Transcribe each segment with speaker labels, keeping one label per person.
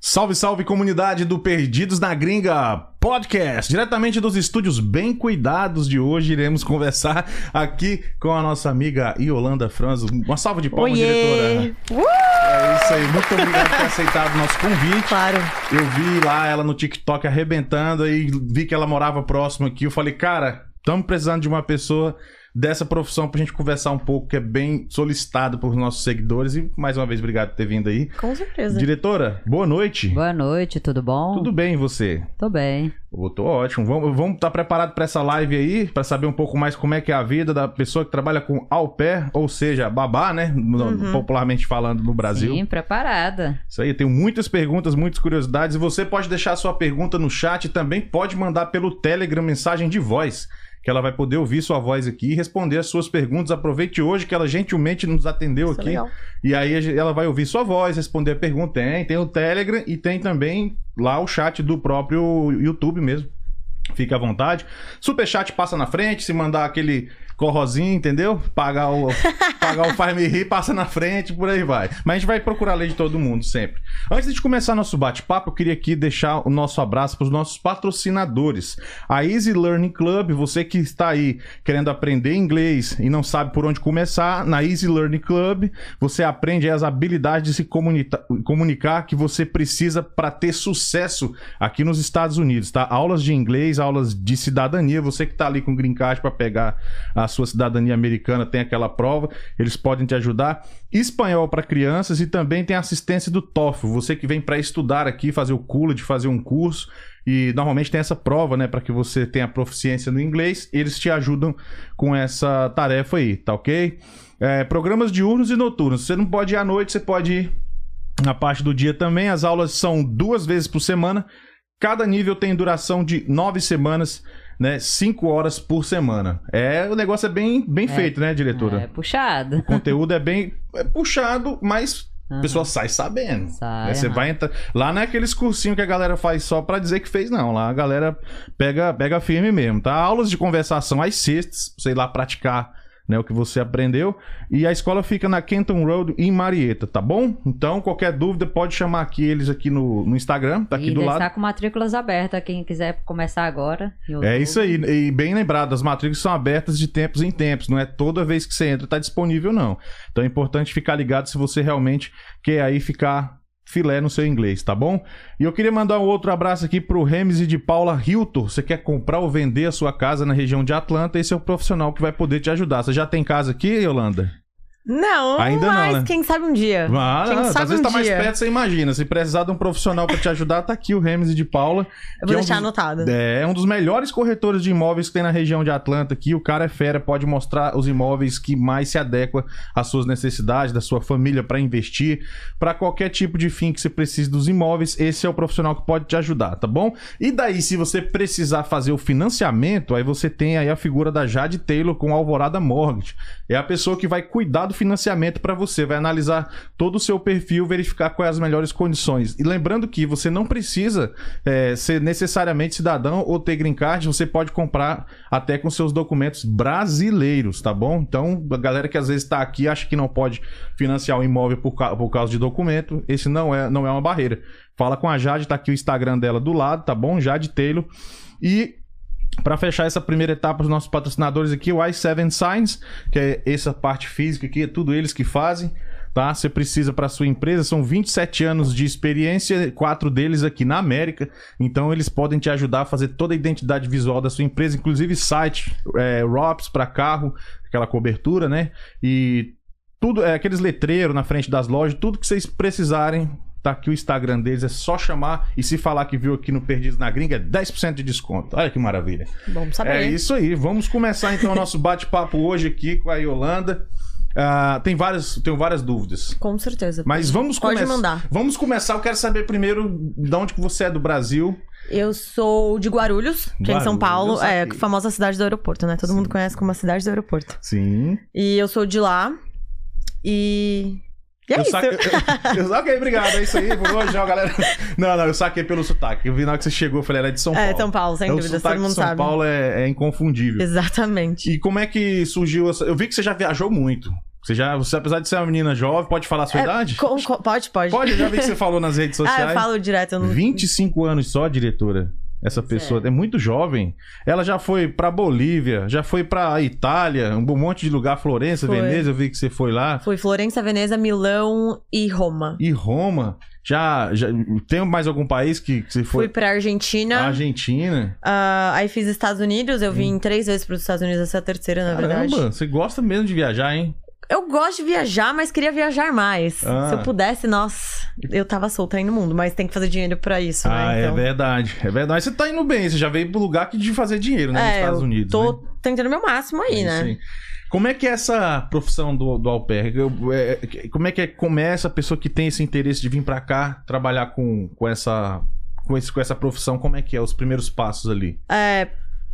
Speaker 1: Salve, salve comunidade do Perdidos na Gringa Podcast. Diretamente dos estúdios bem cuidados de hoje, iremos conversar aqui com a nossa amiga Yolanda Franzo. Uma salva de palmas, diretora. É isso aí, muito obrigado por ter aceitado o nosso convite.
Speaker 2: Claro.
Speaker 1: Eu vi lá ela no TikTok arrebentando e vi que ela morava próximo aqui. Eu falei, cara, estamos precisando de uma pessoa dessa profissão pra gente conversar um pouco, que é bem solicitado por nossos seguidores. E mais uma vez, obrigado por ter vindo aí.
Speaker 2: Com certeza.
Speaker 1: Diretora, boa noite.
Speaker 3: Boa noite, tudo bom?
Speaker 1: Tudo bem, e você?
Speaker 3: Tô bem.
Speaker 1: Eu tô ótimo. Vamos estar vamos tá preparado para essa live aí, para saber um pouco mais como é que é a vida da pessoa que trabalha com au pair, ou seja, babá, né? No-
Speaker 2: Uhum.
Speaker 1: Popularmente falando no Brasil.
Speaker 3: Sim, preparada.
Speaker 1: Isso aí, eu tenho muitas perguntas, muitas curiosidades. E você pode deixar a sua pergunta no chat e também pode mandar pelo Telegram mensagem de voz, que ela vai poder ouvir sua voz aqui e responder as suas perguntas. Aproveite hoje que ela gentilmente nos atendeu
Speaker 2: Isso é
Speaker 1: aqui.
Speaker 2: legal.
Speaker 1: E aí a gen- ela vai ouvir sua voz, responder a pergunta. Tem, tem o Telegram e tem também lá o chat do próprio YouTube mesmo. Fica à vontade. Superchat passa na frente, se mandar aquele corrozinho, entendeu? Pagar o, pagar o Faz Me Rir, passa na frente, por aí vai. Mas a gente vai procurar a lei de todo mundo sempre. Antes de começar nosso bate-papo, eu queria aqui deixar o nosso abraço para os nossos patrocinadores. A Easy Learning Club, você que está aí querendo aprender inglês e não sabe por onde começar, na Easy Learning Club você aprende aí as habilidades de se comunita- comunicar que você precisa para ter sucesso aqui nos Estados Unidos, tá? Aulas de inglês, aulas de cidadania. Você que tá ali com green card para pegar a sua cidadania americana, tem aquela prova, eles podem te ajudar. Espanhol para crianças e também tem assistência do TOEFL. Você que vem para estudar aqui, fazer o CULA, de fazer um curso, e normalmente tem essa prova, né, para que você tenha proficiência no inglês, eles te ajudam com essa tarefa aí, tá ok? É, programas diurnos e noturnos. Você não pode ir à noite, você pode ir na parte do dia também. As aulas são duas vezes por semana. Cada nível tem duração de nove semanas, né? Cinco horas por semana. É, o negócio é bem, bem feito, né, diretora?
Speaker 3: É puxada.
Speaker 1: O conteúdo é bem é puxado, mas a
Speaker 3: Aham.
Speaker 1: pessoa sai sabendo.
Speaker 3: Sai,
Speaker 1: Aí você
Speaker 3: aham.
Speaker 1: vai entrar. Lá não é aqueles cursinhos que a galera faz só pra dizer que fez, não. Lá a galera pega, pega firme mesmo, tá? Aulas de conversação às sextas, pra você ir lá praticar né, o que você aprendeu. E a escola fica na Kenton Road, em Marieta, tá bom? Então, qualquer dúvida, pode chamar aqui eles aqui no, no Instagram, tá aqui
Speaker 3: e
Speaker 1: do
Speaker 3: já
Speaker 1: lado.
Speaker 3: está com matrículas abertas, quem quiser começar agora.
Speaker 1: É
Speaker 3: em
Speaker 2: Uhum.
Speaker 3: outubro.
Speaker 1: isso aí, e bem lembrado, as matrículas são abertas de tempos em tempos, não é toda vez que você entra tá disponível não. Então é importante ficar ligado se você realmente quer aí ficar filé no seu inglês, tá bom? E eu queria mandar um outro abraço aqui pro Remes e de Paula Hilton. Você quer comprar ou vender a sua casa na região de Atlanta, esse é o profissional que vai poder te ajudar. Você já tem casa aqui, Yolanda?
Speaker 2: Não,
Speaker 1: Ainda não,
Speaker 2: mas
Speaker 1: né?
Speaker 2: quem sabe um dia.
Speaker 1: Ah,
Speaker 2: Quem sabe
Speaker 1: às vezes
Speaker 2: um
Speaker 1: tá mais
Speaker 2: dia.
Speaker 1: perto, você imagina. Se precisar de um profissional pra te ajudar, tá aqui o Remes e de Paula. que
Speaker 2: Eu vou
Speaker 1: é um
Speaker 2: deixar
Speaker 1: dos-
Speaker 2: anotado.
Speaker 1: é, é um dos melhores corretores de imóveis que tem na região de Atlanta aqui. O cara é fera, pode mostrar os imóveis que mais se adequa às suas necessidades, da sua família para investir, para qualquer tipo de fim que você precise dos imóveis, esse é o profissional que pode te ajudar, tá bom? E daí, se você precisar fazer o financiamento, aí você tem aí a figura da Jade Taylor com a Alvorada Mortgage. É a pessoa que vai cuidar do financiamento para você, vai analisar todo o seu perfil, verificar quais as melhores condições. E lembrando que você não precisa é, ser necessariamente cidadão ou ter green card, você pode comprar até com seus documentos brasileiros, tá bom? Então, a galera que às vezes está aqui acha que não pode financiar o imóvel por, ca- por causa de documento, esse não é, não é uma barreira. Fala com a Jade, tá aqui o Instagram dela do lado, tá bom? Jade Taylor. E para fechar essa primeira etapa, os nossos patrocinadores aqui, o i7 Signs, que é essa parte física aqui, é tudo eles que fazem. Tá? Você precisa para sua empresa, são 27 anos de experiência, quatro deles aqui na América. Então eles podem te ajudar a fazer toda a identidade visual da sua empresa, inclusive site, é, ROPS para carro, aquela cobertura, né? E tudo, é, aqueles letreiros na frente das lojas, tudo que vocês precisarem, tá aqui o Instagram deles, é só chamar e se falar que viu aqui no Perdidos na Gringa, é 10% de desconto. Olha que maravilha.
Speaker 2: Bom saber.
Speaker 1: É isso aí. Vamos começar então o nosso bate-papo hoje aqui com a Yolanda. Ah, tem várias, tenho várias dúvidas.
Speaker 2: Com certeza.
Speaker 1: Mas vamos
Speaker 2: Pode
Speaker 1: começar.
Speaker 2: mandar.
Speaker 1: Vamos começar. Eu quero saber primeiro de onde que você é do Brasil.
Speaker 2: Eu sou de Guarulhos, que é em São
Speaker 1: Guarulhos,
Speaker 2: Paulo. É,
Speaker 1: ok.
Speaker 2: famosa cidade do aeroporto, né? Todo
Speaker 1: Sim.
Speaker 2: mundo conhece como a cidade do aeroporto.
Speaker 1: Sim.
Speaker 2: E eu sou de lá. E. E é
Speaker 1: eu
Speaker 2: isso.
Speaker 1: saquei. eu- eu- ok, obrigado. É isso aí. Vou hoje, ó, galera. Não, não, eu saquei pelo sotaque. Eu vi na hora que você chegou, eu falei, ela é de São Paulo.
Speaker 2: É, São Paulo, sem
Speaker 1: Então,
Speaker 2: dúvida,
Speaker 1: o sotaque
Speaker 2: todo mundo
Speaker 1: de São
Speaker 2: sabe.
Speaker 1: Paulo é, é inconfundível.
Speaker 2: Exatamente.
Speaker 1: E como é que surgiu essa. Eu vi que você já viajou muito. Você já, você apesar de ser uma menina jovem, pode falar a sua
Speaker 2: É,
Speaker 1: idade?
Speaker 2: com- com- pode, pode.
Speaker 1: Pode, eu já vi que você falou nas redes
Speaker 2: ah,
Speaker 1: sociais.
Speaker 2: eu falo direto. Eu não...
Speaker 1: 25 anos só, diretora. Essa
Speaker 3: Pois
Speaker 1: pessoa é.
Speaker 3: é.
Speaker 1: muito jovem. Ela já foi pra Bolívia, já foi pra Itália, um monte de lugar, Florença,
Speaker 2: Foi.
Speaker 1: Veneza, eu vi que você foi lá.
Speaker 2: Fui Florença, Veneza, Milão e Roma.
Speaker 1: E Roma. Já, já tem mais algum país que, que você
Speaker 2: Fui
Speaker 1: foi?
Speaker 2: pra Argentina.
Speaker 1: Argentina.
Speaker 2: ah, aí fiz Estados Unidos. Eu vim três vezes pros Estados Unidos. Essa é a terceira, na verdade.
Speaker 1: Hum. Caramba, você gosta mesmo de viajar, hein?
Speaker 2: Eu gosto de viajar, mas queria viajar mais.
Speaker 1: Ah.
Speaker 2: Se eu pudesse, nossa, eu tava solta aí no mundo, mas tem que fazer dinheiro pra isso,
Speaker 1: Ah,
Speaker 2: né?
Speaker 1: é verdade. É verdade. Você tá indo bem, você já veio pro lugar que de fazer dinheiro, né? nos
Speaker 2: É,
Speaker 1: Estados
Speaker 2: eu
Speaker 1: Unidos.
Speaker 2: Tô
Speaker 1: né?
Speaker 2: tentando meu máximo aí,
Speaker 1: É
Speaker 2: né?
Speaker 1: isso aí. Como é que é essa profissão do, do au pair? Eu- é, é, como é que é- começa a pessoa que tem esse interesse de vir pra cá trabalhar com, com essa. Com, esse, com essa profissão, como é que é? Os primeiros passos ali.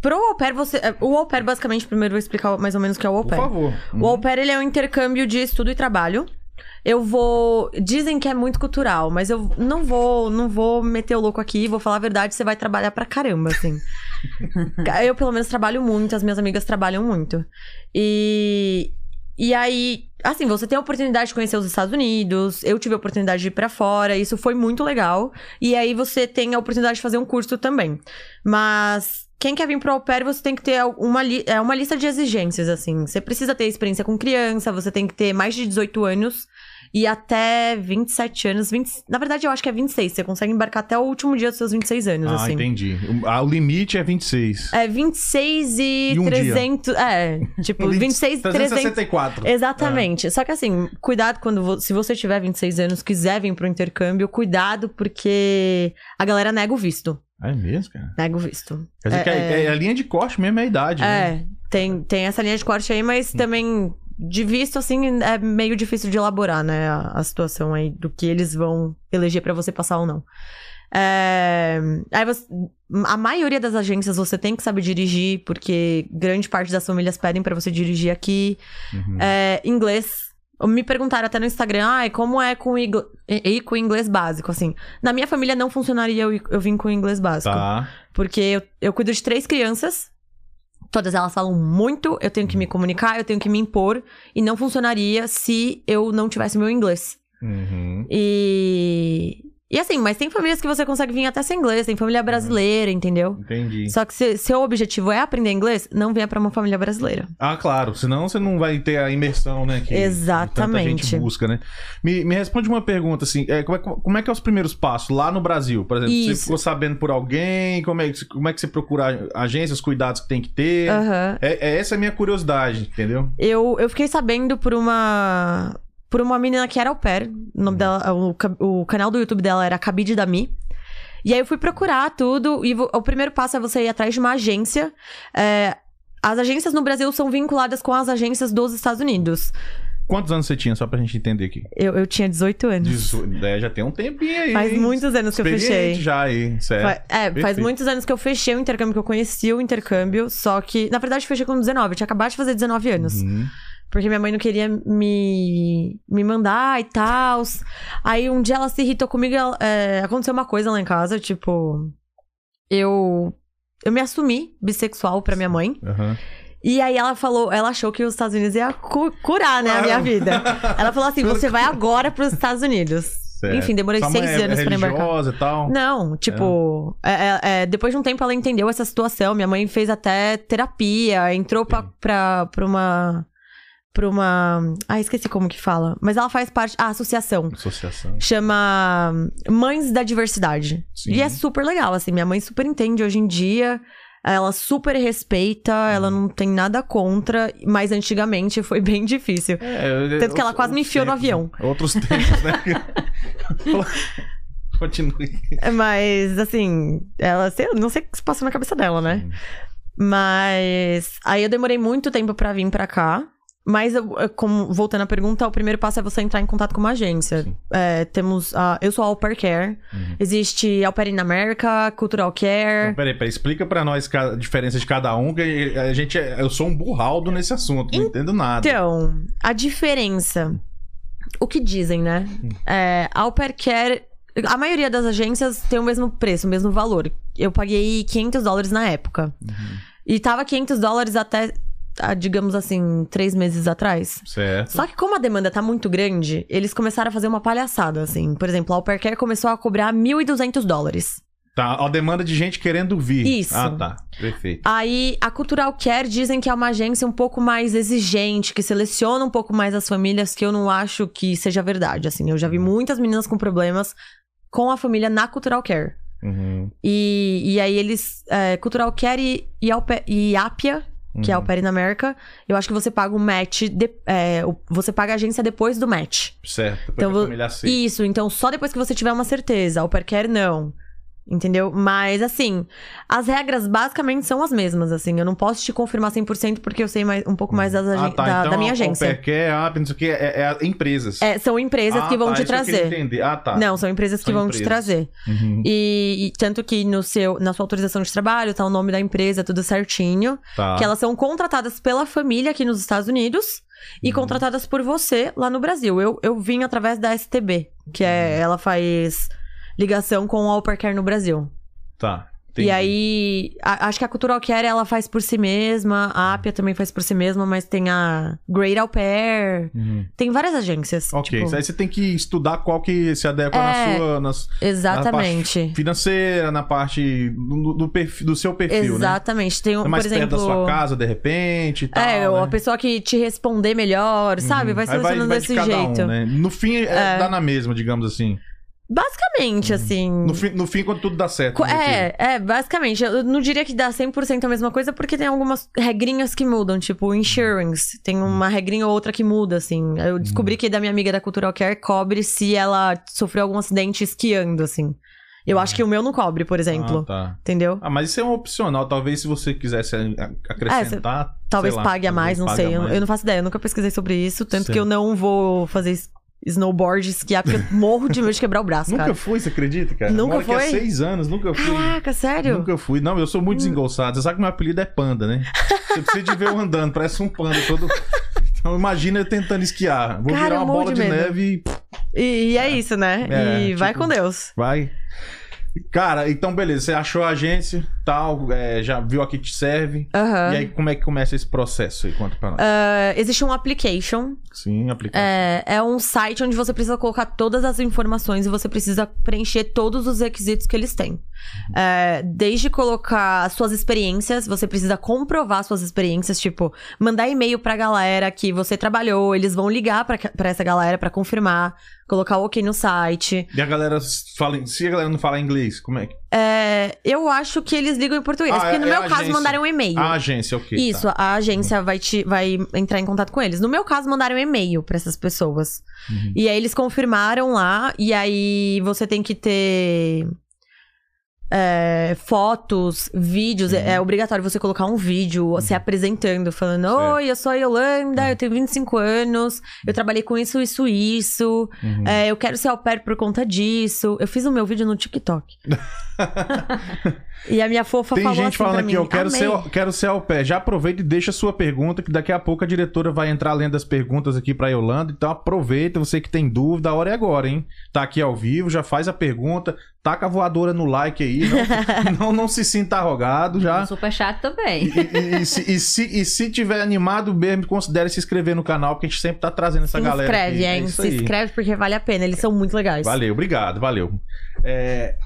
Speaker 2: Pro au pair, você. é, O au pair, basicamente, primeiro eu vou explicar mais ou menos o que é o au
Speaker 1: Por
Speaker 2: pair.
Speaker 1: favor. Hum.
Speaker 2: O au pair, ele é um intercâmbio de estudo e trabalho. Eu vou. Dizem que é muito cultural, mas eu não vou, não vou meter o louco aqui, vou falar a verdade, você vai trabalhar pra caramba, assim. eu, pelo menos, trabalho muito, as minhas amigas trabalham muito. E. E aí, assim, você tem a oportunidade de conhecer os Estados Unidos, eu tive a oportunidade de ir pra fora, isso foi muito legal. E aí você tem a oportunidade de fazer um curso também. Mas quem quer vir pro au pair, você tem que ter uma, li- é uma lista de exigências, assim. Você precisa ter experiência com criança, você tem que ter mais de 18 anos e até 27 anos. 20 Na verdade, eu acho que é 26. Você consegue embarcar até o último dia dos seus 26 anos,
Speaker 1: Ah,
Speaker 2: assim.
Speaker 1: entendi. O, ah, o limite é 26.
Speaker 2: É 26 e,
Speaker 1: E um dia.
Speaker 2: 300. É, tipo, 26 e 300.
Speaker 1: 364.
Speaker 2: Exatamente. Só que assim, cuidado quando. vo- Se você tiver 26 anos, quiser vir pro intercâmbio, cuidado porque a galera nega o visto.
Speaker 1: É mesmo, cara?
Speaker 2: Nega o visto.
Speaker 1: Quer dizer
Speaker 2: É,
Speaker 1: que é, é a linha de corte mesmo é a idade, né?
Speaker 2: É, tem, tem essa linha de corte aí, mas também de visto, assim, é meio difícil de elaborar, né? A, a situação aí do que eles vão eleger pra você passar ou não. É, aí você- a maioria das agências você tem que saber dirigir, porque grande parte das famílias pedem pra você dirigir aqui.
Speaker 1: Uhum.
Speaker 2: É, inglês. Me perguntaram até no Instagram, ai, como é com igl- e- e com inglês básico, assim. Na minha família não funcionaria eu, ir- eu vim com inglês básico.
Speaker 1: Tá.
Speaker 2: Porque eu, eu cuido de três crianças. Todas elas falam muito, eu tenho que me comunicar, eu tenho que me impor. E não funcionaria se eu não tivesse meu inglês.
Speaker 1: Uhum.
Speaker 2: E. E assim, mas tem famílias que você consegue vir até sem inglês, tem família brasileira, entendeu?
Speaker 1: Entendi.
Speaker 2: Só que se seu objetivo é aprender inglês, não venha pra uma família brasileira.
Speaker 1: Ah, claro, senão você não vai ter a imersão, né? Que
Speaker 2: Exatamente.
Speaker 1: Tanta gente busca, né? Me, me responde uma pergunta, assim, é, como, é, como é que é os primeiros passos lá no Brasil? Por exemplo, você
Speaker 2: Isso.
Speaker 1: ficou sabendo por alguém? Como é, que- como é que você procura agências, os cuidados que tem que ter?
Speaker 2: Aham.
Speaker 1: É, é- essa é a minha curiosidade, entendeu?
Speaker 2: Eu, eu fiquei sabendo por uma. Por uma menina que era au pair. O,
Speaker 1: Uhum.
Speaker 2: nome dela, o, ca- o canal do YouTube dela era Cabide da Mi. E aí eu fui procurar tudo. E vo- o primeiro passo é você ir atrás de uma agência. É, as agências no Brasil são vinculadas com as agências dos Estados Unidos.
Speaker 1: Quantos anos você tinha, só pra gente entender aqui?
Speaker 2: Eu, eu tinha 18 anos.
Speaker 1: Dezo- é, já tem um tempinho aí.
Speaker 2: Faz
Speaker 1: hein?
Speaker 2: muitos anos que eu
Speaker 1: Experiente
Speaker 2: fechei.
Speaker 1: já aí, certo.
Speaker 2: Fa- É, faz
Speaker 1: perfeito.
Speaker 2: muitos anos que eu fechei o intercâmbio, que eu conheci o intercâmbio, só que, na verdade, eu fechei com 19, eu tinha acabado de fazer 19 anos.
Speaker 1: Uhum.
Speaker 2: Porque minha mãe não queria me, me mandar e tal. Aí um dia ela se irritou comigo. ela- é, aconteceu uma coisa lá em casa, tipo. Eu. Eu me assumi bissexual pra minha mãe.
Speaker 1: Aham.
Speaker 2: E aí ela falou, ela achou que os Estados Unidos ia cu- curar, né, a minha
Speaker 1: Claro.
Speaker 2: vida. Ela falou assim: você vai agora pros Estados Unidos.
Speaker 1: Certo.
Speaker 2: Enfim, demorei
Speaker 1: Sua mãe
Speaker 2: seis
Speaker 1: é
Speaker 2: anos pra embarcar.
Speaker 1: religiosa e tal.
Speaker 2: Não, tipo, é- é- é, depois de um tempo ela entendeu essa situação. Minha mãe fez até terapia, entrou pra,
Speaker 1: Sim.
Speaker 2: pra, pra uma. Pra uma. Ah, esqueci como que fala. Mas ela faz parte. A associação.
Speaker 1: Associação.
Speaker 2: Chama Mães da Diversidade.
Speaker 1: Sim.
Speaker 2: E é super legal, assim. Minha mãe super entende hoje em dia. Ela super respeita, ela
Speaker 1: Hum.
Speaker 2: não tem nada contra, mas antigamente foi bem difícil.
Speaker 1: É,
Speaker 2: Tanto que ela
Speaker 1: outros-
Speaker 2: quase me
Speaker 1: outros
Speaker 2: enfiou no
Speaker 1: tempos,
Speaker 2: avião.
Speaker 1: né? Outros tempos, né? Continue.
Speaker 2: Mas, assim, ela, sei- não sei o que se passou na cabeça dela, né?
Speaker 1: Sim.
Speaker 2: Mas aí eu demorei muito tempo pra vir pra cá. Mas, eu- eu- como, voltando à pergunta, o primeiro passo é você entrar em contato com uma agência.
Speaker 1: Sim.
Speaker 2: É, temos a. Eu sou a Au Pair Care.
Speaker 1: Uhum.
Speaker 2: Existe Au Pair in America, Cultural
Speaker 1: Então,
Speaker 2: Care.
Speaker 1: peraí, peraí, explica pra nós ca- a diferença de cada um, que a gente é- eu sou um burraldo nesse assunto, não entendo nada.
Speaker 2: Então, a diferença. O que dizem, né? É, a Au Pair Care. A maioria das agências tem o mesmo preço, o mesmo
Speaker 1: Uhum.
Speaker 2: valor. Eu paguei 500 dólares na época. E tava 500 dólares até há, digamos assim, três meses atrás.
Speaker 1: Certo.
Speaker 2: Só que como a demanda tá muito grande, eles começaram a fazer uma palhaçada, assim. Por exemplo, a Alpercare começou a cobrar 1.200 dólares.
Speaker 1: Tá, a demanda de gente querendo vir.
Speaker 2: Isso.
Speaker 1: Ah, tá. Perfeito.
Speaker 2: Aí, a Cultural Care dizem que é uma agência um pouco mais exigente, que seleciona um pouco mais as famílias, que eu não acho que seja verdade, assim. Eu já vi muitas meninas com problemas com a família na Cultural Care.
Speaker 1: Uhum,
Speaker 2: E, e aí eles... é, Cultural Care e, e, Alpe- e Apia, que é o
Speaker 1: uhum.
Speaker 2: Peri na América, eu acho que você paga o match... de- é, o- você paga a agência depois do match.
Speaker 1: Certo.
Speaker 2: Então,
Speaker 1: Então,
Speaker 2: vou-
Speaker 1: família aceita.
Speaker 2: Isso, então só depois que você tiver uma certeza. O perquer não. Entendeu? Mas, assim, as regras basicamente são as mesmas, assim. Eu não posso te confirmar 100% porque eu sei mais, um pouco mais das agen-
Speaker 1: Ah, tá.
Speaker 2: da,
Speaker 1: então,
Speaker 2: da minha
Speaker 1: a- O
Speaker 2: agência.
Speaker 1: PEC é, a- não sei o que, é, é empresas.
Speaker 2: É, são empresas
Speaker 1: Ah,
Speaker 2: que vão
Speaker 1: tá,
Speaker 2: te
Speaker 1: isso eu queria
Speaker 2: trazer.
Speaker 1: entender. Ah, tá.
Speaker 2: Não, são empresas que
Speaker 1: São
Speaker 2: vão te
Speaker 1: empresas.
Speaker 2: trazer.
Speaker 1: Uhum,
Speaker 2: E, e tanto que no seu, na sua autorização de trabalho tá o nome da empresa, tudo certinho.
Speaker 1: tá.
Speaker 2: Que elas são contratadas pela família aqui nos Estados Unidos e
Speaker 1: Uhum.
Speaker 2: contratadas por você lá no Brasil. Eu, eu vim através da STB, que é
Speaker 1: Uhum.
Speaker 2: ela faz ligação com a Alpercare no Brasil.
Speaker 1: Tá. entendi.
Speaker 2: E aí, a- acho que a Cultural Care ela faz por si mesma, a Apia também faz por si mesma, mas tem a Great Au Pair,
Speaker 1: Uhum.
Speaker 2: tem várias agências.
Speaker 1: Ok,
Speaker 2: tipo,
Speaker 1: aí você tem que estudar qual que se adequa na
Speaker 2: É.
Speaker 1: sua na s-
Speaker 2: Exatamente.
Speaker 1: financeira, na parte do, do perfil- do seu perfil, né?
Speaker 2: Exatamente. Tem um,
Speaker 1: É mais
Speaker 2: por
Speaker 1: perto
Speaker 2: exemplo,
Speaker 1: da sua casa, de repente e tal,
Speaker 2: é,
Speaker 1: né?
Speaker 2: a pessoa que te responder melhor, sabe?
Speaker 1: Uhum.
Speaker 2: Vai
Speaker 1: Aí
Speaker 2: selecionando
Speaker 1: vai de
Speaker 2: desse
Speaker 1: cada um,
Speaker 2: jeito.
Speaker 1: né? No fim, é, dá na mesma, digamos assim. Uhum.
Speaker 2: Basicamente, assim.
Speaker 1: No fim, no fim, quando tudo dá certo.
Speaker 2: Co-
Speaker 1: né, filho?
Speaker 2: É, é, basicamente. Eu não diria que dá 100% a mesma coisa, porque tem algumas regrinhas que mudam, tipo insurance.
Speaker 1: Hum.
Speaker 2: Tem uma regrinha ou outra que muda, assim. Eu descobri que da minha amiga da Cultural Care cobre se ela sofreu algum acidente esquiando, assim. Eu acho que o meu não cobre, por exemplo.
Speaker 1: Ah, tá.
Speaker 2: Entendeu?
Speaker 1: Ah, mas isso é um opcional. Talvez se você quisesse a-
Speaker 2: É,
Speaker 1: acrescentar. sei
Speaker 2: Talvez
Speaker 1: lá,
Speaker 2: pague
Speaker 1: talvez
Speaker 2: a mais, não
Speaker 1: pague a
Speaker 2: sei. Eu,
Speaker 1: mais.
Speaker 2: eu não faço ideia, eu nunca pesquisei sobre isso. Tanto
Speaker 1: Certo.
Speaker 2: que eu não vou fazer es- snowboard, esquiar, porque eu morro de medo de quebrar o braço,
Speaker 1: Nunca
Speaker 2: cara.
Speaker 1: fui, você acredita, cara?
Speaker 2: Nunca
Speaker 1: Moro aqui há
Speaker 2: foi?
Speaker 1: seis anos, nunca fui.
Speaker 2: Caraca, sério? Hum.
Speaker 1: Nunca fui. Não, eu sou muito desengonçado. Você sabe que meu apelido é panda, né? Você precisa de ver eu andando, parece um panda todo. Então imagina eu tentando esquiar. Vou
Speaker 2: Cara,
Speaker 1: virar
Speaker 2: eu
Speaker 1: uma
Speaker 2: morro
Speaker 1: bola
Speaker 2: de
Speaker 1: de,
Speaker 2: medo.
Speaker 1: neve e pff,
Speaker 2: E, e é, isso, né?
Speaker 1: É,
Speaker 2: e vai
Speaker 1: tipo-
Speaker 2: com Deus.
Speaker 1: vai. Cara, então beleza, você achou a agência, tal, é, já viu a que te serve.
Speaker 2: Aham.
Speaker 1: E aí, como é que começa esse processo aí? Conta pra nós.
Speaker 2: É, existe um application.
Speaker 1: Sim, aplicar.
Speaker 2: É, é um site onde você precisa colocar todas as informações e você precisa preencher todos os requisitos que eles têm. É, desde colocar as suas experiências, você precisa comprovar suas experiências, tipo, mandar e-mail pra galera que você trabalhou, eles vão ligar pra, pra essa galera pra confirmar, colocar o ok no site.
Speaker 1: E a galera fala. em- Se a galera não fala inglês, como é que.
Speaker 2: É, eu acho que eles ligam em português,
Speaker 1: Ah,
Speaker 2: porque
Speaker 1: é-
Speaker 2: no
Speaker 1: é
Speaker 2: meu
Speaker 1: a
Speaker 2: caso
Speaker 1: agência.
Speaker 2: mandaram um e-mail.
Speaker 1: A agência, ok. tá.
Speaker 2: Isso, a agência vai, te, vai entrar em contato com eles. No meu caso, mandaram um e-mail pra essas pessoas.
Speaker 1: Uhum.
Speaker 2: E aí eles confirmaram lá, e aí você tem que ter é, fotos, vídeos. É,
Speaker 1: Uhum.
Speaker 2: é obrigatório você colocar um vídeo se apresentando, falando:
Speaker 1: Certo. Uhum.
Speaker 2: Oi, eu sou a Yolanda, eu tenho 25 anos, eu trabalhei com isso, isso, isso.
Speaker 1: Uhum.
Speaker 2: É, eu quero ser au pair por conta disso. Eu fiz o meu vídeo no TikTok. e a minha fofa
Speaker 1: Tem
Speaker 2: falou
Speaker 1: gente
Speaker 2: assim
Speaker 1: falando
Speaker 2: pra
Speaker 1: aqui,
Speaker 2: mim,
Speaker 1: eu quero
Speaker 2: "Amei."
Speaker 1: ser, quero ser ao pé. Já aproveita e deixa a sua pergunta, que daqui a pouco a diretora vai entrar lendo as perguntas aqui pra Yolanda. Então aproveita, você que tem dúvida, a hora é agora, hein? Tá aqui ao vivo, já faz a pergunta, taca a voadora no like aí. Não, não, não se sinta arrogado já.
Speaker 3: Um Super chato também.
Speaker 1: tá? E, e- e se, e, se, e se tiver animado mesmo, considere se inscrever no canal, porque a gente sempre tá trazendo essa
Speaker 2: Se
Speaker 1: galera.
Speaker 2: inscreve,
Speaker 1: aqui. É
Speaker 2: hein?
Speaker 1: isso
Speaker 2: Se
Speaker 1: aí.
Speaker 2: inscreve porque vale a pena. Eles são muito legais.
Speaker 1: Valeu, obrigado, valeu. É,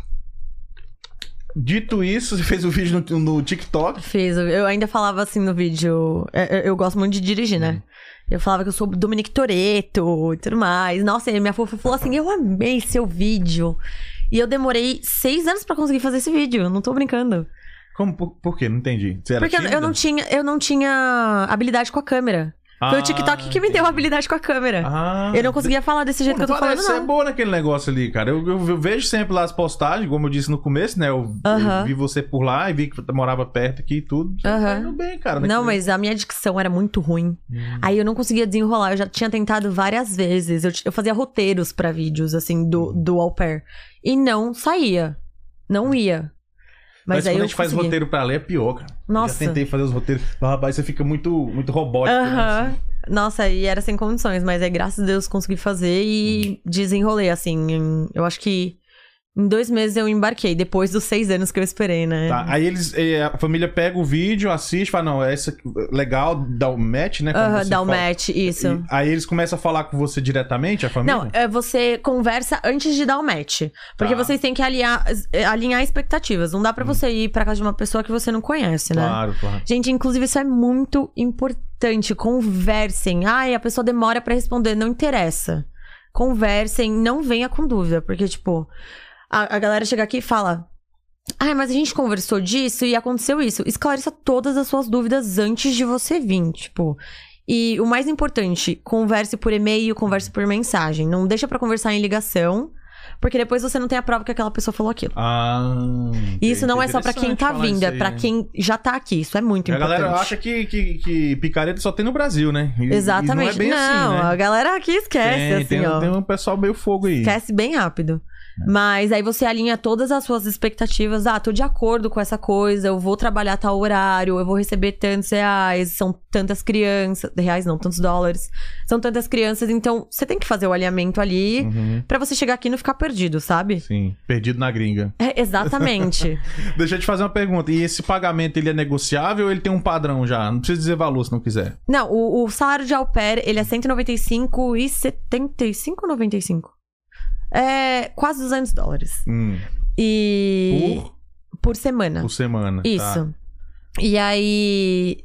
Speaker 1: Dito isso, você fez o vídeo no, no TikTok.
Speaker 2: Fiz. Eu ainda falava assim no vídeo. é, é, Eu, gosto muito de dirigir,
Speaker 1: Uhum.
Speaker 2: né? Eu falava que eu sou Dominique Toreto e tudo mais. Nossa, e minha fofa falou assim: eu amei seu vídeo. E eu demorei seis anos pra conseguir fazer esse vídeo. Eu não tô brincando.
Speaker 1: Como? Por, por quê? Não entendi. Você era
Speaker 2: Porque eu, eu
Speaker 1: tímida?
Speaker 2: não tinha, eu não tinha habilidade com a câmera. Foi
Speaker 1: Ah,
Speaker 2: o TikTok que me deu
Speaker 1: entendi.
Speaker 2: habilidade com a câmera.
Speaker 1: Ah,
Speaker 2: eu não conseguia falar desse jeito
Speaker 1: Pô,
Speaker 2: que eu tô falando,
Speaker 1: parece é
Speaker 2: não.
Speaker 1: ser boa naquele negócio ali, cara. Eu, eu- eu vejo sempre lá as postagens, como eu disse no começo, né? Eu, eu
Speaker 2: Aham.
Speaker 1: vi você por lá e vi que morava perto aqui e tudo. Você
Speaker 2: Aham.
Speaker 1: tá Hum. indo bem, cara.
Speaker 2: Não,
Speaker 1: naquele-
Speaker 2: mas a minha dicção era muito ruim. Aí eu não conseguia desenrolar. Eu já tinha tentado várias vezes. Eu, ti- eu fazia roteiros pra vídeos, assim, do,
Speaker 1: Hum.
Speaker 2: do au pair. E não saía. Não ia. Mas, aí
Speaker 1: quando
Speaker 2: eu
Speaker 1: a gente faz
Speaker 2: consegui.
Speaker 1: roteiro pra ler, é pior, cara. Eu
Speaker 2: Nossa.
Speaker 1: Já tentei fazer os roteiros. Ah, rapaz, você fica muito, muito robótico. né,
Speaker 2: Aham.
Speaker 1: assim.
Speaker 2: Nossa, e era sem
Speaker 1: Hum.
Speaker 2: condições, mas aí graças a Deus consegui fazer e desenrolei, assim. em- Eu acho que Em dois meses eu embarquei, depois dos seis anos que eu esperei, né?
Speaker 1: Tá, aí eles, eh, a família pega o vídeo, assiste, fala, não, essa aqui, legal, dá o match, né? como
Speaker 2: Aham,
Speaker 1: você
Speaker 2: dá o
Speaker 1: fala.
Speaker 2: match, isso.
Speaker 1: E aí eles começam a falar com você diretamente, a família?
Speaker 2: Não, é, você conversa antes de dar o match. Porque
Speaker 1: Tá. Hum.
Speaker 2: vocês têm que aliar- é, alinhar expectativas. Não dá pra você ir pra casa de uma pessoa que você não conhece, né?
Speaker 1: Claro, claro.
Speaker 2: Gente, inclusive isso é muito importante. Conversem. Ai, a pessoa demora pra responder, não interessa. Conversem, não venha com dúvida, porque tipo, a, a galera chega aqui e fala: "Ai, mas a gente conversou disso e aconteceu isso". Esclareça todas as suas dúvidas antes de você vir, tipo, e o mais importante, converse por e-mail, converse por mensagem. Não deixa pra conversar em ligação, porque depois você não tem a prova que aquela pessoa falou aquilo.
Speaker 1: Ah,
Speaker 2: E isso não é só pra quem
Speaker 1: interessante
Speaker 2: tá
Speaker 1: falar
Speaker 2: vindo,
Speaker 1: isso
Speaker 2: é
Speaker 1: aí,
Speaker 2: pra
Speaker 1: né?
Speaker 2: quem já tá aqui. Isso é muito
Speaker 1: A
Speaker 2: importante.
Speaker 1: galera acha que, que, que picareta só tem no Brasil, né? E- e
Speaker 2: Exatamente.
Speaker 1: não é bem assim, né?
Speaker 2: a galera aqui esquece,
Speaker 1: tem,
Speaker 2: assim,
Speaker 1: tem,
Speaker 2: ó.
Speaker 1: tem um É. pessoal meio fogo aí.
Speaker 2: Esquece bem rápido. Mas aí você alinha todas as suas expectativas. Ah, tô de acordo com essa coisa, eu vou trabalhar tal horário, eu vou receber tantos reais, são tantas crianças. Reais não, tantos dólares. São tantas crianças, então você tem que fazer o alinhamento ali
Speaker 1: Uhum,
Speaker 2: pra você chegar aqui e não ficar perdido, sabe?
Speaker 1: sim, perdido na gringa.
Speaker 2: É, exatamente.
Speaker 1: Deixa eu te fazer uma pergunta. E esse pagamento, ele é negociável ou ele tem um padrão já? Não precisa dizer valor se não quiser.
Speaker 2: não, o, o salário de au pair, ele é 195 e 75, 95. É quase 200 dólares.
Speaker 1: Hum,
Speaker 2: E.
Speaker 1: por,
Speaker 2: Por semana.
Speaker 1: por semana. tá?
Speaker 2: Isso. E aí.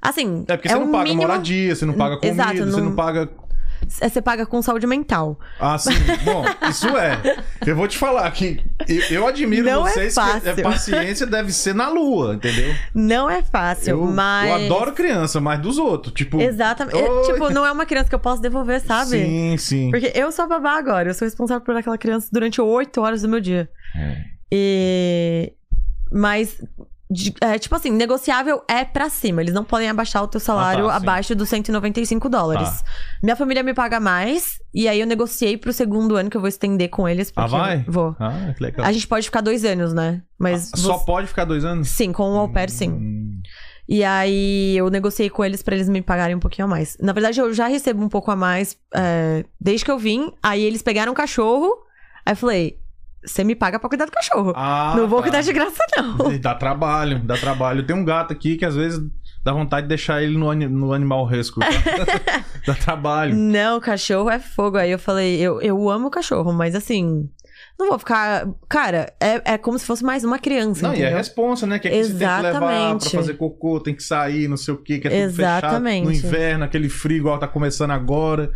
Speaker 2: Assim.
Speaker 1: É porque você
Speaker 2: o
Speaker 1: não paga
Speaker 2: mínimo...
Speaker 1: moradia, você não paga comida,
Speaker 2: Exato,
Speaker 1: você
Speaker 2: não-
Speaker 1: não paga
Speaker 2: É, Você paga com saúde mental.
Speaker 1: Ah, sim. Bom, isso é. Eu vou te falar que eu, eu admiro
Speaker 2: Não é
Speaker 1: vocês
Speaker 2: fácil.
Speaker 1: que a paciência deve ser na lua, entendeu?
Speaker 2: Não é fácil,
Speaker 1: eu,
Speaker 2: mas.
Speaker 1: eu adoro criança, mas dos outros. Tipo.
Speaker 2: Exatamente. É,
Speaker 1: Oi.
Speaker 2: Tipo, não é uma criança que eu posso devolver, sabe?
Speaker 1: Sim, sim.
Speaker 2: Porque eu sou a babá agora, eu sou responsável por aquela criança durante oito horas do meu dia.
Speaker 1: É.
Speaker 2: E. Mas. de- é, tipo assim, negociável é pra cima. Eles não podem abaixar o teu salário
Speaker 1: Ah, tá, sim. Tá.
Speaker 2: abaixo dos 195 dólares. Minha família me paga mais, e aí eu negociei pro segundo ano que eu vou estender com eles.
Speaker 1: Ah,
Speaker 2: porque eu
Speaker 1: vai?
Speaker 2: Vou.
Speaker 1: Ah, que legal.
Speaker 2: A gente pode ficar dois anos, né? Mas.
Speaker 1: Só
Speaker 2: você-
Speaker 1: pode ficar dois anos?
Speaker 2: Sim, com o au pair, sim.
Speaker 1: Hum,
Speaker 2: E aí eu negociei com eles pra eles me pagarem um pouquinho a mais. Na verdade, eu já recebo um pouco a mais é, desde que eu vim. Aí eles pegaram o cachorro. Aí eu falei: você me paga pra cuidar do cachorro.
Speaker 1: Ah,
Speaker 2: não vou
Speaker 1: tá.
Speaker 2: cuidar de graça, não.
Speaker 1: Dá trabalho, dá trabalho. Tem um gato aqui que às vezes dá vontade de deixar ele no, ani- no animal rescue. tá? dá trabalho.
Speaker 2: Não, cachorro é fogo. Aí eu falei, eu, eu amo cachorro, mas assim, não vou ficar. Cara, é, é como se fosse mais uma criança.
Speaker 1: Não, e é
Speaker 2: entendeu?
Speaker 1: responsa, né? Que aqui você tem que levar pra
Speaker 2: Exatamente.
Speaker 1: fazer cocô, tem que sair, não sei o que, que é tudo fechado.
Speaker 2: Exatamente.
Speaker 1: No inverno, aquele frio igual tá começando agora.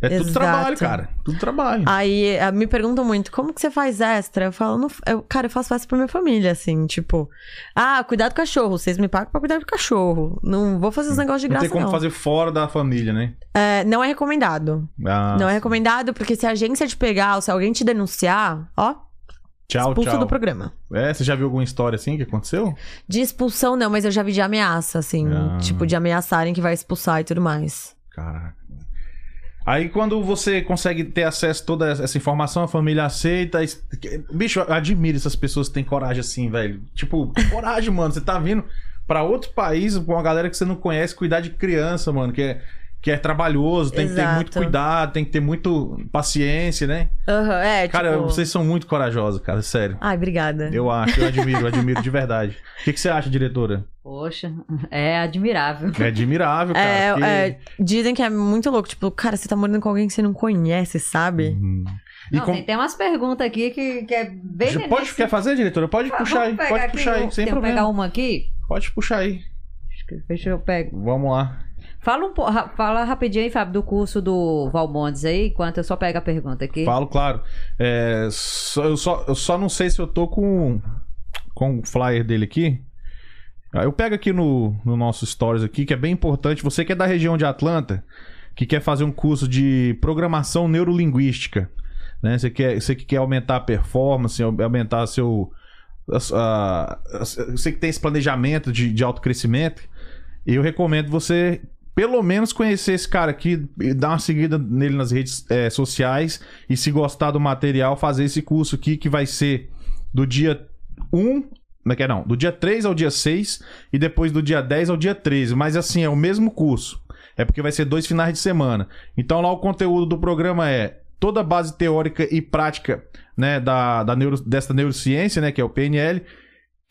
Speaker 1: É tudo
Speaker 2: Exato.
Speaker 1: trabalho, cara. Tudo trabalho.
Speaker 2: Aí eh, me perguntam muito, como que você faz extra? Eu falo, não, f- eu, cara, eu faço extra pra minha família, assim, tipo, ah, cuidar do cachorro, vocês me pagam pra cuidar do cachorro. Não vou fazer os negócios de
Speaker 1: não
Speaker 2: graça,
Speaker 1: tem como
Speaker 2: não.
Speaker 1: fazer fora da família, né?
Speaker 2: É, não é recomendado.
Speaker 1: Ah,
Speaker 2: não é recomendado, porque se a agência te pegar ou se alguém te denunciar, ó,
Speaker 1: Tchau,
Speaker 2: expulso
Speaker 1: tchau.
Speaker 2: do programa.
Speaker 1: É, você já viu alguma história assim que aconteceu?
Speaker 2: De expulsão, não, mas eu já vi de ameaça, assim,
Speaker 1: Ah.
Speaker 2: tipo, de ameaçarem que vai expulsar e tudo mais.
Speaker 1: Caraca. Aí quando você consegue ter acesso a toda essa informação, a família aceita. es- Bicho, eu admiro essas pessoas que têm coragem assim, velho. Tipo, coragem, mano. Você tá vindo pra outro país, pra uma galera que você não conhece, cuidar de criança, mano, que é, que é trabalhoso, tem que ter
Speaker 2: Exato.
Speaker 1: muito cuidado, tem que ter muito paciência, né?
Speaker 2: Aham, é,
Speaker 1: Cara,
Speaker 2: tipo... É.
Speaker 1: vocês são muito corajosos, cara, sério.
Speaker 2: Ai, obrigada.
Speaker 1: Eu acho, eu admiro, eu admiro de verdade. O que, que você acha, diretora?
Speaker 3: Poxa, é admirável.
Speaker 1: É admirável, cara.
Speaker 2: É,
Speaker 1: porque-
Speaker 2: é, dizem que é muito louco. Tipo, cara, você tá morando com alguém que você não conhece, sabe?
Speaker 1: Uhum. E
Speaker 3: Não,
Speaker 1: com-
Speaker 3: tem, tem umas perguntas aqui que, que é bem
Speaker 1: Já Pode, quer fazer, diretora? Pode puxar aí, pode puxar aí, sem
Speaker 3: um- Tem que
Speaker 1: problema.
Speaker 3: pegar uma aqui?
Speaker 1: Pode puxar aí.
Speaker 3: Acho que- Deixa eu pegar.
Speaker 1: Vamos lá.
Speaker 3: Fala, um, po- ra- fala rapidinho aí, Fábio, do curso do Valmontes aí, enquanto eu só pego a pergunta aqui.
Speaker 1: Falo, claro. É, só- eu, só, eu só não sei se eu tô com, com o flyer dele aqui. Ah, Eu pego aqui no, no nosso Stories aqui, que é bem importante. Você que é da região de Atlanta, que quer fazer um curso de programação neurolinguística, né? Você, quer, você que quer aumentar a performance, au- aumentar seu... a- a- a- você que tem esse planejamento de, de autocrescimento, eu recomendo você pelo menos conhecer esse cara aqui, e dar uma seguida nele nas redes eh, sociais e se gostar do material, fazer esse curso aqui que vai ser do dia 1, não é que é não, do dia 3 ao dia 6 e depois do dia 10 ao dia 13, mas assim, é o mesmo curso. É porque vai ser dois finais de semana. Então lá o conteúdo do programa é toda a base teórica e prática né, da, da neuro, dessa neurociência, né, que é o PNL,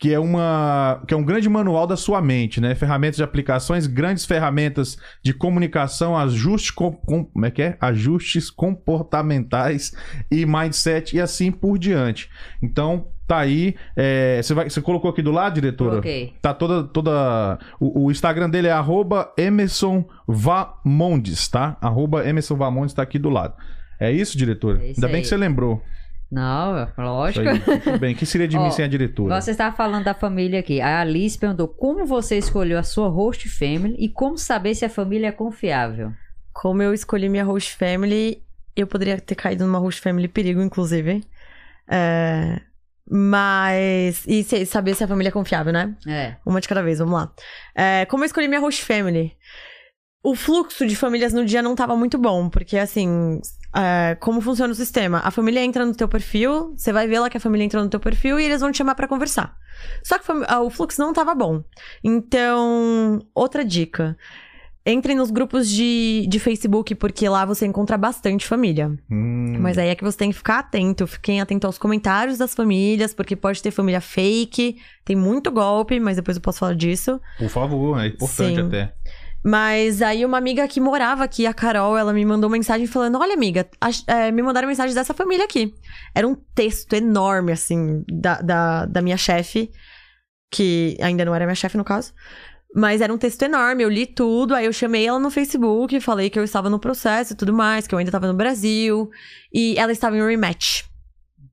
Speaker 1: que é, uma, que é um grande manual da sua mente, né? Ferramentas de aplicações, grandes ferramentas de comunicação, ajustes, com, com- como é que é? ajustes comportamentais e mindset e assim por diante. Então, tá aí. é, você, vai, você colocou aqui do lado, diretora?
Speaker 3: Ok.
Speaker 1: Tá toda. toda o, o Instagram dele é arroba Emerson Vamondes, tá? Arroba Emerson Vamondes tá aqui do lado. É isso, diretora?
Speaker 3: É isso
Speaker 1: Ainda bem
Speaker 3: aí.
Speaker 1: que você lembrou.
Speaker 3: Não,
Speaker 1: Isso
Speaker 3: lógico.
Speaker 1: aí. Muito bem, que seria de mim
Speaker 3: Ó,
Speaker 1: sem a diretora?
Speaker 3: Você estava falando da família aqui. A Alice perguntou como você escolheu a sua host family e como saber se a família é confiável.
Speaker 2: Como eu escolhi minha host family, eu poderia ter caído numa host family perigo, inclusive. É, Mas. E se- saber se a família é confiável, né?
Speaker 3: É.
Speaker 2: Uma de cada vez, vamos lá. É, como eu escolhi minha host family? O fluxo de famílias no dia não tava muito bom, porque assim. é, como funciona o sistema? A família entra no teu perfil, você vai ver lá que a família entrou no teu perfil e eles vão te chamar pra conversar. Só que a fami- ah, o fluxo não tava bom. Então, outra dica. Entrem nos grupos de, de Facebook, porque lá você encontra bastante família.
Speaker 1: Hum.
Speaker 2: Mas aí é que você tem que ficar atento. Fiquem atento aos comentários das famílias, porque pode ter família fake, tem muito golpe, mas depois eu posso falar disso.
Speaker 1: Por favor, é importante
Speaker 2: Sim.
Speaker 1: até.
Speaker 2: Mas aí uma amiga que morava aqui, a Carol, ela me mandou mensagem falando: Olha, amiga, ach- é, me mandaram mensagem dessa família aqui. Era um texto enorme, assim, da, da, da minha chefe, que ainda não era minha chefe, no caso. Mas era um texto enorme, eu li tudo, aí eu chamei ela no Facebook, falei que eu estava no processo e tudo mais, que eu ainda estava no Brasil. E ela estava em rematch.
Speaker 1: O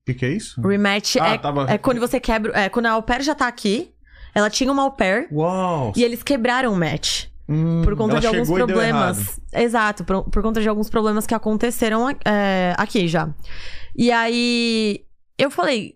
Speaker 1: que, que é isso?
Speaker 2: Rematch
Speaker 1: Ah,
Speaker 2: é,
Speaker 1: tava.
Speaker 2: é quando você quebra. É, quando a au pair já tá aqui, ela tinha uma au pair
Speaker 1: Uau!
Speaker 2: e eles quebraram o match.
Speaker 1: Hum,
Speaker 2: Por conta
Speaker 1: ela
Speaker 2: de alguns
Speaker 1: chegou e deu errado.
Speaker 2: problemas. Exato, por, por conta de alguns problemas que aconteceram é, aqui já. E aí eu falei,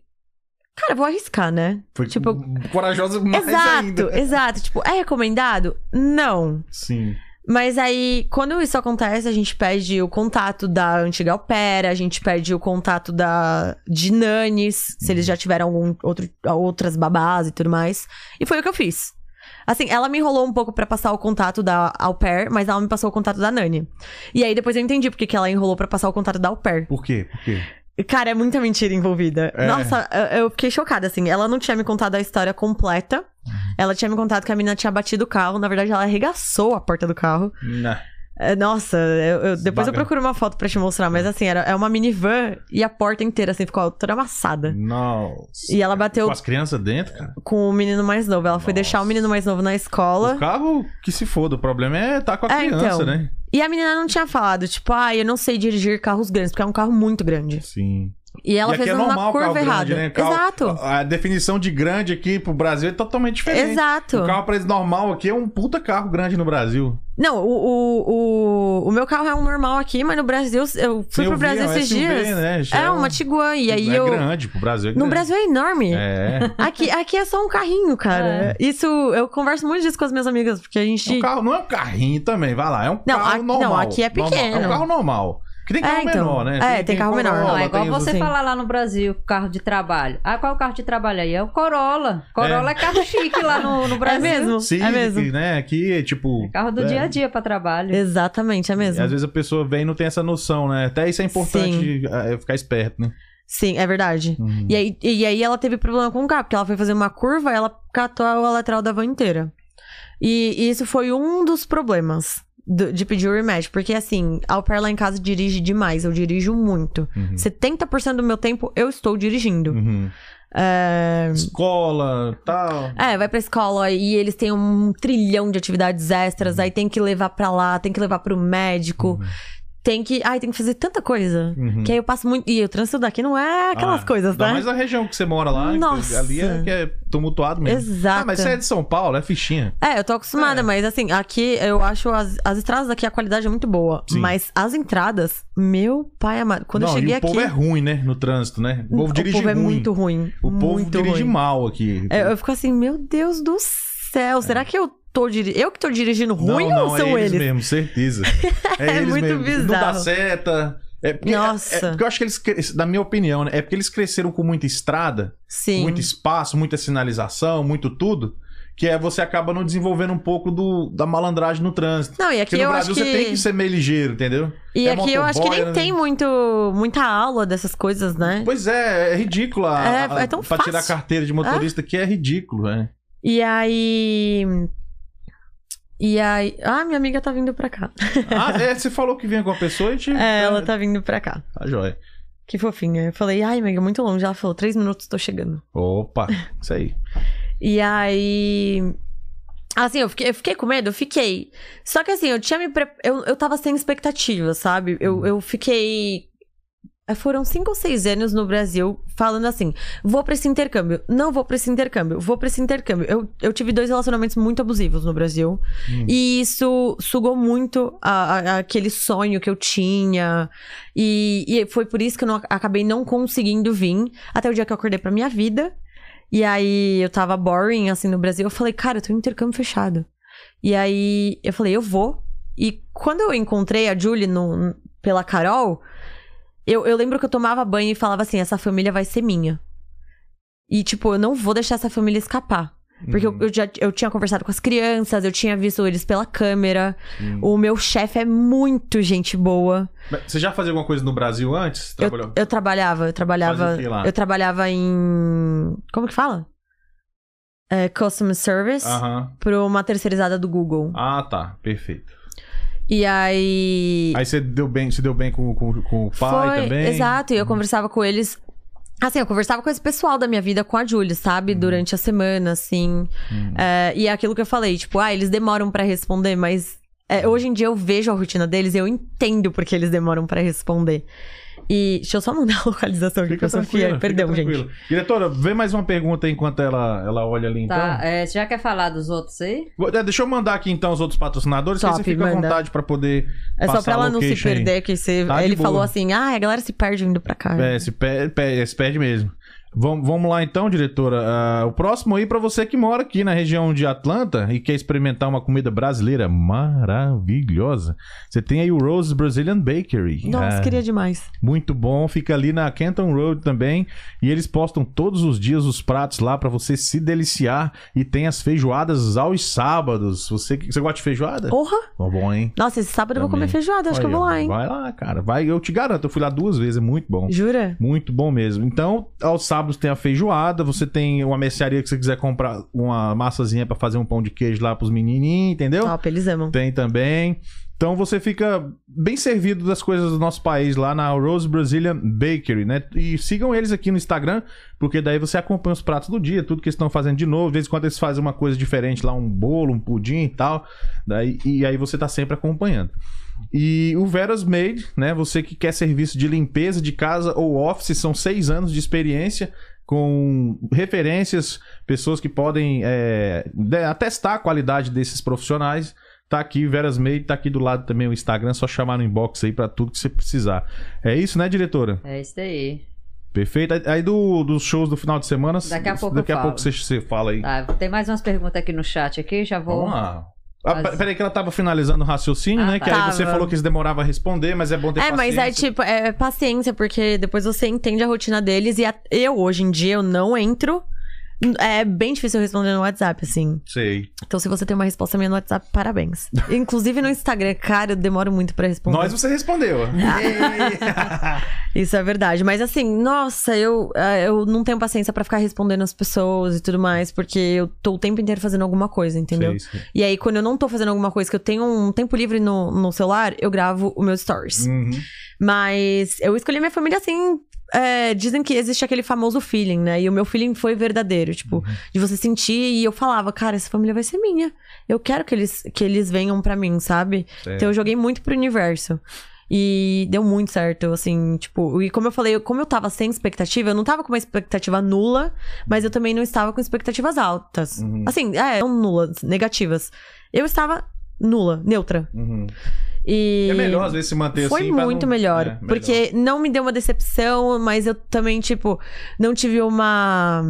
Speaker 2: cara, vou arriscar, né?
Speaker 1: Foi
Speaker 2: Tipo,
Speaker 1: corajosa mais
Speaker 2: exato,
Speaker 1: ainda.
Speaker 2: exato. Tipo, é recomendado? Não.
Speaker 1: Sim.
Speaker 2: Mas aí, quando isso acontece, a gente pede o contato da antiga Alpera, a gente pede o contato da de Nanes, se eles já tiveram algum outro, outras babás e tudo mais. E foi o que eu fiz. Assim, ela me enrolou um pouco pra passar o contato da Au Pair, mas ela me passou o contato da Nani. E aí depois eu entendi porque que ela enrolou pra passar o contato da Au Pair.
Speaker 1: Por quê? Por quê?
Speaker 2: Cara, é muita mentira envolvida.
Speaker 1: É.
Speaker 2: Nossa, eu- eu fiquei chocada, assim. Ela não tinha me contado a história completa. Ela tinha me contado que a menina tinha batido o carro. Na verdade, ela arregaçou a porta do carro.
Speaker 1: Nah.
Speaker 2: É, Nossa, eu- eu- depois eu
Speaker 1: Esbaga.
Speaker 2: procuro uma foto pra te mostrar, mas assim, era, é uma minivan e a porta inteira assim ficou toda amassada.
Speaker 1: Nossa.
Speaker 2: E ela bateu
Speaker 1: Com as crianças dentro, cara.
Speaker 2: com o menino mais novo. Ela foi
Speaker 1: Nossa.
Speaker 2: deixar o menino mais novo na escola.
Speaker 1: O carro que se foda. O problema é tá com a
Speaker 2: É,
Speaker 1: criança,
Speaker 2: então.
Speaker 1: né?
Speaker 2: E a menina não tinha falado, tipo, ah, eu não sei dirigir carros grandes, porque é um carro muito grande.
Speaker 1: Sim.
Speaker 2: E ela
Speaker 1: e aqui
Speaker 2: fez
Speaker 1: é
Speaker 2: uma
Speaker 1: normal o
Speaker 2: curva
Speaker 1: carro
Speaker 2: errada.
Speaker 1: grande, né? Carro-
Speaker 2: Exato.
Speaker 1: A definição de grande aqui pro Brasil é totalmente diferente.
Speaker 2: Exato.
Speaker 1: O carro pra eles normal aqui é um puta carro grande no Brasil.
Speaker 2: Não, o, o, o, o meu carro é um normal aqui, mas no Brasil, eu fui
Speaker 1: Eu vi,
Speaker 2: pro Brasil
Speaker 1: é um
Speaker 2: esses
Speaker 1: SUV,
Speaker 2: dias.
Speaker 1: né? Já
Speaker 2: É uma Tiguan. E aí
Speaker 1: é
Speaker 2: eu.
Speaker 1: grande, pro Brasil é grande.
Speaker 2: No Brasil é enorme.
Speaker 1: É.
Speaker 2: Aqui, aqui é só um carrinho, cara. Isso, eu converso muito disso com as minhas amigas, porque a gente.
Speaker 1: É um carro, não é um carrinho também, vai lá. É um carro
Speaker 2: aqui- não,
Speaker 1: normal.
Speaker 2: aqui é
Speaker 1: normal. É
Speaker 2: pequeno.
Speaker 1: um carro normal. Que tem
Speaker 2: É,
Speaker 1: carro
Speaker 2: então.
Speaker 1: menor, né?
Speaker 2: É, tem carro menor.
Speaker 3: Não,
Speaker 1: Corolla,
Speaker 3: é igual
Speaker 1: tem os-
Speaker 2: Sim.
Speaker 3: você falar lá no Brasil, carro de trabalho. Ah, qual é o carro de trabalho aí? É o Corolla. Corolla é, carro chique lá no, no
Speaker 2: É
Speaker 3: Brasil.
Speaker 2: mesmo?
Speaker 1: Civic,
Speaker 2: é mesmo.
Speaker 1: né? Aqui, tipo...
Speaker 3: Carro do
Speaker 1: é.
Speaker 3: dia a dia pra trabalho.
Speaker 2: Exatamente, é mesmo.
Speaker 1: Às vezes a pessoa vem e não tem essa noção, né? Até isso é importante eh, ficar esperto, né?
Speaker 2: Sim, é verdade.
Speaker 1: Uhum.
Speaker 2: E aí, e aí ela teve problema com o carro, porque ela foi fazer uma curva e ela catou a lateral da van inteira. E, e isso foi um dos problemas do- de pedir o remédio. Porque assim, ao pair lá em casa dirige demais, eu dirijo muito.
Speaker 1: Uhum.
Speaker 2: 70% do meu tempo eu estou dirigindo.
Speaker 1: Uhum.
Speaker 2: É...
Speaker 1: Escola, tal.
Speaker 2: É, vai pra escola e eles têm um trilhão de atividades extras, aí tem que levar pra lá, tem que levar pro médico, tem que. Ai, tem que fazer tanta coisa.
Speaker 1: Uhum.
Speaker 2: Que aí eu passo muito. E o trânsito daqui não é aquelas
Speaker 1: Ah,
Speaker 2: coisas,
Speaker 1: ainda
Speaker 2: né?
Speaker 1: mais a região que você mora lá. que
Speaker 2: Nossa.
Speaker 1: Ali é que é tumultuado mesmo.
Speaker 2: Exato.
Speaker 1: Ah, mas você é de São Paulo, é fichinha.
Speaker 2: É, eu tô acostumada,
Speaker 1: É.
Speaker 2: mas assim, aqui eu acho as, as estradas daqui, a qualidade é muito boa.
Speaker 1: Sim.
Speaker 2: Mas as entradas, meu pai amado. Quando
Speaker 1: não,
Speaker 2: eu cheguei
Speaker 1: e o povo
Speaker 2: aqui.
Speaker 1: é ruim, né? No trânsito, né? O povo
Speaker 2: o
Speaker 1: dirige
Speaker 2: povo é
Speaker 1: ruim.
Speaker 2: muito ruim.
Speaker 1: O povo
Speaker 2: muito
Speaker 1: dirige
Speaker 2: ruim.
Speaker 1: mal aqui.
Speaker 2: É, Eu, fico assim, meu Deus do céu, será que eu tô dirigindo. Eu que tô dirigindo ruim
Speaker 1: É. não,
Speaker 2: ou
Speaker 1: não,
Speaker 2: são
Speaker 1: é eles?
Speaker 2: eles?
Speaker 1: mesmo, certeza.
Speaker 2: É
Speaker 1: eles
Speaker 2: muito
Speaker 1: mesmo. Não dá
Speaker 2: bizarro.
Speaker 1: seta. É porque,
Speaker 2: Nossa.
Speaker 1: é porque eu acho que eles, cre- na minha opinião, né? É porque eles cresceram com muita estrada,
Speaker 2: Sim.
Speaker 1: muito espaço, muita sinalização, muito tudo. que é você acaba não desenvolvendo um pouco do, da malandragem no trânsito.
Speaker 2: Não, e
Speaker 1: Porque
Speaker 2: aqui
Speaker 1: no
Speaker 2: eu
Speaker 1: Brasil
Speaker 2: acho que.
Speaker 1: você tem que ser meio ligeiro, entendeu?
Speaker 2: E
Speaker 1: é
Speaker 2: aqui eu acho que
Speaker 1: motoboy,
Speaker 2: nem
Speaker 1: né?
Speaker 2: tem muito, muita aula dessas coisas, né?
Speaker 1: Pois é, é ridículo. A,
Speaker 2: É,
Speaker 1: a-
Speaker 2: é tão
Speaker 1: pra tirar
Speaker 2: fácil.
Speaker 1: carteira de motorista que é ridículo, né?
Speaker 2: E aí. E aí. Ah, minha amiga tá vindo pra cá.
Speaker 1: Ah, é, você falou que vinha com a pessoa e te.
Speaker 2: É, ela tá vindo pra cá.
Speaker 1: Tá joia.
Speaker 2: Que fofinha. Eu falei, ai, amiga, muito longe. Ela falou, três minutos, tô chegando.
Speaker 1: Opa, isso aí.
Speaker 2: E aí. Assim, eu fiquei, eu fiquei com medo? Eu fiquei. Só que assim, eu tinha me. Pre... Eu, eu tava sem expectativa, sabe? Eu, eu fiquei. eh, Foram cinco ou seis anos no Brasil falando assim: vou pra esse intercâmbio, não vou pra esse intercâmbio, vou pra esse intercâmbio. Eu, eu tive dois relacionamentos muito abusivos no Brasil.
Speaker 1: Hum.
Speaker 2: E isso sugou muito a- a- aquele sonho que eu tinha. E, e foi por isso que eu não, acabei não conseguindo vir. Até o dia que eu acordei pra minha vida. E aí eu tava boring, assim, no Brasil. Eu falei, cara, eu tô em intercâmbio fechado. E aí eu falei, eu vou. E quando eu encontrei a Julie no- pela Carol, eu, eu lembro que eu tomava banho e falava assim: essa família vai ser minha. E, tipo, eu não vou deixar essa família escapar. Porque eu, eu já eu tinha conversado com as crianças, eu tinha visto eles pela câmera.
Speaker 1: Hum.
Speaker 2: O meu chefe é muito gente boa.
Speaker 1: Mas Você já fazia alguma coisa no Brasil antes?
Speaker 2: Eu,
Speaker 1: Trabalhou?
Speaker 2: eu trabalhava, eu trabalhava.
Speaker 1: Fazia o quê lá?
Speaker 2: Eu trabalhava em. Como que fala? É, customer service
Speaker 1: Aham.
Speaker 2: pra uma terceirizada do Google.
Speaker 1: Ah, tá. Perfeito.
Speaker 2: E aí.
Speaker 1: Aí você deu bem, você deu bem com, com, com o pai
Speaker 2: foi,
Speaker 1: também?
Speaker 2: Exato, e eu conversava com eles. Assim, eu conversava com esse pessoal da minha vida, com a Julie, sabe?
Speaker 1: Uhum.
Speaker 2: Durante a semana, assim.
Speaker 1: Hum.
Speaker 2: É, e é aquilo que eu falei, tipo, ah, eles demoram pra responder, mas é,
Speaker 1: Uhum.
Speaker 2: hoje em dia eu vejo a rotina deles e eu entendo porque eles demoram pra responder. E deixa eu só mandar a localização aqui, que eu só fiquei.
Speaker 1: tranquila,
Speaker 2: Perdão,
Speaker 1: fica
Speaker 2: gente.
Speaker 1: tranquila. Diretora, vê mais uma pergunta aí enquanto ela, ela olha ali, então.
Speaker 3: Tá, é, você já quer falar dos outros aí?
Speaker 1: Vou- é, Deixa eu mandar aqui, então, os outros patrocinadores, que aí
Speaker 2: Top,
Speaker 1: você fica à
Speaker 2: manda.
Speaker 1: vontade pra poder
Speaker 2: É só
Speaker 1: passar
Speaker 2: pra ela
Speaker 1: a
Speaker 2: não se
Speaker 1: location aí.
Speaker 2: perder, que se...
Speaker 1: Tá de
Speaker 2: ele
Speaker 1: boa.
Speaker 2: falou assim, ah, a galera se perde vindo pra cá.
Speaker 1: É, se perde, perde, se perde é mesmo. Vamos, vamos lá então, diretora. Ah, o próximo aí pra você que mora aqui na região de Atlanta e quer experimentar uma comida brasileira maravilhosa. Você tem aí o Rose Brazilian Bakery.
Speaker 2: Nossa,
Speaker 1: Ah,
Speaker 2: queria demais.
Speaker 1: Muito bom, fica ali na Canton Road também. E eles postam todos os dias os pratos lá pra você se deliciar. E tem as feijoadas aos sábados. Você, você gosta de feijoada?
Speaker 2: Porra!
Speaker 1: Bom, bom, hein?
Speaker 2: Nossa, esse sábado eu vou
Speaker 1: Também.
Speaker 2: comer feijoada, Oh. acho que eu
Speaker 1: Aí,
Speaker 2: vou
Speaker 1: ó,
Speaker 2: lá, hein?
Speaker 1: Vai lá, cara. Vai, eu te garanto, eu fui lá duas vezes, é muito bom.
Speaker 2: Jura?
Speaker 1: Muito bom mesmo. Então, aos sábados tem a feijoada, você tem uma mercearia que você quiser comprar uma massazinha pra fazer um pão de queijo lá pros menininhos, entendeu?
Speaker 2: Top, eles amam.
Speaker 1: Tem também. Então você fica bem servido das coisas do nosso país lá na Rose Brazilian Bakery, né? E sigam eles aqui no Instagram, porque daí você acompanha os pratos do dia, tudo que eles estão fazendo de novo. De vez em quando eles fazem uma coisa diferente lá, um bolo, um pudim e tal. Daí, e aí você tá sempre acompanhando. E o Veras Made, né? Você que quer serviço de limpeza de casa ou office, são seis anos de experiência com referências, pessoas que podem é, de- atestar a qualidade desses profissionais. Tá aqui, Veras Made, tá aqui do lado também o Instagram, é só chamar no inbox aí pra tudo que você precisar. É isso, né, diretora?
Speaker 3: É isso daí.
Speaker 1: Perfeito. Aí- Aí do, dos shows do final de semana,
Speaker 3: Daqui a pouco
Speaker 1: daqui
Speaker 3: eu
Speaker 1: a
Speaker 3: falo.
Speaker 1: pouco você, você fala aí.
Speaker 3: Tá, tem mais umas perguntas aqui no chat aqui, já vou.
Speaker 1: Vamos lá. Ah,
Speaker 3: Mas-
Speaker 1: pe- Peraí que ela tava finalizando o raciocínio,
Speaker 3: Ah,
Speaker 1: né?
Speaker 3: tá.
Speaker 1: Que aí você
Speaker 2: Tava.
Speaker 1: falou que eles demoravam a responder, mas é bom ter
Speaker 2: É, mas é
Speaker 1: paciência.
Speaker 2: tipo, é paciência, porque depois você entende a rotina deles e a- eu, hoje em dia, eu não entro. É bem difícil eu responder no WhatsApp, assim.
Speaker 1: Sei.
Speaker 2: Então, se você tem uma resposta minha no WhatsApp, parabéns. Inclusive no Instagram, cara, eu demoro muito pra responder.
Speaker 1: Nós você respondeu.
Speaker 2: Ah.
Speaker 1: Ei.
Speaker 2: Isso é verdade. Mas assim, nossa, eu, eh, eu não tenho paciência pra ficar respondendo as pessoas e tudo mais, porque eu tô o tempo inteiro fazendo alguma coisa, entendeu?
Speaker 1: Sei, sei.
Speaker 2: E aí, quando eu não tô fazendo alguma coisa, que eu tenho um tempo livre no, no celular, eu gravo o meu stories.
Speaker 1: Uhum.
Speaker 2: Mas eu escolhi minha família assim. é, dizem que existe aquele famoso feeling, né? E o meu feeling foi verdadeiro, tipo, de você sentir. E eu falava, cara, essa família vai ser minha. Eu quero que eles, que eles venham pra mim, sabe?
Speaker 1: Certo.
Speaker 2: Então eu joguei muito pro universo. E deu muito certo, assim, tipo. E como eu falei, eu- como eu tava sem expectativa, eu não tava com uma expectativa nula, mas eu também não estava com expectativas altas.
Speaker 1: Uhum.
Speaker 2: Assim, é, não nulas, negativas. Eu estava nula, neutra.
Speaker 1: Uhum.
Speaker 2: E.
Speaker 1: É melhor às vezes se manter
Speaker 2: Foi
Speaker 1: assim. pra
Speaker 2: muito
Speaker 1: não-
Speaker 2: melhor,
Speaker 1: É,
Speaker 2: Porque não me deu uma decepção, mas eu também, tipo, não tive uma.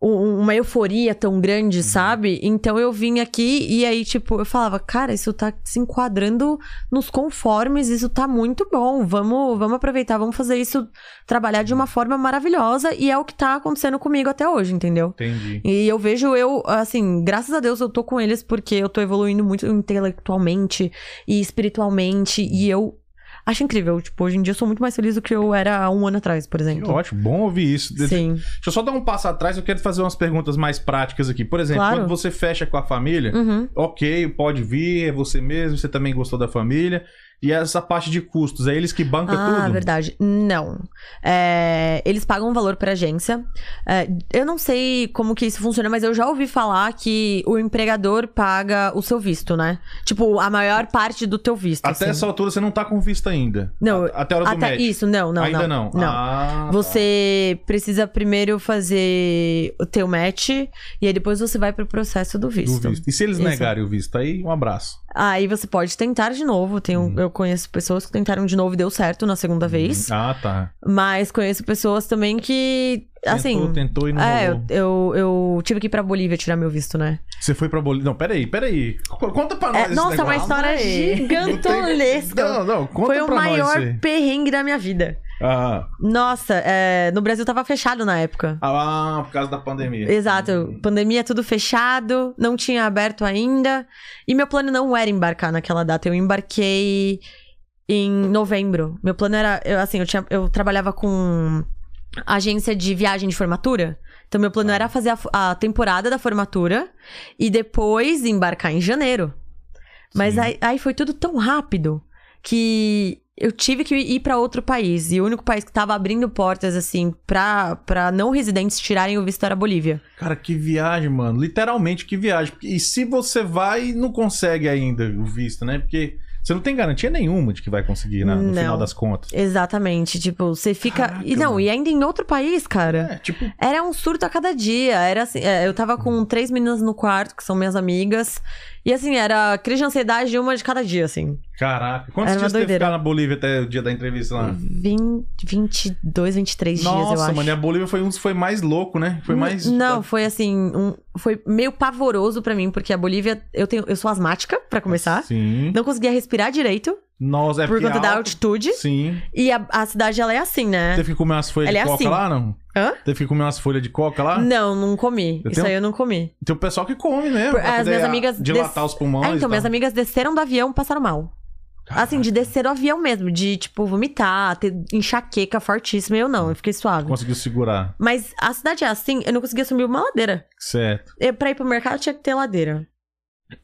Speaker 2: um- uma euforia tão
Speaker 1: Uhum.
Speaker 2: grande, sabe? Então eu vim aqui e aí, tipo, eu falava, cara, isso tá se enquadrando nos conformes, isso tá muito bom. Vamos, vamos aproveitar, vamos fazer isso trabalhar
Speaker 1: Uhum.
Speaker 2: de uma forma maravilhosa e é o que tá acontecendo comigo até hoje, entendeu?
Speaker 1: Entendi.
Speaker 2: E eu vejo eu, assim, graças a Deus eu tô com eles porque eu tô evoluindo muito intelectualmente e espiritualmente e eu acho incrível. Tipo, hoje em dia eu sou muito mais feliz do que eu era há um ano atrás, por
Speaker 1: Que
Speaker 2: exemplo.
Speaker 1: ótimo, bom ouvir isso. Deixa-
Speaker 2: Sim.
Speaker 1: Deixa eu só dar um passo atrás, eu quero fazer umas perguntas mais práticas aqui. Por exemplo,
Speaker 2: Claro.
Speaker 1: quando você fecha com a família,
Speaker 2: Uhum.
Speaker 1: ok, pode vir, é você mesmo, você também gostou da família. E essa parte de custos, é eles que bancam
Speaker 2: Ah,
Speaker 1: tudo?
Speaker 2: verdade. Não. É, eles pagam um valor pra agência. É, eu não sei como que isso funciona, mas eu já ouvi falar que o empregador paga o seu visto, né? Tipo, a maior parte do teu visto.
Speaker 1: Até
Speaker 2: assim.
Speaker 1: essa altura você não tá com vista ainda.
Speaker 2: Não,
Speaker 1: A- até a hora do
Speaker 2: Até
Speaker 1: médico.
Speaker 2: isso, não, não,
Speaker 1: ainda não.
Speaker 2: Não.
Speaker 1: Ah, tá.
Speaker 2: Você precisa primeiro fazer o teu match e aí depois você vai pro processo do
Speaker 1: Do
Speaker 2: visto. é
Speaker 1: visto. E se eles
Speaker 2: Isso.
Speaker 1: negarem o visto aí, um abraço.
Speaker 2: Aí você pode tentar de novo. Tem um- Eu conheço pessoas que tentaram de novo e deu certo na segunda vez.
Speaker 1: Uhum. Ah, tá.
Speaker 2: Mas conheço pessoas também que. Assim.
Speaker 1: tentou, tentou e não
Speaker 2: é, eu,
Speaker 1: rolou.
Speaker 2: eu, eu tive que ir pra Bolívia tirar meu visto, né?
Speaker 1: Você foi pra Bolívia. Não, peraí, peraí. Co- Conta pra nós.
Speaker 2: É,
Speaker 1: esse
Speaker 2: nossa, é uma
Speaker 1: negócio.
Speaker 2: história
Speaker 3: Aí.
Speaker 2: gigantolesca.
Speaker 1: Não, não, conta
Speaker 2: Foi o
Speaker 1: pra nós.
Speaker 2: maior
Speaker 1: isso aí.
Speaker 2: perrengue da minha vida.
Speaker 1: Ah,
Speaker 2: Nossa, é, no Brasil tava fechado na época.
Speaker 1: ah, por causa da pandemia.
Speaker 2: Exato, pandemia é tudo fechado, não tinha aberto ainda. E meu plano não era embarcar naquela data. Eu embarquei em novembro. Meu plano era, eu, assim, eu, tinha, eu trabalhava com agência de viagem de formatura. Então meu plano era fazer a fo- a, temporada da formatura e depois embarcar em janeiro. Mas
Speaker 1: Sim.
Speaker 2: aí, aí foi tudo tão rápido que eu tive que ir pra outro país. E o único país que tava abrindo portas, assim, pra, pra não residentes tirarem o visto era a Bolívia.
Speaker 1: Cara, que viagem, mano. Literalmente que viagem. E se você vai e não consegue ainda o visto, né? Porque você não tem garantia nenhuma de que vai conseguir na- no
Speaker 2: Não.
Speaker 1: final das contas.
Speaker 2: Exatamente. Tipo, você fica.
Speaker 1: Caraca,
Speaker 2: e não,
Speaker 1: mano.
Speaker 2: e ainda em outro país, cara.
Speaker 1: É, tipo,
Speaker 2: Era um surto a cada dia. Era assim, é, eu tava com três meninas no quarto, que são minhas amigas. E assim, era crise de ansiedade de uma de cada dia, assim.
Speaker 1: caraca. Quantos dias você
Speaker 2: Era uma
Speaker 1: teve que
Speaker 2: doideira.
Speaker 1: ficar na Bolívia até o dia da entrevista lá?
Speaker 2: Vin- 22, 23 dias, eu
Speaker 1: Nossa,
Speaker 2: acho. Hum,
Speaker 1: mano, e a Bolívia foi um dos foi mais louco, né? Foi mais.
Speaker 2: Não, foi assim, um- foi meio pavoroso pra mim, porque a Bolívia, eu tenho, eu sou asmática pra começar.
Speaker 1: Sim.
Speaker 2: Não conseguia respirar direito
Speaker 1: Nossa, é
Speaker 2: por
Speaker 1: porque
Speaker 2: conta da
Speaker 1: alto-
Speaker 2: altitude.
Speaker 1: Sim.
Speaker 2: E a, a cidade ela é assim, né?
Speaker 1: Teve que comer umas folhas
Speaker 2: Ela é
Speaker 1: de coca
Speaker 2: assim.
Speaker 1: lá, não?
Speaker 2: Hã?
Speaker 1: Teve que comer umas folhas de coca lá?
Speaker 2: Não, não comi.
Speaker 1: Eu
Speaker 2: Isso
Speaker 1: tenho-
Speaker 2: aí eu não comi.
Speaker 1: Tem o pessoal que come, né?
Speaker 2: Por-
Speaker 1: Pra
Speaker 2: as
Speaker 1: poder,
Speaker 2: minhas
Speaker 1: ah,
Speaker 2: amigas
Speaker 1: Dilatar
Speaker 2: des-
Speaker 1: os pulmões.
Speaker 2: ah, então,
Speaker 1: e
Speaker 2: minhas
Speaker 1: tal.
Speaker 2: amigas desceram do avião e passaram mal. Assim, de descer do avião mesmo, de tipo vomitar, ter enxaqueca fortíssima. Eu não, eu fiquei suave.
Speaker 1: Conseguiu segurar.
Speaker 2: Mas a cidade é assim, eu não conseguia subir uma ladeira.
Speaker 1: Certo.
Speaker 2: Eu, pra ir pro mercado tinha que ter ladeira.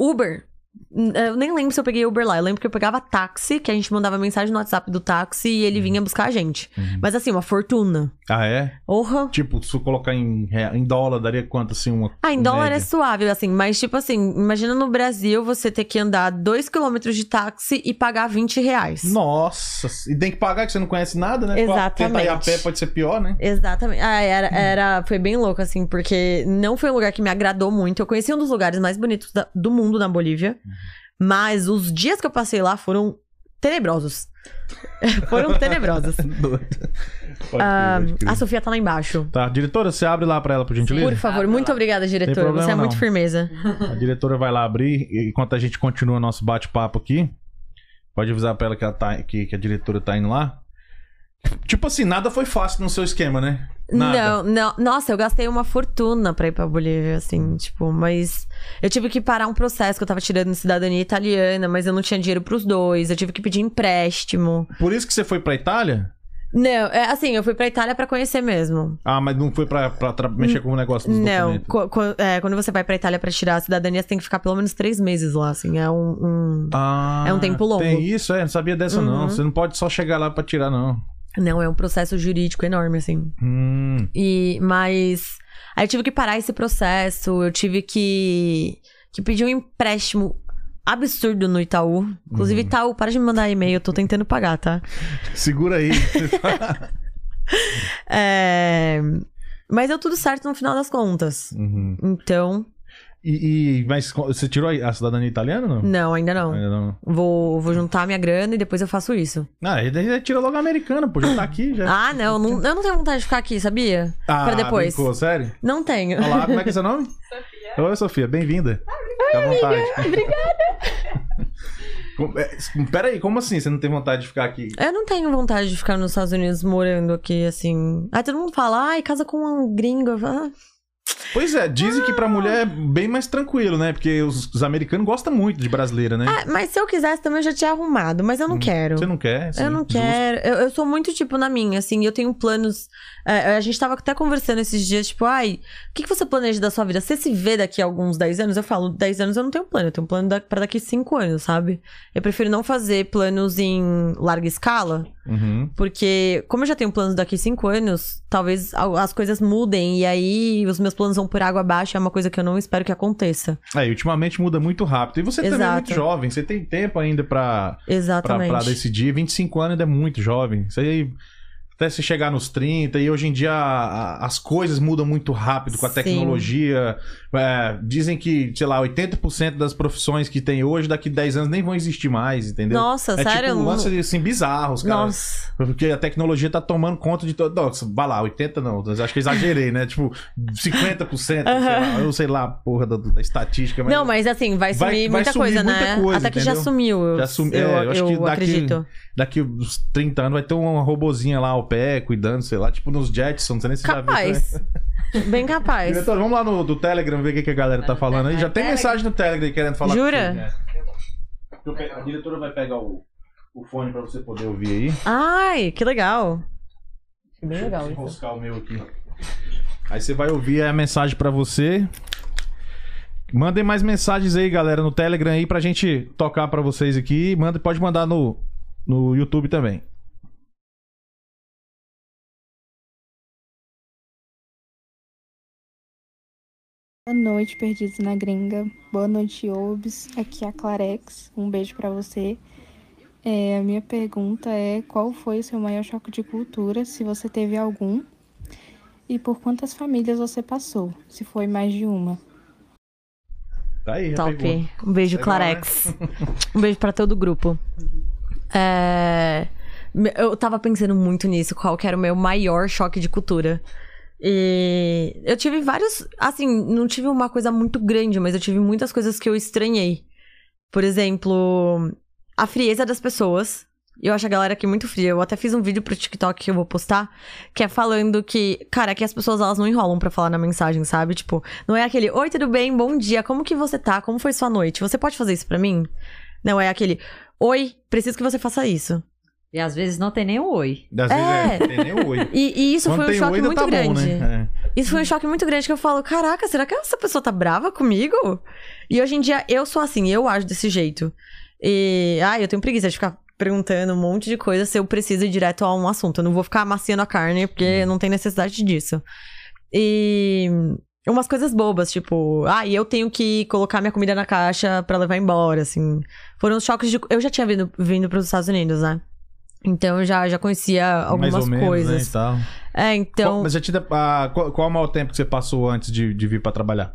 Speaker 2: Uber. N- Eu nem lembro se eu peguei Uber lá. Eu lembro que eu pegava táxi, que a gente mandava mensagem no WhatsApp do táxi e ele vinha buscar a gente.
Speaker 1: Uhum.
Speaker 2: Mas assim, uma fortuna.
Speaker 1: Ah, é?
Speaker 2: Orra.
Speaker 1: Tipo, se eu colocar em, rea- em dólar, daria quanto assim? Uma,
Speaker 2: Ah, em dólar
Speaker 1: média?
Speaker 2: é suave, assim, mas tipo assim, imagina no Brasil você ter que andar 2km de táxi e pagar 20 reais.
Speaker 1: Nossa, e tem que pagar que você não conhece nada, né?
Speaker 2: Exatamente.
Speaker 1: Tentar ir a pé pode ser pior, né?
Speaker 2: Exatamente. Ah, era,
Speaker 1: Hum.
Speaker 2: era. Foi bem louco, assim, porque não foi um lugar que me agradou muito. Eu conheci um dos lugares mais bonitos da- do mundo na Bolívia.
Speaker 1: Uhum.
Speaker 2: Mas os dias que eu passei lá foram tenebrosos. foram tenebrosos.
Speaker 1: É Doido. Pode
Speaker 2: Ah,
Speaker 1: crer, pode crer.
Speaker 2: a Sofia tá lá embaixo.
Speaker 1: Tá, diretora, você abre lá pra ela, por gentileza?
Speaker 2: Por favor,
Speaker 3: Abre
Speaker 2: muito
Speaker 3: lá.
Speaker 2: obrigada, diretor.
Speaker 1: Tem problema,
Speaker 2: Você é muito
Speaker 1: não.
Speaker 2: firmeza.
Speaker 1: A diretora vai lá abrir, e enquanto a gente continua nosso bate-papo aqui, pode avisar pra ela que, ela tá, que, que a diretora tá indo lá. Tipo assim, nada foi fácil no seu esquema, né? Nada.
Speaker 2: Não, não. Nossa, eu gastei uma fortuna pra ir pra Bolívia, assim, tipo, mas. Eu tive que parar um processo que eu tava tirando cidadania italiana, mas eu não tinha dinheiro pros dois. Eu tive que pedir empréstimo.
Speaker 1: Por isso que você foi pra Itália?
Speaker 2: Não, é assim, eu fui pra Itália pra conhecer mesmo.
Speaker 1: Ah, mas não foi pra, pra, tra- mexer com o negócio dos
Speaker 2: Não,
Speaker 1: documentos.
Speaker 2: co- co- é, quando você vai pra Itália pra tirar a cidadania, você tem que ficar pelo menos três meses lá, assim. É um. um-
Speaker 1: Ah,
Speaker 2: É um tempo longo.
Speaker 1: Tem isso, é. Não sabia dessa, não.
Speaker 2: Uhum.
Speaker 1: Você não pode só chegar lá pra tirar, não.
Speaker 2: Não, é um processo jurídico enorme, assim.
Speaker 1: Hum,
Speaker 2: E, mas. Aí eu tive que parar esse processo, eu tive que. que pedir um empréstimo absurdo no Itaú. Inclusive, Itaú, para de me mandar e-mail, eu tô tentando pagar, tá?
Speaker 1: segura aí.
Speaker 2: É. Mas deu tudo certo no final das contas.
Speaker 1: Uhum.
Speaker 2: Então,
Speaker 1: E, e- mas co- você tirou a cidadania italiana ou não?
Speaker 2: Não, ainda não.
Speaker 1: Ainda não.
Speaker 2: Vou, vou juntar minha grana e depois eu faço isso.
Speaker 1: Ah, e daí tira logo a americana, pô. Já tá aqui, já.
Speaker 2: Ah, não, não- eu não tenho vontade de ficar aqui, sabia?
Speaker 1: Ah,
Speaker 2: pra depois.
Speaker 1: brincou, sério?
Speaker 2: Não tenho.
Speaker 1: Olá, como é que é seu nome? Sofia. Oi, Sofia, bem-vinda. Fica à vontade. Obrigada. Peraí, como assim? Você não tem vontade de ficar aqui?
Speaker 2: Eu não tenho vontade de ficar nos Estados Unidos morando aqui, assim. Aí todo mundo fala, ai, casa com um gringo. Eu falo, "Ah,
Speaker 1: Pois é, dizem que pra mulher é bem mais tranquilo, né? Porque os, os americanos gostam muito de brasileira, né?
Speaker 2: ah, mas se eu quisesse também eu já tinha arrumado, mas eu não quero.
Speaker 1: Hum, Você não quer? Sim,
Speaker 2: Eu não
Speaker 1: justo.
Speaker 2: quero. Eu, eu sou muito, tipo, na minha, assim, eu tenho planos. é, a gente tava até conversando esses dias, tipo, ai, o que, que você planeja da sua vida? Você se vê daqui a alguns 10 anos? Eu falo, 10 anos eu não tenho plano, eu tenho um plano da, pra daqui 5 anos, sabe? Eu prefiro não fazer planos em larga escala,
Speaker 1: Uhum.
Speaker 2: porque como eu já tenho planos daqui 5 anos, talvez al- as coisas mudem e aí os meus planos vão por água abaixo, é uma coisa que eu não espero que aconteça.
Speaker 1: É, e ultimamente muda muito rápido. E você também é
Speaker 2: Exato.
Speaker 1: muito jovem, você tem tempo ainda pra, pra,
Speaker 2: Exatamente.
Speaker 1: pra decidir. 25 anos ainda é muito jovem. Isso aí. Até se chegar nos 30, e hoje em dia a- a- as coisas mudam muito rápido com a
Speaker 2: Sim.
Speaker 1: tecnologia. É, dizem que, sei lá, 80% das profissões que tem hoje, daqui 10 anos nem vão existir mais, entendeu?
Speaker 2: Nossa,
Speaker 1: é
Speaker 2: sério?
Speaker 1: tipo
Speaker 2: eu
Speaker 1: um
Speaker 2: não-
Speaker 1: lance assim, bizarro, os caras.
Speaker 2: Nossa.
Speaker 1: Porque a tecnologia tá tomando conta de todo. Nossa, vai lá, 80 não, eu acho que eu exagerei, né? Tipo, 50%, sei lá, eu sei lá, a porra da, da estatística, mas.
Speaker 2: Não, mas assim, vai
Speaker 1: Vai-
Speaker 2: sumir
Speaker 1: vai
Speaker 2: muita
Speaker 1: sumir
Speaker 2: coisa,
Speaker 1: muita
Speaker 2: né?
Speaker 1: coisa,
Speaker 2: Até que já
Speaker 1: entendeu?
Speaker 2: sumiu. Eu,
Speaker 1: Já sumi-
Speaker 2: eu,
Speaker 1: é, eu acho que
Speaker 2: eu
Speaker 1: daqui-
Speaker 2: acredito.
Speaker 1: Daqui uns 30 anos vai ter uma robozinha lá ao pé, cuidando, sei lá, tipo nos Jetsons, não sei nem se você já viu. isso, né?
Speaker 2: Capaz. Bem capaz.
Speaker 1: Diretor, vamos lá no do Telegram ver o que, que a galera tá falando aí. Já tem mensagem no Telegram querendo falar
Speaker 2: Jura?
Speaker 1: contigo, né? Eu pe- A diretora vai pegar o, o fone pra você poder ouvir aí.
Speaker 2: Ai, que legal. É Bem
Speaker 1: Deixa eu
Speaker 2: legal. isso.
Speaker 1: desenroscar o meu aqui. Aí você vai ouvir a mensagem pra você. Mandem mais mensagens aí, galera, no Telegram aí pra gente tocar pra vocês aqui. Manda, pode mandar no, no YouTube também.
Speaker 4: Boa noite, Perdidos na Gringa. Boa noite, Obs. Aqui é a Clarex. Um beijo pra você. É, a minha pergunta é: qual foi o seu maior choque de cultura, se você teve algum? E por quantas famílias você passou, se foi mais de uma?
Speaker 1: Tá aí, já pegou.
Speaker 2: Top. Um beijo,
Speaker 1: Legal, né?
Speaker 2: Clarex. Um beijo pra todo o grupo. É, me- Eu tava pensando muito nisso, qual que era o meu maior choque de cultura. E eu tive vários. Assim, não tive uma coisa muito grande, mas eu tive muitas coisas que eu estranhei. Por exemplo, a frieza das pessoas. Eu acho a galera aqui muito fria. Eu até fiz um vídeo pro TikTok que eu vou postar, que é falando que, cara, que as pessoas elas não enrolam pra falar na mensagem, sabe? Tipo, não é aquele, oi, tudo bem, bom dia, como que você tá? Como foi sua noite? Você pode fazer isso pra mim? Não, é aquele, oi, preciso que você faça isso.
Speaker 3: E às vezes não tem nem um oi.
Speaker 1: Às vezes é,
Speaker 2: É.
Speaker 1: não tem nem o oi.
Speaker 2: E, e isso
Speaker 1: Quando
Speaker 2: foi um
Speaker 1: tem
Speaker 2: choque
Speaker 1: oida,
Speaker 2: muito
Speaker 1: tá
Speaker 2: grande.
Speaker 1: Bom, né?
Speaker 2: Isso foi um choque muito grande que eu falo, caraca, será que essa pessoa tá brava comigo? E hoje em dia eu sou assim, eu acho desse jeito. E, ai, eu tenho preguiça de ficar perguntando um monte de coisa se eu preciso ir direto a um assunto. Eu não vou ficar amaciando a carne
Speaker 1: Uhum.
Speaker 2: porque não tem necessidade disso. E umas coisas bobas, tipo, ai, eu tenho que colocar minha comida na caixa pra levar embora, assim. Foram os choques de eu já tinha vindo vindo para os Estados Unidos, né? Então eu já já conhecia
Speaker 1: É,
Speaker 2: algumas
Speaker 1: mais ou menos,
Speaker 2: coisas.
Speaker 1: né, e tal.
Speaker 2: É, então
Speaker 1: Qual- mas já te dá- ah, qual, qual é o maior tempo que você passou antes de, de vir pra trabalhar?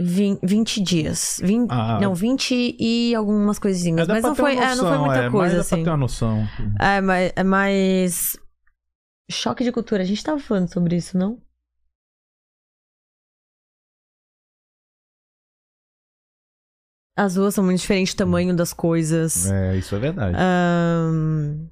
Speaker 2: Vin- 20 dias. Vin-
Speaker 1: Ah.
Speaker 2: não, 20 e algumas
Speaker 1: É,
Speaker 2: coisinhas.
Speaker 1: dá
Speaker 2: mas
Speaker 1: pra
Speaker 2: não
Speaker 1: ter uma
Speaker 2: foi, é, não foi
Speaker 1: noção,
Speaker 2: muita
Speaker 1: é,
Speaker 2: coisa,
Speaker 1: mas dá
Speaker 2: assim.
Speaker 1: pra ter uma noção.
Speaker 2: É, mas, é, mas. Choque de cultura. A gente tava falando sobre isso, não? As ruas são muito diferentes, o tamanho das coisas.
Speaker 1: É, isso é verdade.
Speaker 2: Ah. Ahn,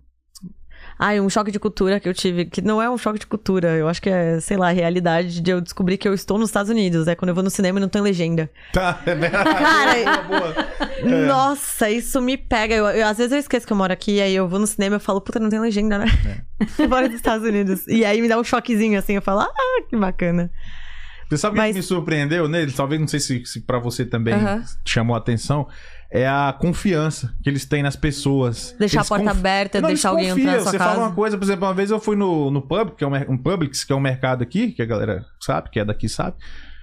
Speaker 2: Ai, um choque de cultura que eu tive, que não é um choque de cultura, eu acho que é, sei lá, a realidade de eu descobrir que eu estou nos Estados Unidos. É quando eu vou no cinema e não tem legenda.
Speaker 1: Tá, é verdade.
Speaker 2: Cara,
Speaker 1: Boa, boa. É.
Speaker 2: Nossa, isso me pega. Eu, eu- às vezes eu esqueço que eu moro aqui, aí eu vou no cinema e falo, puta, não tem legenda, né?
Speaker 1: É.
Speaker 2: Eu moro nos Estados Unidos. E aí me dá um choquezinho assim, eu falo, ah, que bacana.
Speaker 1: Você sabe o
Speaker 2: Mas-
Speaker 1: que me surpreendeu nele? Talvez não sei se, se para você também
Speaker 2: Aham.
Speaker 1: chamou a atenção. É a confiança que eles têm nas pessoas.
Speaker 2: Deixar
Speaker 1: Eles
Speaker 2: a porta
Speaker 1: conf-
Speaker 2: aberta,
Speaker 1: Não, eles
Speaker 2: deixar alguém entrar na
Speaker 1: confiam.
Speaker 2: sua
Speaker 1: Você
Speaker 2: casa.
Speaker 1: fala uma coisa, por exemplo, uma vez eu fui no, no pub, que é um, mer- um Publix, que é um mercado aqui, que a galera sabe, que é daqui sabe.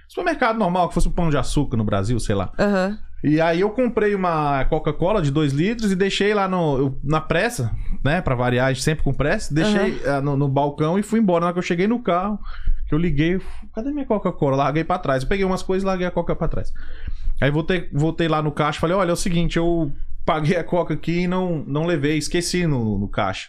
Speaker 1: Supermercado normal, que fosse um pão de açúcar no Brasil, sei lá.
Speaker 2: Aham.
Speaker 1: E aí eu comprei uma Coca-Cola de 2 litros e deixei lá no, eu- na pressa, né? Pra variar, sempre com pressa. Deixei ah, no, no balcão e fui embora. Na hora que eu cheguei no carro, que Eu liguei, cadê minha Coca-Cola? Larguei pra trás. Eu peguei umas coisas e larguei a Coca pra trás. Aí voltei, voltei lá no caixa e falei: olha, é o seguinte, eu paguei a Coca aqui e não, não levei, esqueci no, no caixa.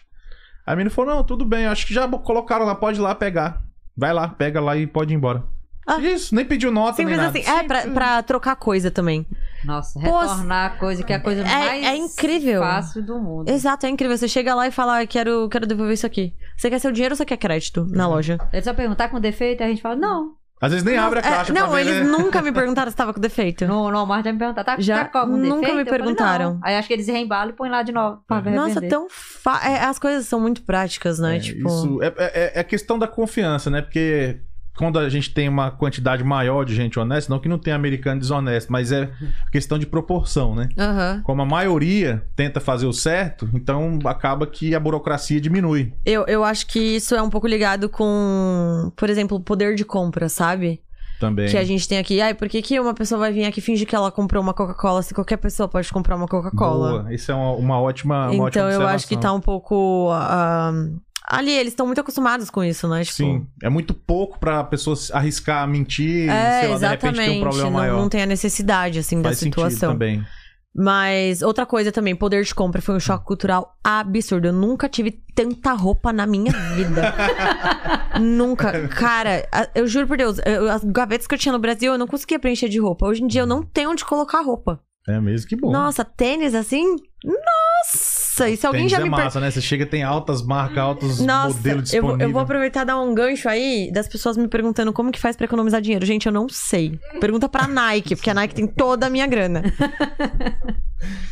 Speaker 1: Aí a menina falou: não, tudo bem, acho que já colocaram lá, pode ir lá pegar. Vai lá, pega lá e pode ir embora.
Speaker 2: Ah.
Speaker 1: Isso, nem pediu nota, nem
Speaker 2: Simples
Speaker 1: nada.
Speaker 2: assim. É, pra, pra trocar coisa também.
Speaker 3: Nossa,
Speaker 2: Pô,
Speaker 3: retornar a coisa que é a coisa
Speaker 2: é-
Speaker 3: mais
Speaker 2: é incrível.
Speaker 3: fácil do mundo.
Speaker 2: Exato, é incrível. Você chega lá e fala, ah, quero, quero devolver isso aqui. Você quer seu dinheiro ou você quer crédito
Speaker 1: Uhum.
Speaker 2: na loja?
Speaker 3: Ele só perguntar com defeito, a gente fala, não.
Speaker 1: Às vezes nem abre a
Speaker 2: É,
Speaker 1: caixa pra
Speaker 2: não,
Speaker 1: ver,
Speaker 2: eles
Speaker 1: né?
Speaker 2: nunca me perguntaram se tava com defeito.
Speaker 3: No, no Walmart já me perguntaram, tá,
Speaker 2: Já
Speaker 3: tá com algum
Speaker 2: nunca
Speaker 3: defeito?
Speaker 2: me
Speaker 3: Eu falei,
Speaker 2: perguntaram.
Speaker 3: não. Aí acho que eles reembalam e põem lá de novo pra ver.
Speaker 2: Nossa, tão fa... é, As coisas são muito práticas, né?
Speaker 1: É,
Speaker 2: tipo.
Speaker 1: Isso é, é, é questão da confiança, né? Porque quando a gente tem uma quantidade maior de gente honesta, não que não tenha americano desonesto, mas é
Speaker 2: Uhum.
Speaker 1: questão de proporção, né?
Speaker 2: Aham.
Speaker 1: Como a maioria tenta fazer o certo, então acaba que a burocracia diminui.
Speaker 2: Eu, eu acho que isso é um pouco ligado com, por exemplo, poder de compra, sabe?
Speaker 1: Também.
Speaker 2: Que a gente tem aqui. Ai, por que, que uma pessoa vai vir aqui e fingir que ela comprou uma Coca-Cola se qualquer pessoa pode comprar uma Coca-Cola?
Speaker 1: Boa. Isso é uma, uma ótima. Uma ótima
Speaker 2: Então eu acho que tá
Speaker 1: observação.
Speaker 2: um pouco. ah, ali, eles estão muito acostumados com isso, né? Tipo,
Speaker 1: Sim, é muito pouco pra pessoa se arriscar a mentir,
Speaker 2: É,
Speaker 1: sei lá, de repente
Speaker 2: exatamente.
Speaker 1: tem um problema
Speaker 2: não,
Speaker 1: maior.
Speaker 2: não tem a necessidade, assim,
Speaker 1: Faz
Speaker 2: da
Speaker 1: sentido
Speaker 2: situação.
Speaker 1: também.
Speaker 2: Mas outra coisa também, poder de compra foi um choque cultural absurdo. Eu nunca tive tanta roupa na minha vida. nunca. Cara, a- eu juro por Deus, eu- as gavetas que eu tinha no Brasil, eu não conseguia preencher de roupa. Hoje em dia eu não tenho onde colocar roupa.
Speaker 1: É mesmo que bom.
Speaker 2: Nossa, tênis assim? Nossa! E se alguém
Speaker 1: Tênis
Speaker 2: já
Speaker 1: é
Speaker 2: me per-
Speaker 1: massa, né? Você chega tem altas marcas, altos
Speaker 2: Nossa,
Speaker 1: modelos
Speaker 2: eu, vou-
Speaker 1: disponíveis.
Speaker 2: eu vou aproveitar e dar um gancho aí das pessoas me perguntando como que faz pra economizar dinheiro. Gente, eu não sei. Pergunta pra Nike, porque a Nike tem toda a minha grana.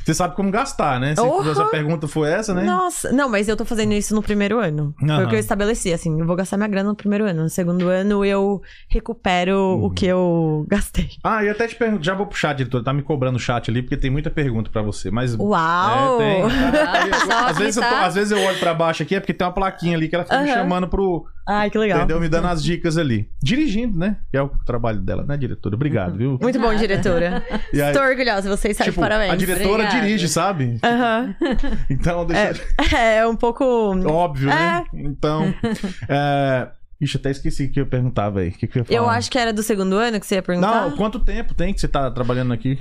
Speaker 1: Você sabe como gastar, né? Se
Speaker 2: Orra!
Speaker 1: essa pergunta for essa, né?
Speaker 2: Nossa, não, mas eu tô fazendo isso no primeiro ano. Foi
Speaker 1: Aham.
Speaker 2: o que eu estabeleci, assim, eu vou gastar minha grana no primeiro ano. No segundo ano eu recupero o
Speaker 1: Uhum.
Speaker 2: que eu gastei.
Speaker 1: Ah, eu até te pergunto, já vou puxar, diretor, tá me cobrando o chat ali, porque tem muita pergunta pra você, mas...
Speaker 2: Uau!
Speaker 1: É, tem.
Speaker 3: só
Speaker 1: às, vezes eu
Speaker 3: que
Speaker 1: tô-
Speaker 3: tá-
Speaker 1: às vezes eu olho pra baixo aqui, é porque tem uma plaquinha ali que ela fica me
Speaker 2: Aham.
Speaker 1: chamando pro...
Speaker 2: Ai, que legal.
Speaker 1: Entendeu? Me dando as dicas ali. Dirigindo, né? Que é o trabalho dela, né, diretora? Obrigado, viu?
Speaker 2: Muito bom, diretora.
Speaker 1: E aí,
Speaker 2: Estou orgulhosa, vocês sabem,
Speaker 1: tipo, a
Speaker 2: Uhum. parabéns.
Speaker 1: diretora
Speaker 3: Obrigada.
Speaker 1: dirige, sabe?
Speaker 2: Aham.
Speaker 1: Então, deixa...
Speaker 2: É um pouco.
Speaker 1: Óbvio, né? Então... é... Ixi, até esqueci o que eu perguntava aí. O que, que eu ia falar?
Speaker 2: Eu acho que era do segundo ano que você ia perguntar.
Speaker 1: Não, quanto tempo tem que você tá trabalhando aqui?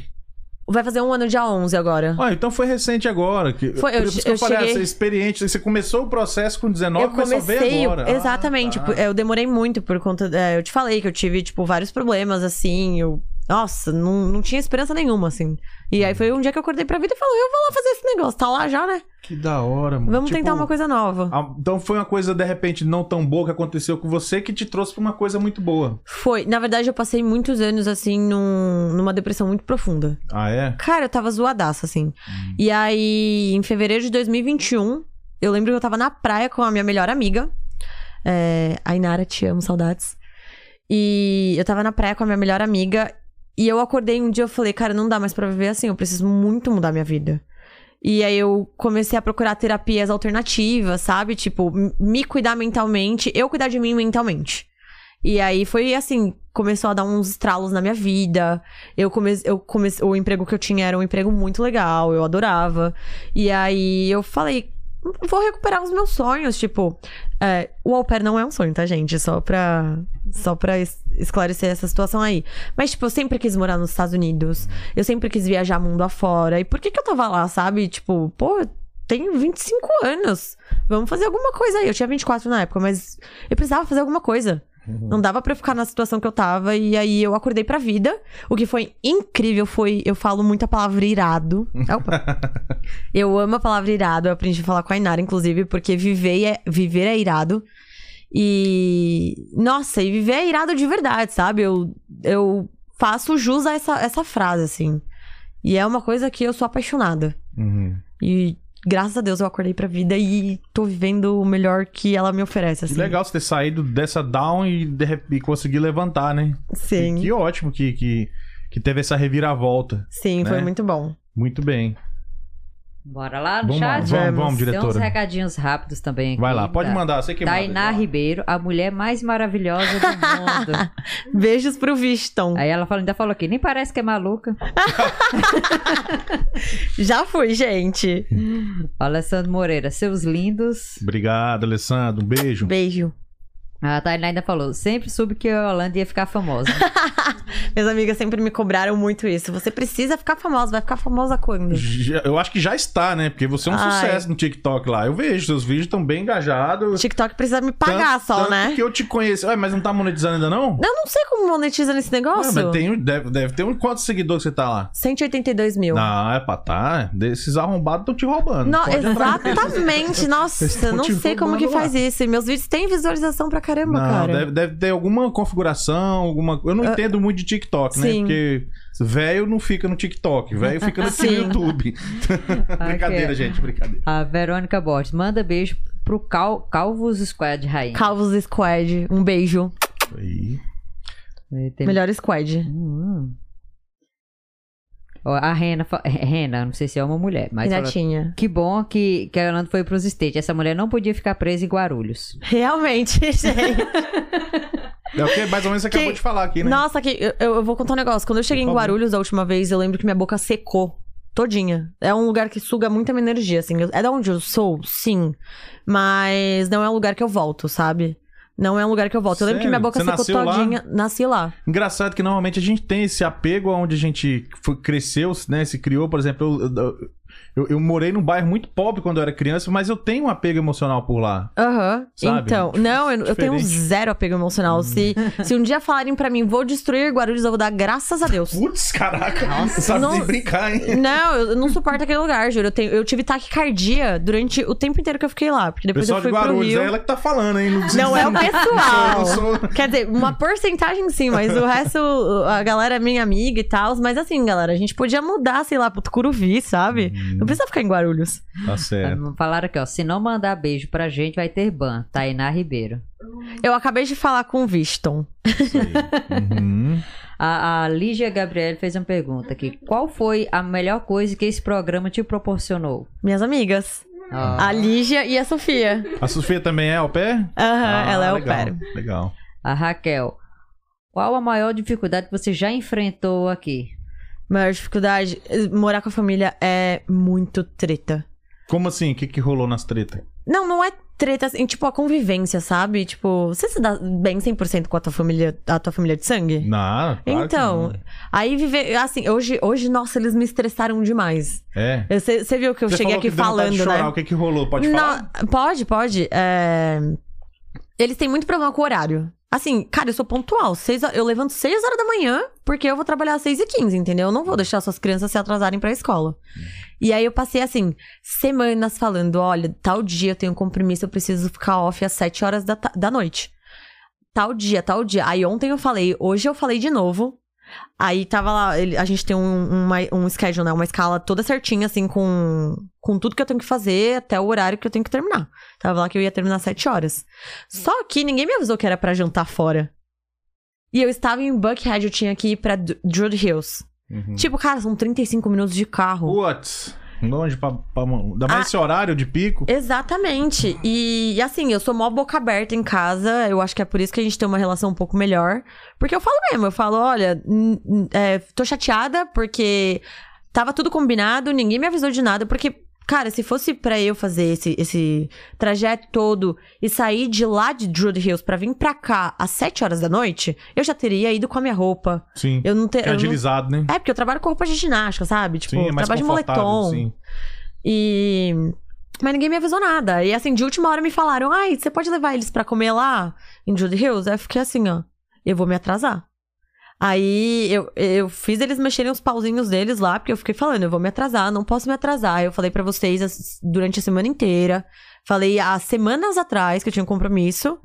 Speaker 2: Vai fazer um ano dia 11 agora.
Speaker 1: Ah, então foi recente agora. Que,
Speaker 2: Foi, eu
Speaker 1: por isso
Speaker 2: che-
Speaker 1: que eu,
Speaker 2: eu
Speaker 1: falei, ah,
Speaker 2: cheguei-
Speaker 1: você é experiente, você começou o processo com 19,
Speaker 2: eu
Speaker 1: mas só veio
Speaker 2: comecei.
Speaker 1: agora. Ah,
Speaker 2: Exatamente.
Speaker 1: tá.
Speaker 2: tipo, é, eu demorei muito por conta. é, eu te falei que eu tive, tipo, vários problemas, assim. Eu. Nossa, não, não tinha esperança nenhuma, assim. E aí foi um dia que eu acordei pra vida e falei, eu vou lá fazer esse negócio. Tá lá já, né?
Speaker 1: Que da hora, mano.
Speaker 2: Vamos
Speaker 1: Tipo,
Speaker 2: tentar uma coisa nova.
Speaker 1: ah, Então foi uma coisa, de repente, não tão boa que aconteceu com você que te trouxe pra uma coisa muito boa.
Speaker 2: Foi. Na verdade, eu passei muitos anos, assim, num- numa depressão muito profunda.
Speaker 1: Ah, é?
Speaker 2: Cara, eu tava zoadaça, assim. E aí, em fevereiro de 2021, eu lembro que eu tava na praia com a minha melhor amiga. É, a Inara, te amo, saudades. E eu tava na praia com a minha melhor amiga. E eu acordei um dia e falei, cara, não dá mais pra viver assim, eu preciso muito mudar minha vida. E aí eu comecei a procurar terapias alternativas, sabe? Tipo, m- me cuidar mentalmente, eu cuidar de mim mentalmente. E aí foi assim, começou a dar uns estralos na minha vida. Eu comecei, eu comecei, o emprego que eu tinha era um emprego muito legal, eu adorava. E aí eu falei, vou recuperar os meus sonhos, tipo, é, o au pair não é um sonho, tá, gente? Só pra, só pra es- esclarecer essa situação aí. Mas, tipo, eu sempre quis morar nos Estados Unidos, eu sempre quis viajar mundo afora. E por que que eu tava lá, sabe? Tipo, pô, eu tenho 25 anos, vamos fazer alguma coisa aí. Eu tinha 24 na época, mas eu precisava fazer alguma coisa. Não dava pra eu ficar na situação que eu tava, e aí eu acordei pra vida. O que foi incrível foi. Eu falo muito a palavra irado. Opa. eu amo a palavra irado. Eu aprendi a falar com a Inara, inclusive, porque viver é, viver é irado. E. Nossa, e viver é irado de verdade, sabe? Eu, eu faço jus a essa, essa frase, assim. E é uma coisa que eu sou apaixonada.
Speaker 1: Uhum.
Speaker 2: E graças a Deus eu acordei pra vida e tô vivendo o melhor que ela me oferece,
Speaker 1: Que
Speaker 2: assim.
Speaker 1: legal você ter saído dessa down e, de rep- e conseguir levantar, né?
Speaker 2: Sim.
Speaker 1: E que ótimo que, que, que teve essa reviravolta.
Speaker 2: Sim,
Speaker 1: né?
Speaker 2: foi muito bom.
Speaker 1: Muito bem.
Speaker 3: Bora lá Tá no
Speaker 1: Vamos, lá,
Speaker 3: chat.
Speaker 1: vamos, vamos,
Speaker 3: Tem uns
Speaker 1: diretora.
Speaker 3: recadinhos rápidos também aqui.
Speaker 1: Vai lá, pode
Speaker 3: da-
Speaker 1: mandar, você que manda.
Speaker 3: Tainá Ribeiro, a mulher mais maravilhosa do mundo.
Speaker 2: Beijos pro Viston.
Speaker 3: Aí ela fala, ainda falou aqui, nem parece que é maluca.
Speaker 2: Já fui, gente.
Speaker 3: Alessandro Moreira, seus lindos.
Speaker 1: Obrigado, Alessandro. Um beijo.
Speaker 2: Beijo.
Speaker 3: A Tainá ainda falou, sempre soube que a Holanda ia ficar famosa.
Speaker 2: Minhas amigas sempre me cobraram muito isso. Você precisa ficar famosa, vai ficar famosa quando?
Speaker 1: Já- Eu acho que já está, né? Porque você é um
Speaker 2: Ai.
Speaker 1: sucesso no TikTok lá. Eu vejo, seus vídeos estão bem engajados.
Speaker 2: TikTok precisa me pagar
Speaker 1: Tanto-
Speaker 2: só,
Speaker 1: tanto
Speaker 2: né?
Speaker 1: que eu te conheço. Ué, mas não tá monetizando ainda, não?
Speaker 2: Eu não sei como monetiza nesse negócio.
Speaker 1: Ah, mas tem, um- deve, deve ter um quantos seguidores você tá lá?
Speaker 2: 182 mil.
Speaker 1: Não, é pra tá. Desses arrombados estão te roubando.
Speaker 2: Não,
Speaker 1: Pode entrar.
Speaker 2: exatamente.
Speaker 1: Eles
Speaker 2: Nossa,
Speaker 1: tão
Speaker 2: eu não
Speaker 1: te
Speaker 2: sei como que
Speaker 1: roubando
Speaker 2: faz
Speaker 1: lá.
Speaker 2: isso. E meus vídeos têm visualização pra caramba,
Speaker 1: Não,
Speaker 2: cara. Ah,
Speaker 1: deve, deve ter alguma configuração, alguma. Eu não entendo muito de TikTok, né?
Speaker 2: sim.
Speaker 1: Porque velho não fica no TikTok, velho fica no
Speaker 2: Sim. Ah, é.
Speaker 1: YouTube. brincadeira,
Speaker 3: Ok.
Speaker 1: gente, brincadeira.
Speaker 3: A Verônica Borges, manda beijo pro Cal Calvos Squad Rainha.
Speaker 2: Calvos Squad, um beijo.
Speaker 1: Aí.
Speaker 3: Ele tem-
Speaker 2: Melhor squad.
Speaker 3: Hum. Ó, a Rena, fa- Rena, não sei se é uma mulher, mas ela-
Speaker 2: Renatinha.
Speaker 3: que bom que, que a Holanda foi pros States. Essa mulher não podia ficar presa em Guarulhos.
Speaker 2: Realmente, gente.
Speaker 1: É o que mais ou menos você
Speaker 2: Que-
Speaker 1: acabou de falar aqui, né?
Speaker 2: Nossa, que eu, eu vou contar um negócio. Quando eu cheguei
Speaker 1: Por
Speaker 2: em
Speaker 1: favor.
Speaker 2: Guarulhos a última vez, eu lembro que minha boca secou. Todinha. É um lugar que suga muita minha energia, assim. Eu- É da onde eu sou, sim. Mas não é um lugar que eu volto, sabe? Não é um lugar que eu volto. Eu lembro que
Speaker 1: Sério?
Speaker 2: minha boca
Speaker 1: Você
Speaker 2: secou
Speaker 1: nasceu lá?
Speaker 2: todinha. Nasci lá.
Speaker 1: Engraçado que normalmente a gente tem esse apego aonde a gente foi- cresceu, né? Se criou, por exemplo, eu, eu- eu, eu morei num bairro muito pobre quando eu era criança, mas eu tenho um apego emocional por lá.
Speaker 2: Aham.
Speaker 1: Sabe?
Speaker 2: Então,
Speaker 1: Dif-
Speaker 2: não, eu, eu tenho
Speaker 1: diferente. Hum.
Speaker 2: zero apego emocional. Se, se um dia falarem pra mim, vou destruir Guarulhos, eu vou dar graças a Deus.
Speaker 1: Putz, caraca, não sabe nem
Speaker 2: Nossa.
Speaker 1: brincar, hein?
Speaker 2: Não, eu eu não suporto aquele lugar, juro. Eu, tenho, eu tive taquicardia durante o tempo inteiro que eu fiquei lá. Porque depois
Speaker 1: Pessoal
Speaker 2: eu
Speaker 1: de
Speaker 2: fui pro
Speaker 1: Guarulhos,
Speaker 2: Rio.
Speaker 1: é ela que tá falando, hein?
Speaker 2: Não é o
Speaker 1: Não
Speaker 2: pessoal.
Speaker 1: sou-
Speaker 2: Quer dizer, uma porcentagem sim, mas o resto, a galera é minha amiga e tal. Mas assim, galera, a gente podia mudar, sei lá, pro Tucuruvi, sabe? Não precisa ficar em Guarulhos.
Speaker 1: Tá certo.
Speaker 3: Falaram aqui, ó. Se não mandar beijo pra gente, vai ter ban. Tainá Ribeiro.
Speaker 2: Eu acabei de falar com o Viston.
Speaker 1: Isso aí. Uhum.
Speaker 3: A, a Lígia Gabriele fez uma pergunta aqui. Qual foi a melhor coisa que esse programa te proporcionou?
Speaker 2: Minhas amigas.
Speaker 3: Ó,
Speaker 1: Ah.
Speaker 2: A Lígia e a Sofia.
Speaker 1: A Sofia também é ao pé?
Speaker 2: Aham,
Speaker 1: Ah,
Speaker 2: ela é o
Speaker 1: legal,
Speaker 2: pé.
Speaker 1: Legal.
Speaker 3: a Raquel. Qual a maior dificuldade que você já enfrentou aqui?
Speaker 2: Maior dificuldade, eh, morar com a família é muito treta.
Speaker 1: Como assim? O que, que rolou nas tretas?
Speaker 2: Não, não é treta, assim, tipo, a convivência, sabe? Tipo, você se dá bem 100% com a tua família, a tua família de sangue?
Speaker 1: Ah, claro que
Speaker 2: Então,
Speaker 1: não.
Speaker 2: aí viver. Assim, hoje, hoje, nossa, eles me estressaram demais.
Speaker 1: É.
Speaker 2: Você viu que eu
Speaker 1: Você
Speaker 2: cheguei
Speaker 1: falou
Speaker 2: aqui
Speaker 1: que deu vontade de
Speaker 2: falando,
Speaker 1: chorar.
Speaker 2: né?
Speaker 1: O que, que rolou? Pode
Speaker 2: Não,
Speaker 1: falar?
Speaker 2: Pode, pode. É, Eles têm muito problema com o horário. Assim, cara, eu sou pontual. Seis, ho- eu levanto 6 horas da manhã, porque eu vou trabalhar às 6 e 15 entendeu? Eu não vou deixar suas crianças se atrasarem pra escola. E aí eu passei, assim, semanas falando: olha, tal dia eu tenho compromisso, eu preciso ficar off às 7 horas da, ta- da noite. Tal dia, tal dia. Aí ontem eu falei, hoje eu falei de novo. Aí tava lá, ele- a gente tem um, uma, um schedule, né? Uma escala toda certinha, assim, com, com tudo que eu tenho que fazer até o horário que eu tenho que terminar. Tava lá que eu ia terminar às 7 horas. Só que ninguém me avisou que era pra jantar fora. E eu estava em Buckhead, eu tinha que ir pra D- Druid Hills.
Speaker 1: Uhum.
Speaker 2: Tipo, cara, são 35 minutos de carro.
Speaker 1: What? Longe pra. pra... Ainda mais
Speaker 2: Ah.
Speaker 1: esse horário de pico.
Speaker 2: Exatamente. E, e assim, eu sou mó boca aberta em casa. Eu acho que é por isso que a gente tem uma relação um pouco melhor. Porque eu falo mesmo, eu falo, olha, n- n- é, tô chateada porque tava tudo combinado, ninguém me avisou de nada, porque. Cara, se fosse pra eu fazer esse, esse trajeto todo e sair de lá de Druid Hills pra vir pra cá às 7 horas da noite, eu já teria ido com a minha roupa.
Speaker 1: Sim.
Speaker 2: Eu não
Speaker 1: É
Speaker 2: teria.
Speaker 1: agilizado, né?
Speaker 2: É, porque eu trabalho com roupa de ginástica, sabe? Tipo,
Speaker 1: sim, é mais
Speaker 2: trabalho de
Speaker 1: confortável,
Speaker 2: moletom.
Speaker 1: sim.
Speaker 2: E. Mas ninguém me avisou nada. E assim, de última hora me falaram: ai, você pode levar eles pra comer lá em Judy Hills? Aí eu fiquei assim, ó, eu vou me atrasar. Aí eu, eu fiz eles mexerem os pauzinhos deles lá, porque eu fiquei falando, eu vou me atrasar, não posso me atrasar. Eu falei pra vocês as- durante a semana inteira. Falei há semanas atrás que eu tinha um compromisso.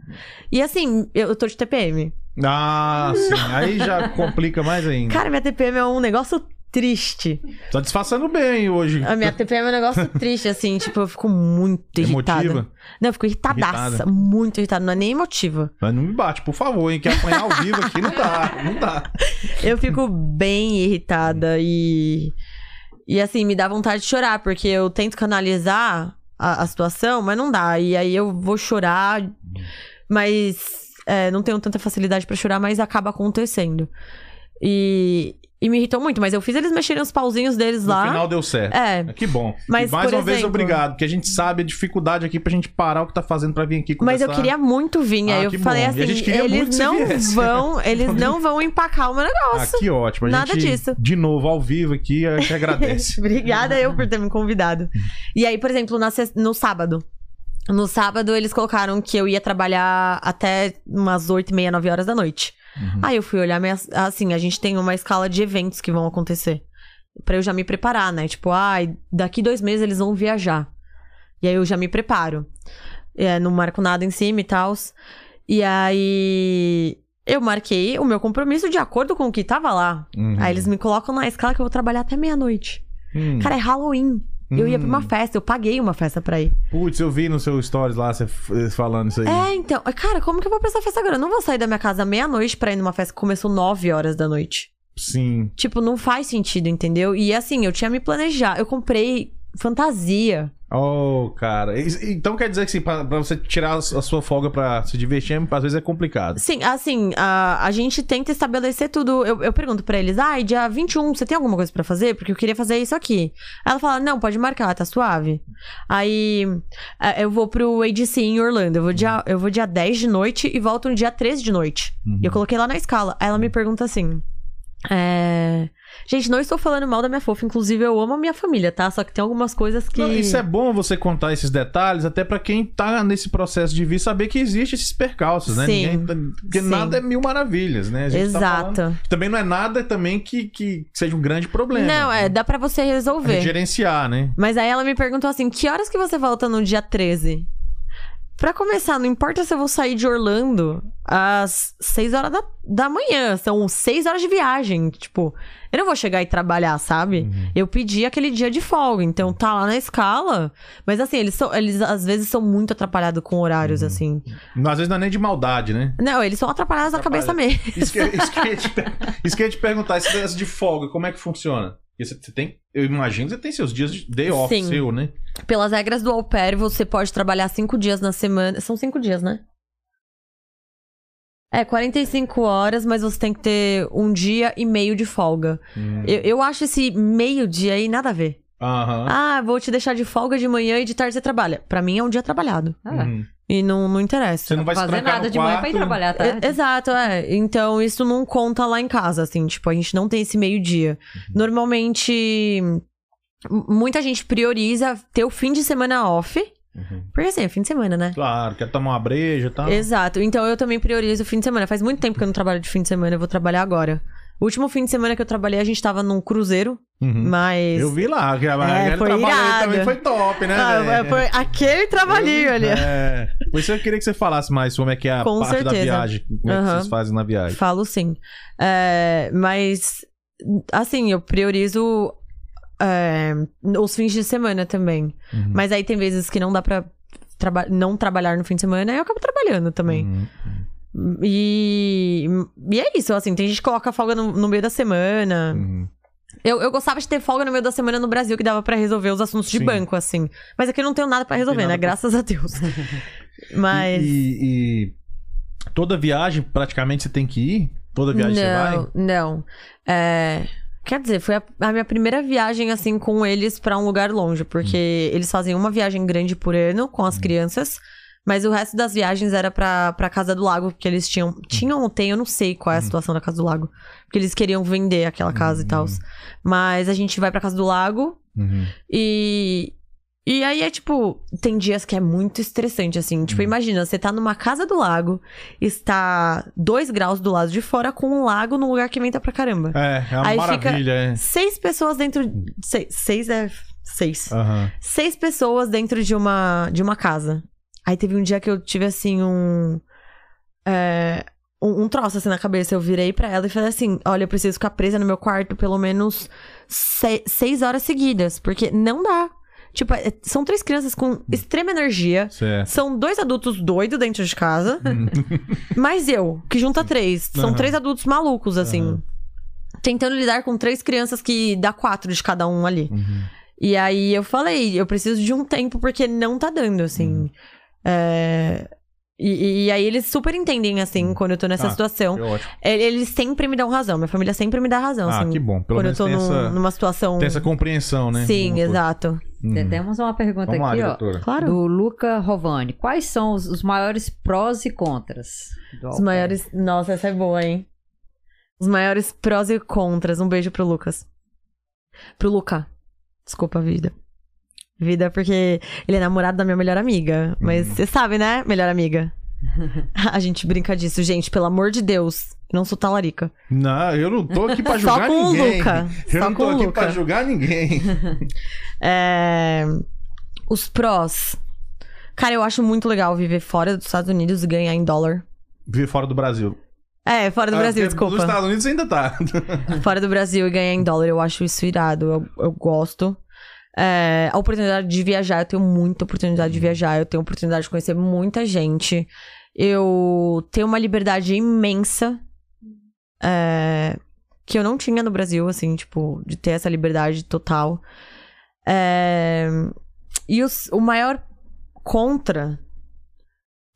Speaker 2: E assim, eu, eu tô de TPM.
Speaker 1: Ah, sim. Aí já complica mais ainda.
Speaker 2: Cara, minha TPM é um negócio triste.
Speaker 1: Tá disfarçando bem hoje.
Speaker 2: A minha TPM é um negócio triste, assim, tipo, eu fico muito irritada.
Speaker 1: Emotiva.
Speaker 2: Não, eu fico irritadaça,
Speaker 1: Irritada.
Speaker 2: muito irritada, não é nem emotiva.
Speaker 1: Mas não me bate, por favor, hein? Que apanhar ao vivo aqui não dá. Não dá.
Speaker 2: Eu fico bem irritada e. E assim, me dá vontade de chorar, porque eu tento canalizar a, a situação, mas não dá. E aí eu vou chorar, mas é, não tenho tanta facilidade pra chorar, mas acaba acontecendo. E, e me irritou muito, mas eu fiz eles mexerem os pauzinhos deles
Speaker 1: No
Speaker 2: lá.
Speaker 1: final deu certo.
Speaker 2: É.
Speaker 1: Que bom.
Speaker 2: Mas,
Speaker 1: e mais
Speaker 2: por
Speaker 1: uma vez,
Speaker 2: exemplo-
Speaker 1: obrigado, porque a gente sabe a dificuldade aqui pra gente parar o que tá fazendo pra vir aqui
Speaker 2: Mas eu
Speaker 1: conversar.
Speaker 2: queria muito vir.
Speaker 1: Ah,
Speaker 2: Aí
Speaker 1: que
Speaker 2: eu falei
Speaker 1: bom. E
Speaker 2: assim,
Speaker 1: a gente queria muito que
Speaker 2: eles
Speaker 1: você
Speaker 2: não
Speaker 1: viesse.
Speaker 2: vão, eles não vão empacar o meu
Speaker 1: Ah,
Speaker 2: negócio.
Speaker 1: que ótimo. A
Speaker 2: Nada
Speaker 1: gente,
Speaker 2: disso.
Speaker 1: De novo, ao vivo aqui, a gente agradece.
Speaker 2: Obrigada eu por ter me convidado. E aí, por exemplo, na sexta- no sábado. No sábado, eles colocaram que eu ia trabalhar até umas 8, meia, 9 horas da noite. Aí eu fui olhar, minha, assim, a gente tem uma escala de eventos que vão acontecer. Pra eu já me preparar, né? Tipo, ai, daqui dois meses eles vão viajar. E aí eu já me preparo. É, não marco nada em cima e tal. E aí eu marquei o meu compromisso de acordo com o que tava lá.
Speaker 1: Uhum.
Speaker 2: Aí eles me colocam na escala que eu vou trabalhar até meia-noite.
Speaker 1: Hum.
Speaker 2: Cara, é Halloween. Eu ia pra uma
Speaker 1: Hum.
Speaker 2: festa, eu paguei uma festa pra ir.
Speaker 1: Putz, eu vi no seu stories lá você f- eh, falando isso aí.
Speaker 2: É, então. Cara, como que eu vou pra essa festa agora? Eu não vou sair da minha casa meia-noite pra ir numa festa que começou nove horas da noite.
Speaker 1: Sim.
Speaker 2: Tipo, não faz sentido, entendeu? E assim, eu tinha me planejar. Eu comprei fantasia.
Speaker 1: Oh, cara. E- Então quer dizer que assim, pra, pra você tirar a su- a sua folga pra se divertir, às vezes é complicado.
Speaker 2: Sim, assim, a, a gente tenta estabelecer tudo. Eu, eu pergunto pra eles, ai, dia 21, você tem alguma coisa pra fazer? Porque eu queria fazer isso aqui. Ela fala, não, pode marcar, tá suave. Aí é, eu vou pro ADC em Orlando. Eu vou, dia, eu vou dia 10 de noite e volto no dia 13 de noite. E
Speaker 1: Uhum.
Speaker 2: eu coloquei lá na escala. Aí ela me pergunta assim. é, Gente, não estou falando mal da minha fofa. Inclusive, eu amo a minha família, tá? Só que tem algumas coisas que.
Speaker 1: Não, isso é bom você contar esses detalhes, até pra quem tá nesse processo de vir saber que existe esses percalços, né?
Speaker 2: Sim.
Speaker 1: Ninguém tá- Porque
Speaker 2: Sim.
Speaker 1: nada é mil maravilhas, né? A gente tá
Speaker 2: Exato.
Speaker 1: falando- Também não é nada também que, que seja um grande problema.
Speaker 2: Não, é, dá pra você
Speaker 1: A gente
Speaker 2: resolver.
Speaker 1: gerenciar, né?
Speaker 2: Mas aí ela me perguntou assim: que horas que você volta no dia 13? Pra começar, não importa se eu vou sair de Orlando às 6 horas da, da manhã. São 6 horas de viagem. Tipo, eu não vou chegar e trabalhar, sabe?
Speaker 1: Uhum.
Speaker 2: Eu pedi aquele dia de folga. Então tá lá na escala. Mas assim, eles, são, eles às vezes são muito atrapalhados com horários, assim.
Speaker 1: Às vezes não é nem de maldade, né?
Speaker 2: Não, eles são atrapalhados da
Speaker 1: Atrapalha.
Speaker 2: cabeça mesmo.
Speaker 1: Isso que, isso que eu ia te, per- isso que eu ia te perguntar, esse negócio de folga, como é que funciona? Porque Você, você tem, eu imagino que você tem seus dias de day off
Speaker 2: Sim.
Speaker 1: seu, né?
Speaker 2: Pelas regras do au pair, você pode trabalhar cinco dias na semana. São cinco dias, né? É, 45 horas, mas você tem que ter um dia e meio de folga. Eu, eu acho esse meio dia aí nada a ver.
Speaker 1: Uhum. Aham.
Speaker 2: Ah, vou te deixar de folga de manhã e de tarde você trabalha. Pra mim é um dia trabalhado.
Speaker 3: Ah,
Speaker 1: Uhum.
Speaker 2: E não, não interessa.
Speaker 1: Você não vai se
Speaker 3: fazer
Speaker 1: trancar
Speaker 3: nada
Speaker 1: no
Speaker 3: de manhã pra ir
Speaker 1: quarto.
Speaker 3: trabalhar, tá?
Speaker 2: É, Exato, é. Então isso não conta lá em casa, assim, tipo, a gente não tem esse meio-dia.
Speaker 1: Uhum.
Speaker 2: Normalmente, m- muita gente prioriza ter o fim de semana off,
Speaker 1: Uhum. Ah.
Speaker 2: porque assim, é fim de semana, né?
Speaker 1: Claro, quer tomar uma breja e tal.
Speaker 2: Exato, então eu também priorizo o fim de semana. Faz muito tempo que eu não trabalho de fim de semana, eu vou trabalhar agora. O último fim de semana que eu trabalhei, a gente tava num cruzeiro,
Speaker 1: Uhum.
Speaker 2: mas.
Speaker 1: Eu vi lá, que a
Speaker 2: É,
Speaker 1: é,
Speaker 2: foi
Speaker 1: trabalho aí
Speaker 2: irado.
Speaker 1: também foi top, né?
Speaker 2: Ah,
Speaker 1: velho?
Speaker 2: foi aquele trabalhinho ali.
Speaker 1: É. Por isso eu queria que você falasse mais como é que é a
Speaker 2: Com
Speaker 1: parte da
Speaker 2: certeza.
Speaker 1: viagem. Como é que
Speaker 2: Aham.
Speaker 1: vocês fazem na viagem.
Speaker 2: Falo sim. É, mas, assim, eu priorizo é, os fins de semana também.
Speaker 1: Uhum.
Speaker 2: Mas aí tem vezes que não dá pra traba- não trabalhar no fim de semana, aí eu acabo trabalhando também.
Speaker 1: Uhum.
Speaker 2: E, e é isso, assim, tem gente que coloca folga no, no meio da semana.
Speaker 1: Uhum.
Speaker 2: Eu, eu gostava de ter folga no meio da semana no Brasil, que dava pra resolver os assuntos de
Speaker 1: Sim.
Speaker 2: banco, assim. Mas aqui eu não tenho nada pra resolver,
Speaker 1: nada
Speaker 2: né?
Speaker 1: pra-
Speaker 2: Graças a Deus. Mas.
Speaker 1: E, e- e toda viagem, praticamente, você tem que ir? Toda viagem
Speaker 2: não,
Speaker 1: você vai?
Speaker 2: Não, É, Quer dizer, foi a, a minha primeira viagem, assim, com eles pra um lugar longe. Porque
Speaker 1: Hum.
Speaker 2: eles fazem uma viagem grande por ano com as crianças. Mas o resto das viagens era pra, pra Casa do Lago, porque eles tinham...
Speaker 1: Hum.
Speaker 2: Tinham ou tem, eu não sei qual é a situação da Casa do Lago. Porque eles queriam vender aquela casa e tal.
Speaker 1: Hum.
Speaker 2: Mas a gente vai pra Casa do Lago,
Speaker 1: Uhum.
Speaker 2: e. E aí é tipo, tem dias que é muito estressante, assim. Tipo, imagina, você tá numa casa do lago, está dois graus do lado de fora com um lago num lugar que venta pra caramba.
Speaker 1: É, é uma
Speaker 2: Aí fica-
Speaker 1: maravilha,
Speaker 2: Seis pessoas dentro. Seis, seis é. Seis.
Speaker 1: é. Aham.
Speaker 2: Seis pessoas dentro de uma, de uma casa. Aí teve um dia que eu tive assim um. é, um, um troço assim na cabeça. Eu virei pra ela e falei assim: Olha, eu preciso ficar presa no meu quarto pelo menos se- seis horas seguidas, porque não dá. Tipo, é- são três crianças com extrema energia.
Speaker 1: Certo.
Speaker 2: São dois adultos doidos dentro de casa. mais eu, que junta três. São
Speaker 1: Aham.
Speaker 2: três adultos malucos, assim.
Speaker 1: Aham.
Speaker 2: Tentando lidar com três crianças que dá quatro de cada um ali.
Speaker 1: Uhum.
Speaker 2: E
Speaker 1: Uhum.
Speaker 2: aí eu falei, eu preciso de um tempo porque não tá dando, assim. É, E, e aí eles super entendem, assim, quando eu tô nessa
Speaker 1: Ah,
Speaker 2: situação.
Speaker 1: Foi ótimo.
Speaker 2: E- Eles sempre me dão razão. Minha família sempre me dá razão,
Speaker 1: Ah,
Speaker 2: assim.
Speaker 1: que bom. Pelo
Speaker 2: quando eu
Speaker 1: menos
Speaker 2: tô
Speaker 1: tem,
Speaker 2: num-
Speaker 1: essa,
Speaker 2: numa situação.
Speaker 1: tem essa compreensão, né?
Speaker 2: Sim,
Speaker 1: Uma coisa.
Speaker 2: exato.
Speaker 1: Hum.
Speaker 3: Temos uma pergunta
Speaker 1: Vamos lá,
Speaker 3: aqui, ó.
Speaker 1: diretora.
Speaker 2: Claro.
Speaker 3: Do Luca Rovani. Quais são os, os maiores prós e contras? do
Speaker 2: Os
Speaker 3: au pair?
Speaker 2: maiores. Nossa, essa é boa, hein? Os maiores prós e contras. Um beijo pro Lucas. Pro Luca. Desculpa, vida. Vida, porque ele é namorado da minha melhor amiga.
Speaker 1: Uhum.
Speaker 2: Mas você sabe, né? Melhor amiga. A gente brinca disso, gente. Pelo amor de Deus. Eu não sou talarica.
Speaker 1: Não, eu não tô aqui pra
Speaker 2: Só
Speaker 1: julgar
Speaker 2: com o
Speaker 1: ninguém.
Speaker 2: Luca.
Speaker 1: Eu
Speaker 2: Só
Speaker 1: não
Speaker 2: com
Speaker 1: tô
Speaker 2: o
Speaker 1: aqui
Speaker 2: Luca.
Speaker 1: pra julgar ninguém.
Speaker 2: É, Os prós. Cara, eu acho muito legal viver fora dos Estados Unidos e ganhar em dólar.
Speaker 1: Viver fora do Brasil.
Speaker 2: É, fora do
Speaker 1: Ah,
Speaker 2: Brasil,
Speaker 1: porque Nos
Speaker 2: desculpa.
Speaker 1: Estados Unidos ainda tá.
Speaker 2: fora do Brasil e ganhar em dólar, eu acho isso irado, eu, eu gosto. É, a oportunidade de viajar, eu tenho muita oportunidade de viajar, eu tenho oportunidade de conhecer muita gente. Eu tenho uma liberdade imensa é, que eu não tinha no Brasil, assim, tipo, de ter essa liberdade total. É, e os- o maior contra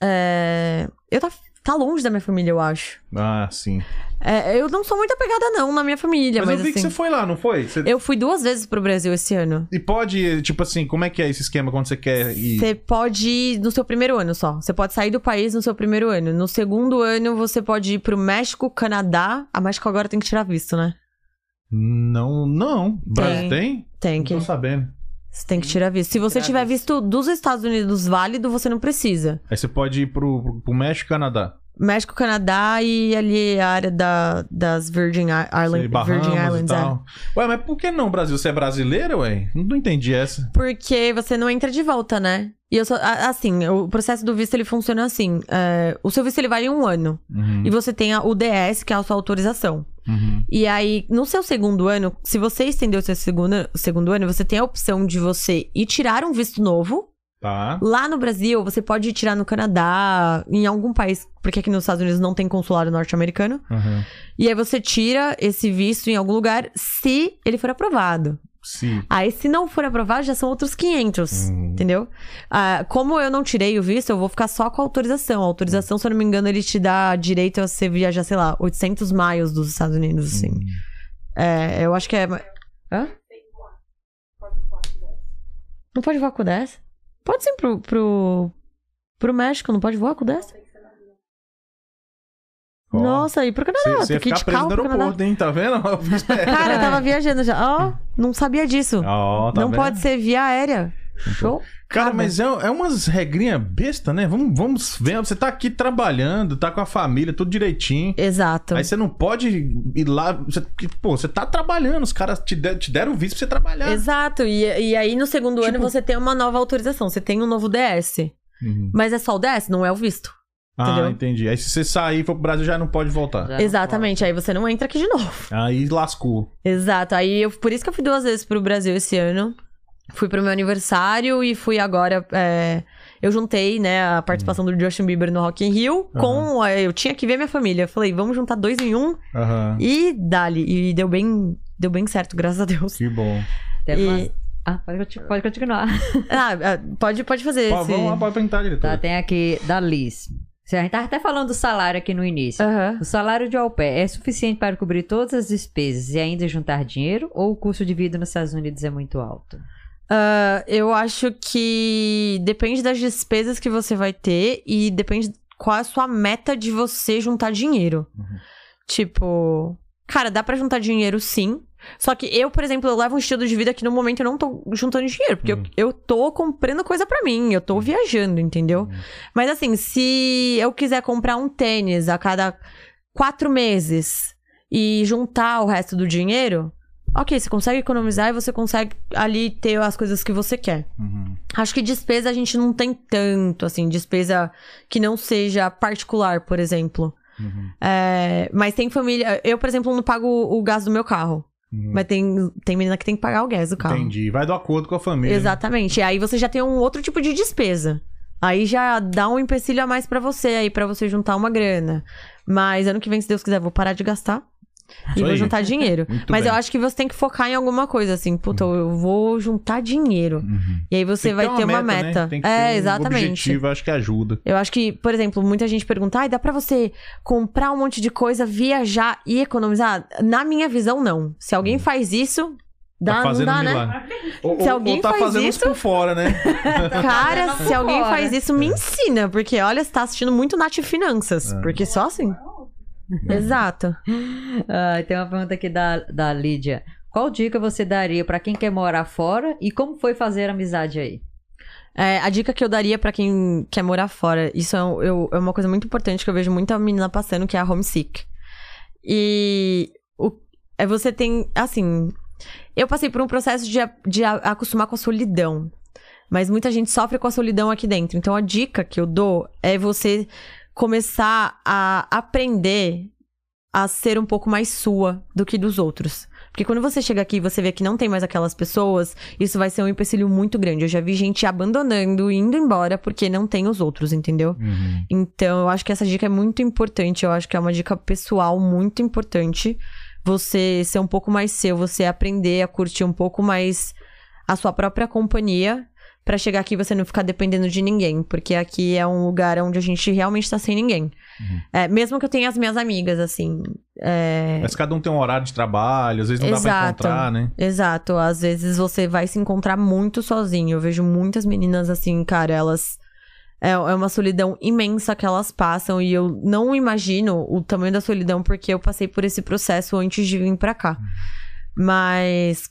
Speaker 2: é, eu tá, tá longe da minha família, eu acho.
Speaker 1: Ah, sim.
Speaker 2: É, eu não sou muito apegada, não, na minha família,
Speaker 1: Mas,
Speaker 2: mas,
Speaker 1: eu vi que
Speaker 2: assim.
Speaker 1: você foi lá, não foi? Você-
Speaker 2: Eu fui duas vezes pro Brasil esse ano.
Speaker 1: E pode, tipo assim, como é que é esse esquema quando você quer ir?
Speaker 2: Você pode ir no seu primeiro ano só. Você pode sair do país no seu primeiro ano. No segundo ano, você pode ir pro México, Canadá. A México agora tem que tirar visto, né?
Speaker 1: Não, não. Brasil tem?
Speaker 2: É. Tem
Speaker 1: Não
Speaker 2: que.
Speaker 1: tô sabendo.
Speaker 2: Você tem que tirar visto. Se você
Speaker 3: tirar
Speaker 2: tiver
Speaker 3: visto.
Speaker 2: visto dos Estados Unidos válido, você não precisa.
Speaker 1: Aí você pode ir pro, pro, pro México e Canadá.
Speaker 2: México, Canadá e ali a área da- das Virgin, I- Island,
Speaker 1: Sei, Bahamas
Speaker 2: Virgin
Speaker 1: e
Speaker 2: Islands. É.
Speaker 1: tal. Ué, mas por que não, Brasil? Você é brasileira, ué? Não entendi essa.
Speaker 2: Porque você não entra de volta, né? E eu só. a- Assim, o processo do visto ele funciona assim. é, o seu visto ele vale um ano.
Speaker 1: Uhum,
Speaker 2: E você tem a UDS, que é a sua autorização.
Speaker 1: uhum.
Speaker 2: E aí, no seu segundo ano, se você estendeu o seu segundo, segundo ano, você tem a opção de você ir tirar um visto novo.
Speaker 1: Tá.
Speaker 2: Lá no Brasil, você pode ir tirar no Canadá, em algum país, porque aqui nos Estados Unidos não tem consulado norte-americano.
Speaker 1: Uhum.
Speaker 2: E aí você tira esse visto em algum lugar, se ele for aprovado.
Speaker 1: Sim.
Speaker 2: Aí, se não for aprovado, já são outros 500.
Speaker 1: Hum.
Speaker 2: Entendeu? Ah, como eu não tirei o visto, eu vou ficar só com a autorização. A autorização, se eu não me engano, ele te dá direito a você viajar, sei lá, 800 miles dos Estados Unidos, assim.
Speaker 1: Hum.
Speaker 2: É, eu acho que é.
Speaker 3: Hã?
Speaker 2: Não pode voar com o 10? Pode sim pro, pro, pro México, não pode voar com o 10?
Speaker 1: Ó,
Speaker 2: Nossa, e pro Canadá?
Speaker 1: Você
Speaker 2: Tem
Speaker 1: ia
Speaker 2: que ir de
Speaker 1: ficar preso
Speaker 2: carro
Speaker 1: no
Speaker 2: pro Canadá.
Speaker 1: aeroporto, hein? Tá vendo?
Speaker 2: Cara, eu tava viajando já. Ó, não sabia disso.
Speaker 1: Ó, tá
Speaker 2: não
Speaker 1: vendo?
Speaker 2: pode ser via aérea. Show.
Speaker 1: Cara,
Speaker 2: Cada.
Speaker 1: mas é, é umas regrinhas besta, né? Vamos, vamos ver. Você tá aqui trabalhando, tá com a família, tudo direitinho.
Speaker 2: Exato.
Speaker 1: Aí você não pode ir lá. você- que, pô, você tá trabalhando, os caras te, de- te deram o visto pra você trabalhar.
Speaker 2: Exato. E, e aí, no segundo
Speaker 1: Tipo-
Speaker 2: ano, você tem uma nova autorização. Você tem um novo DS.
Speaker 1: Uhum.
Speaker 2: Mas é só o DS, não é o visto.
Speaker 1: Ah,
Speaker 2: Entendeu?
Speaker 1: entendi. Aí se você sair e for pro Brasil, já não pode voltar.
Speaker 3: Já não
Speaker 2: Exatamente. Aí você não entra aqui de novo.
Speaker 1: Aí lascou.
Speaker 2: Exato. Aí eu, por isso que eu fui duas vezes pro Brasil esse ano. Fui pro meu aniversário e fui agora. é, eu juntei, né, a participação
Speaker 1: Uhum.
Speaker 2: do Justin Bieber no Rock in Rio com. é, eu tinha que ver minha família. Eu Falei, vamos juntar dois em um
Speaker 1: Aham.
Speaker 2: e dali. E deu bem. Deu bem certo, graças a Deus.
Speaker 1: Que bom.
Speaker 3: Teve
Speaker 2: E-
Speaker 3: umas- Ah, pode, conti- pode continuar.
Speaker 2: Ah, ah, pode, pode fazer.
Speaker 1: Pô,
Speaker 2: esse...
Speaker 1: vamos lá, pode perguntar,
Speaker 3: Tá,
Speaker 1: diretor.
Speaker 3: tem aqui da Liz. Se A gente tava até falando do salário aqui no início.
Speaker 2: Aham.
Speaker 3: O salário de au pair é suficiente para cobrir todas as despesas e ainda juntar dinheiro? Ou o custo de vida nos Estados Unidos é muito alto?
Speaker 2: Ah, eu acho que depende das despesas que você vai ter e depende qual é a sua meta de você juntar dinheiro. Tipo, cara, dá pra juntar dinheiro sim. Só que eu, por exemplo, eu levo um estilo de vida que no momento eu não tô juntando dinheiro, porque
Speaker 1: Uhum.
Speaker 2: eu, eu tô comprando coisa pra mim, eu tô viajando, entendeu? Mas assim, se eu quiser comprar um tênis a cada quatro meses e juntar o resto do dinheiro, ok, você consegue economizar e você consegue ali ter as coisas que você quer.
Speaker 1: Uhum.
Speaker 2: Acho que despesa a gente não tem tanto, assim, despesa que não seja particular, por exemplo.
Speaker 1: Uhum.
Speaker 2: É, mas tem família. Eu, por exemplo, não pago o gás do meu carro.
Speaker 1: Uhum.
Speaker 2: Mas tem, tem menina que tem que pagar o gás do carro.
Speaker 1: Entendi. Vai do acordo com a família.
Speaker 2: Exatamente. E aí você já tem um outro tipo de despesa. Aí já dá um empecilho a mais pra você aí, pra você juntar uma grana. Mas ano que vem, se Deus quiser, eu vou parar de gastar. E
Speaker 1: Isso
Speaker 2: vou
Speaker 1: aí.
Speaker 2: juntar dinheiro.
Speaker 1: Muito
Speaker 2: Mas
Speaker 1: bem.
Speaker 2: eu acho que você tem que focar em alguma coisa, assim. Puta, eu vou juntar dinheiro.
Speaker 1: Uhum.
Speaker 2: E aí você
Speaker 1: Tem que
Speaker 2: vai ter uma meta.
Speaker 1: né? Tem que
Speaker 2: é,
Speaker 1: ter um
Speaker 2: exatamente.
Speaker 1: objetivo, acho que ajuda.
Speaker 2: Eu acho que, por exemplo, muita gente pergunta: ai, dá pra você comprar um monte de coisa, viajar e economizar? Na minha visão, não. Se alguém faz isso, dá,
Speaker 1: Uhum. tá
Speaker 2: não
Speaker 1: fazendo
Speaker 2: dá,
Speaker 1: um
Speaker 2: né?
Speaker 1: milagre. Ou,
Speaker 2: Se
Speaker 1: ou-
Speaker 2: alguém
Speaker 1: ou tá
Speaker 2: faz
Speaker 1: fazendo
Speaker 2: isso-
Speaker 1: por fora, né?
Speaker 2: Cara, se alguém
Speaker 3: fora.
Speaker 2: faz isso, me ensina. Porque, olha, você tá assistindo muito Nath Finanças. Porque só assim. Exato.
Speaker 3: Ah, tem uma pergunta aqui da, da Lídia. Qual dica você daria pra quem quer morar fora e como foi fazer amizade aí?
Speaker 2: É, a dica que eu daria pra quem quer morar fora, isso é, um- eu- é uma coisa muito importante que eu vejo muita menina passando, que é a homesick. E o, é você tem, assim, eu passei por um processo de, a- de a- acostumar com a solidão. Mas muita gente sofre com a solidão aqui dentro. Então a dica que eu dou é você começar a aprender a ser um pouco mais sua do que dos outros. Porque quando você chega aqui e você vê que não tem mais aquelas pessoas, isso vai ser um empecilho muito grande. Eu já vi gente abandonando e indo embora porque não tem os outros, entendeu?
Speaker 1: Uhum.
Speaker 2: Então, eu acho que essa dica é muito importante. Eu acho que é uma dica pessoal muito importante. Você ser um pouco mais seu, você aprender a curtir um pouco mais a sua própria companhia pra chegar aqui e você não ficar dependendo de ninguém, porque aqui é um lugar onde a gente realmente tá sem ninguém.
Speaker 1: Uhum.
Speaker 2: É, mesmo que eu tenha as minhas amigas, assim, é,
Speaker 1: Mas cada um tem um horário de trabalho, às vezes não dá pra
Speaker 2: Exato.
Speaker 1: encontrar, né?
Speaker 2: Exato, às vezes você vai se encontrar muito sozinho. Eu vejo muitas meninas assim, cara, elas. É é uma solidão imensa que elas passam e eu não imagino o tamanho da solidão porque eu passei por esse processo antes de vir pra cá. Mas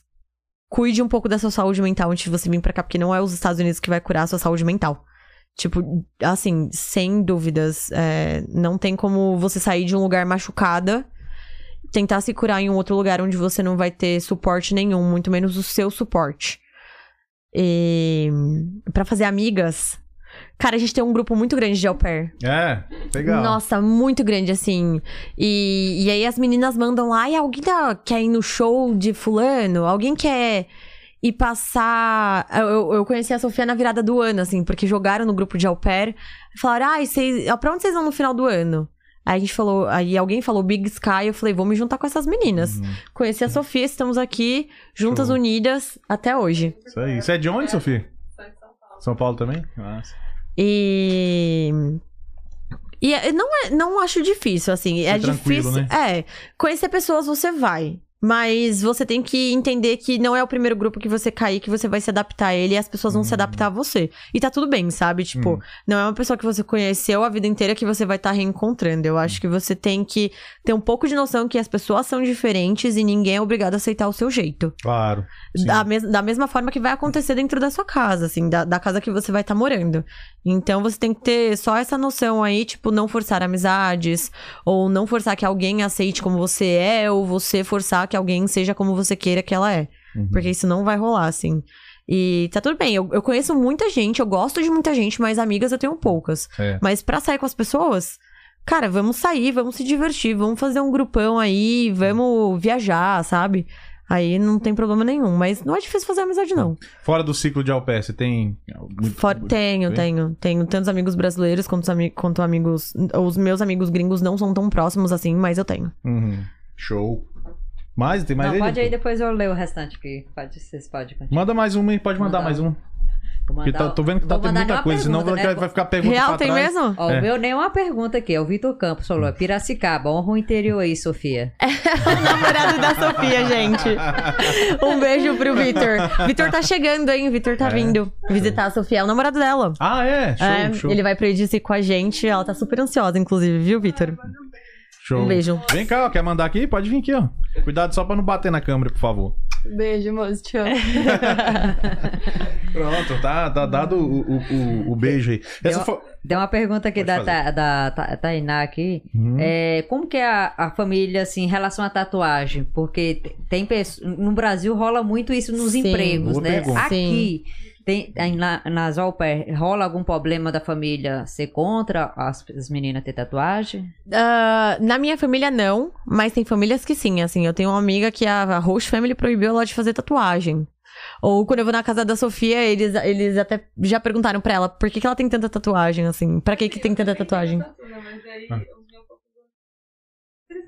Speaker 2: cuide um pouco da sua saúde mental antes de você vir pra cá, porque não é os Estados Unidos que vai curar a sua saúde mental. Tipo, assim, sem dúvidas, é, não tem como você sair de um lugar machucada tentar se curar em um outro lugar onde você não vai ter suporte nenhum, muito menos o seu suporte. E para fazer amigas, cara, a gente tem um grupo muito grande de au pair.
Speaker 1: É, legal.
Speaker 2: Nossa, muito grande assim. E, e aí as meninas mandam lá, e alguém tá- quer ir no show de fulano? Alguém quer ir passar. Eu- Eu, eu conheci a Sofia na virada do ano, assim, porque jogaram no grupo de au pair. Falaram, ai, vocês. Pra onde vocês vão no final do ano? Aí a gente falou, aí alguém falou Big Sky, eu falei, vou me juntar com essas meninas.
Speaker 1: Uhum.
Speaker 2: Conheci a Sofia, estamos aqui, juntas
Speaker 1: Show.
Speaker 2: unidas até hoje.
Speaker 1: Isso aí. Isso é de onde, Sofia? São Paulo também? Nossa.
Speaker 2: E. E é- não, é, não acho difícil, assim. é
Speaker 1: tranquilo,
Speaker 2: difícil.
Speaker 1: né?
Speaker 2: É. Conhecer pessoas você vai. Mas você tem que entender que não é o primeiro grupo que você cair, que você vai se adaptar a ele e as pessoas vão se adaptar a você. E tá tudo bem, sabe? Tipo,
Speaker 1: Hum.
Speaker 2: não é uma pessoa que você conheceu a vida inteira que você vai estar reencontrando. Eu
Speaker 1: Hum.
Speaker 2: acho que você tem que ter um pouco de noção que as pessoas são diferentes e ninguém é obrigado a aceitar o seu jeito.
Speaker 1: Claro. Sim.
Speaker 2: Da, mes- da mesma forma que vai acontecer dentro da sua casa, assim, da, da casa que você vai estar morando. Então você tem que ter só essa noção aí, tipo, não forçar amizades, ou não forçar que alguém aceite como você é, ou você forçar que alguém seja como você queira que ela é.
Speaker 1: Uhum.
Speaker 2: Porque isso não vai rolar, assim. E tá tudo bem, eu, eu conheço muita gente, eu gosto de muita gente, mas amigas eu tenho poucas.
Speaker 1: É.
Speaker 2: Mas pra sair com as pessoas, cara, vamos sair, vamos se divertir, vamos fazer um grupão aí, vamos viajar, sabe? Aí não tem problema nenhum, mas não é difícil fazer amizade, não.
Speaker 1: Fora do ciclo de Alpé, você tem. muito-
Speaker 2: Fora- tenho,
Speaker 1: bem.
Speaker 2: tenho. Tenho tantos amigos brasileiros quanto, os ami- quanto amigos. Os meus amigos gringos não são tão próximos assim, mas eu tenho.
Speaker 1: Uhum. Show. Mais? Tem mais
Speaker 3: Não,
Speaker 1: aí,
Speaker 3: pode aí,
Speaker 1: Lidia?
Speaker 3: depois eu leio o restante que pode, vocês podem continuar.
Speaker 1: Manda mais uma, hein? Pode mandar,
Speaker 3: Mandar.
Speaker 1: mais uma.
Speaker 3: Vou
Speaker 1: Porque tá,
Speaker 3: mandar-
Speaker 1: tô vendo que tá
Speaker 3: vou
Speaker 1: tendo
Speaker 3: mandar
Speaker 1: muita
Speaker 3: nenhuma
Speaker 1: coisa, senão vai,
Speaker 3: pergunta, né?
Speaker 1: vai ficar pergunta
Speaker 2: Real,
Speaker 1: pra
Speaker 2: tem
Speaker 1: trás.
Speaker 2: mesmo?
Speaker 3: Ó,
Speaker 1: É.
Speaker 3: o meu nem uma pergunta aqui, é o Vitor Campos falou, Piracicaba, honra o interior aí, Sofia.
Speaker 2: O namorado da Sofia, gente. Um beijo pro Vitor. Vitor tá chegando, hein? Vitor tá
Speaker 1: É.
Speaker 2: vindo visitar a Sofia. É o namorado dela.
Speaker 1: Ah, é? Show,
Speaker 2: É,
Speaker 1: show.
Speaker 2: Ele vai pro Edice com a gente. Ela tá super ansiosa, inclusive, viu, Vitor?
Speaker 1: show.
Speaker 2: Um beijo.
Speaker 1: Vem cá, ó, quer mandar aqui? Pode vir aqui, ó. Cuidado só pra não bater na câmera, por favor.
Speaker 4: Beijo, moço. Te amo.
Speaker 1: Pronto, tá, tá dado o, o- o- o beijo aí. Essa
Speaker 3: Eu-
Speaker 1: foi.
Speaker 3: Tem uma pergunta aqui
Speaker 1: Pode
Speaker 3: da,
Speaker 1: fazer.
Speaker 3: Ta- da, Ta- Tainá aqui.
Speaker 1: Uhum.
Speaker 3: É, como que é a, a família, assim, em relação à tatuagem? Porque te- tem pessoas. No Brasil rola muito isso nos
Speaker 2: Sim.
Speaker 3: empregos,
Speaker 1: Boa
Speaker 3: né?
Speaker 1: pergunta.
Speaker 3: Aqui tem, aí na, nas au pair, rola algum problema da família ser contra as, as meninas ter tatuagem?
Speaker 2: Ah, na minha família, não. Mas tem famílias que sim, assim. Eu tenho uma amiga que a, a host family proibiu ela de fazer tatuagem. Ou quando eu vou na casa da Sofia, eles, eles até já perguntaram pra ela por que, que ela tem
Speaker 1: Ah.
Speaker 2: tanta tatuagem, assim. Pra que que tem tanta tatuagem?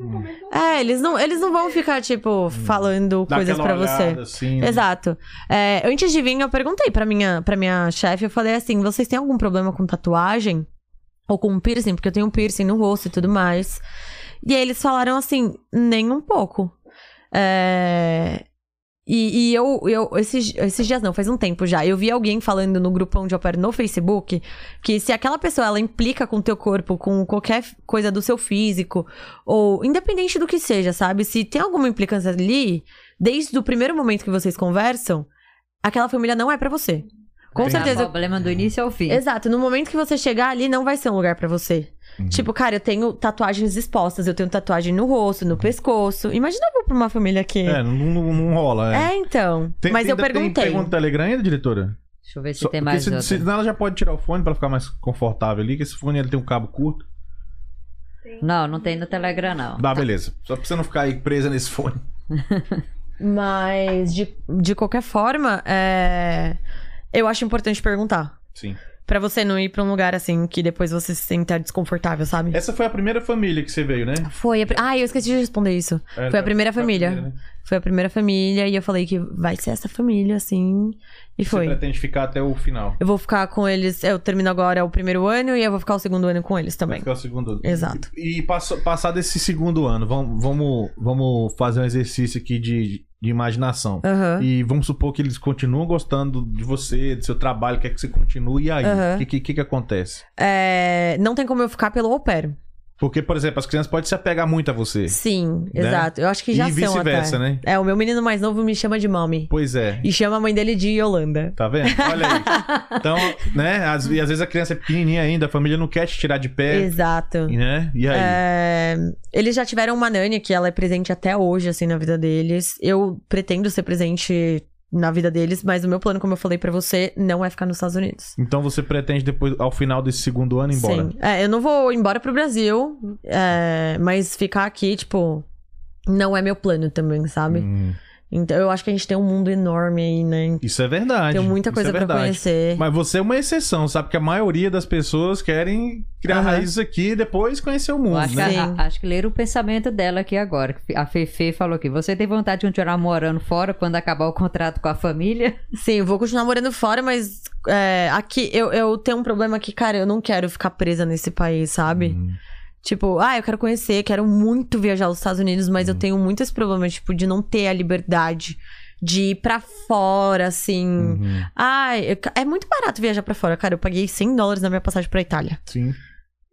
Speaker 1: Hum.
Speaker 2: É, eles não, eles não vão ficar, tipo, falando
Speaker 1: Dá
Speaker 2: coisas
Speaker 1: aquela
Speaker 2: pra você.
Speaker 1: olhada Assim, né?
Speaker 2: Exato. É, antes de vir, eu perguntei pra minha, pra minha chefe, eu falei assim, vocês têm algum problema com tatuagem? Ou com piercing? Porque eu tenho um piercing no rosto e tudo mais. E aí eles falaram assim, nem um pouco. É, E, e eu, eu esses, esses dias não, faz um tempo já, eu vi alguém falando no grupão de au pair no Facebook que se aquela pessoa, ela implica com o teu corpo, com qualquer coisa do seu físico, ou independente do que seja, sabe? Se tem alguma implicância ali, desde o primeiro momento que vocês conversam, aquela família não é pra você. Com
Speaker 1: Tem
Speaker 2: certeza.
Speaker 3: O problema do início ao fim.
Speaker 2: Exato, no momento que você chegar ali, não vai ser um lugar pra você. Tipo, cara, eu tenho tatuagens expostas, eu tenho tatuagem no rosto, no pescoço. Imagina eu vou pra uma família que. É,
Speaker 1: É, não, não- não rola. É.
Speaker 2: então.
Speaker 1: Tem-
Speaker 2: Mas eu
Speaker 1: ainda
Speaker 2: perguntei.
Speaker 1: Tem pergunta do Telegram ainda, diretora?
Speaker 3: Deixa eu ver se
Speaker 1: Só-
Speaker 3: tem
Speaker 1: porque
Speaker 3: mais
Speaker 1: se,
Speaker 3: outra.
Speaker 1: se- senão ela já pode tirar o fone pra ficar mais confortável ali, que esse fone ele tem um cabo curto.
Speaker 3: Não, não tem no Telegram, não.
Speaker 2: Tá.
Speaker 1: Dá, beleza. Só pra você não ficar aí presa nesse fone.
Speaker 2: Mas, de, de qualquer forma, é, eu acho importante perguntar.
Speaker 1: Sim.
Speaker 2: Pra você não ir pra um lugar assim que depois você se sinta desconfortável, sabe?
Speaker 1: Essa foi a primeira família que você veio, né?
Speaker 2: Foi. A... pri- Ah, eu esqueci de responder isso.
Speaker 1: É,
Speaker 2: Foi a primeira família.
Speaker 1: primeira, né?
Speaker 2: Foi a primeira família e eu falei que vai ser essa família, assim. E
Speaker 1: Você
Speaker 2: foi.
Speaker 1: pretende ficar até o final.
Speaker 2: Eu vou ficar com eles. Eu termino agora o primeiro ano e eu vou ficar o segundo ano com eles
Speaker 1: Vai
Speaker 2: também.
Speaker 1: ficar o segundo.
Speaker 2: Exato.
Speaker 1: E passo- passar desse segundo ano, vamos, vamos, vamos fazer um exercício aqui de, de imaginação.
Speaker 2: Aham.
Speaker 1: E vamos supor que eles continuam gostando de você, do seu trabalho, quer que você continue, e aí? O
Speaker 2: Aham.
Speaker 1: que, que, que acontece?
Speaker 2: É, não tem como eu ficar pelo au pair.
Speaker 1: Porque, por exemplo, as crianças podem se apegar muito a você.
Speaker 2: Sim,
Speaker 1: Né?
Speaker 2: exato. Eu acho que já
Speaker 1: e
Speaker 2: são
Speaker 1: vice-versa,
Speaker 2: até.
Speaker 1: né?
Speaker 2: É, o meu menino mais novo me chama de mommy.
Speaker 1: Pois é.
Speaker 2: E chama a mãe dele de Yolanda.
Speaker 1: Tá vendo? Olha aí. Então, né? às- e às vezes a criança é pequenininha ainda, a família não quer te tirar de pé,
Speaker 2: Exato.
Speaker 1: né? E É. aí?
Speaker 2: É, eles já tiveram uma nani que ela é presente até hoje, assim, na vida deles. Eu pretendo ser presente na vida deles, mas o meu plano, como eu falei pra você, não é ficar nos Estados Unidos.
Speaker 1: Então você pretende depois, ao final desse segundo ano, ir embora?
Speaker 2: Sim. É, eu não vou embora pro Brasil, é, mas ficar aqui, tipo, não é meu plano também, sabe?
Speaker 1: Hum,
Speaker 2: Então eu acho que a gente tem um mundo enorme aí, né?
Speaker 1: isso é verdade.
Speaker 2: Tem muita
Speaker 1: isso
Speaker 2: coisa
Speaker 1: é
Speaker 2: pra
Speaker 1: verdade.
Speaker 2: conhecer.
Speaker 1: Mas você é uma exceção, sabe? Porque a maioria das pessoas querem criar
Speaker 2: Aham.
Speaker 1: raízes aqui e depois conhecer o
Speaker 3: Eu
Speaker 1: mundo,
Speaker 3: acho,
Speaker 1: né?
Speaker 3: que,
Speaker 2: Sim.
Speaker 3: a- acho que leram o pensamento dela aqui agora. A Fefe falou aqui: você tem vontade de continuar morando fora quando acabar o contrato com a família?
Speaker 2: Sim, eu vou continuar morando fora, mas é, aqui eu, eu tenho um problema que, cara, eu não quero ficar presa nesse país, sabe?
Speaker 1: Hum.
Speaker 2: Tipo, ah, eu quero conhecer, quero muito viajar aos Estados Unidos, mas
Speaker 1: Uhum.
Speaker 2: eu tenho muito esse problema, tipo, de não ter a liberdade de ir pra fora, assim.
Speaker 1: Uhum.
Speaker 2: Ai, eu ca- é muito barato viajar pra fora, cara. Eu paguei 100 dólares na minha passagem pra Itália.
Speaker 1: Sim.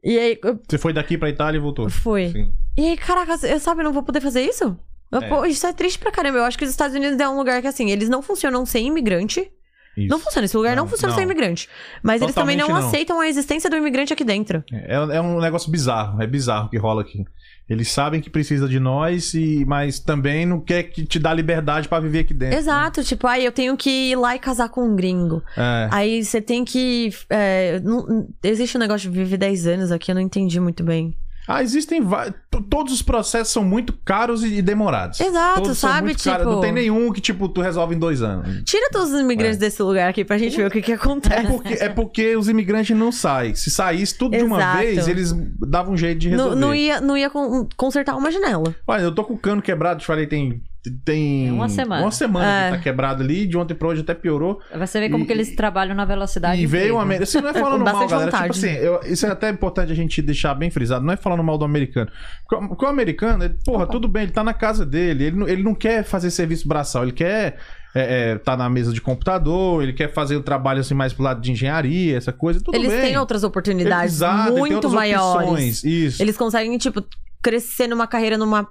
Speaker 2: E aí, eu
Speaker 1: Você foi daqui pra Itália e voltou.
Speaker 2: fui.
Speaker 1: Sim.
Speaker 2: E aí, caraca, eu sabe, eu não vou poder fazer isso? Eu-
Speaker 1: É.
Speaker 2: pô, isso é triste pra caramba. Eu acho que os Estados Unidos é um lugar que, assim, eles não funcionam sem imigrante.
Speaker 1: Isso.
Speaker 2: Não funciona, esse lugar não,
Speaker 1: Não,
Speaker 2: funciona
Speaker 1: não.
Speaker 2: sem imigrante. Mas eles também não,
Speaker 1: Totalmente não.
Speaker 2: aceitam a existência do imigrante aqui dentro.
Speaker 1: É, é um negócio bizarro, é bizarro o que rola aqui. Eles sabem que precisa de nós, e, mas também não quer que te dá liberdade pra viver aqui dentro.
Speaker 2: Exato, tipo, aí eu tenho que ir lá e casar com um gringo.
Speaker 1: É.
Speaker 2: Aí você tem que. é, não- existe um negócio de viver 10 anos aqui, eu não entendi muito bem.
Speaker 1: Ah, existem va- to- Todos os processos são muito caros e e demorados.
Speaker 2: Exato,
Speaker 1: Todos são
Speaker 2: sabe?
Speaker 1: muito
Speaker 2: tipo.
Speaker 1: caros. Não tem nenhum que, tipo, tu resolve em dois anos.
Speaker 2: Tira todos os imigrantes desse lugar aqui pra gente ver o que, que
Speaker 1: É
Speaker 2: acontece.
Speaker 1: porque, é porque os imigrantes não saem. Se saísse tudo de uma
Speaker 2: Exato.
Speaker 1: vez, eles davam um jeito de
Speaker 2: Não,
Speaker 1: resolver.
Speaker 2: não ia, não ia con- consertar uma janela.
Speaker 1: Olha, eu tô com o cano quebrado, te falei, tem. Tem.
Speaker 3: É uma semana.
Speaker 1: Uma semana
Speaker 2: É.
Speaker 1: que tá quebrado ali, de ontem pra hoje até piorou.
Speaker 3: Você vê como
Speaker 1: E-
Speaker 3: que eles trabalham na velocidade.
Speaker 1: E veio o
Speaker 3: incrível.
Speaker 1: americano. Assim, não é falando
Speaker 2: Com
Speaker 1: mal,
Speaker 2: bastante
Speaker 1: galera.
Speaker 2: vontade.
Speaker 1: Tipo assim, eu- isso é até importante a gente deixar bem frisado. Não é falando mal do americano. Porque o- Porque o americano, ele, porra, tudo bem, ele tá na casa dele. Ele, não- ele não quer fazer serviço braçal. Ele quer é, é, tá na mesa de computador. Ele quer fazer o trabalho assim mais pro lado de engenharia, essa coisa. Tudo
Speaker 2: eles
Speaker 1: bem.
Speaker 2: têm outras oportunidades
Speaker 1: Exato, ele tem
Speaker 2: muito
Speaker 1: outras
Speaker 2: maiores.
Speaker 1: opções. Isso.
Speaker 2: Eles conseguem, tipo, crescer numa carreira numa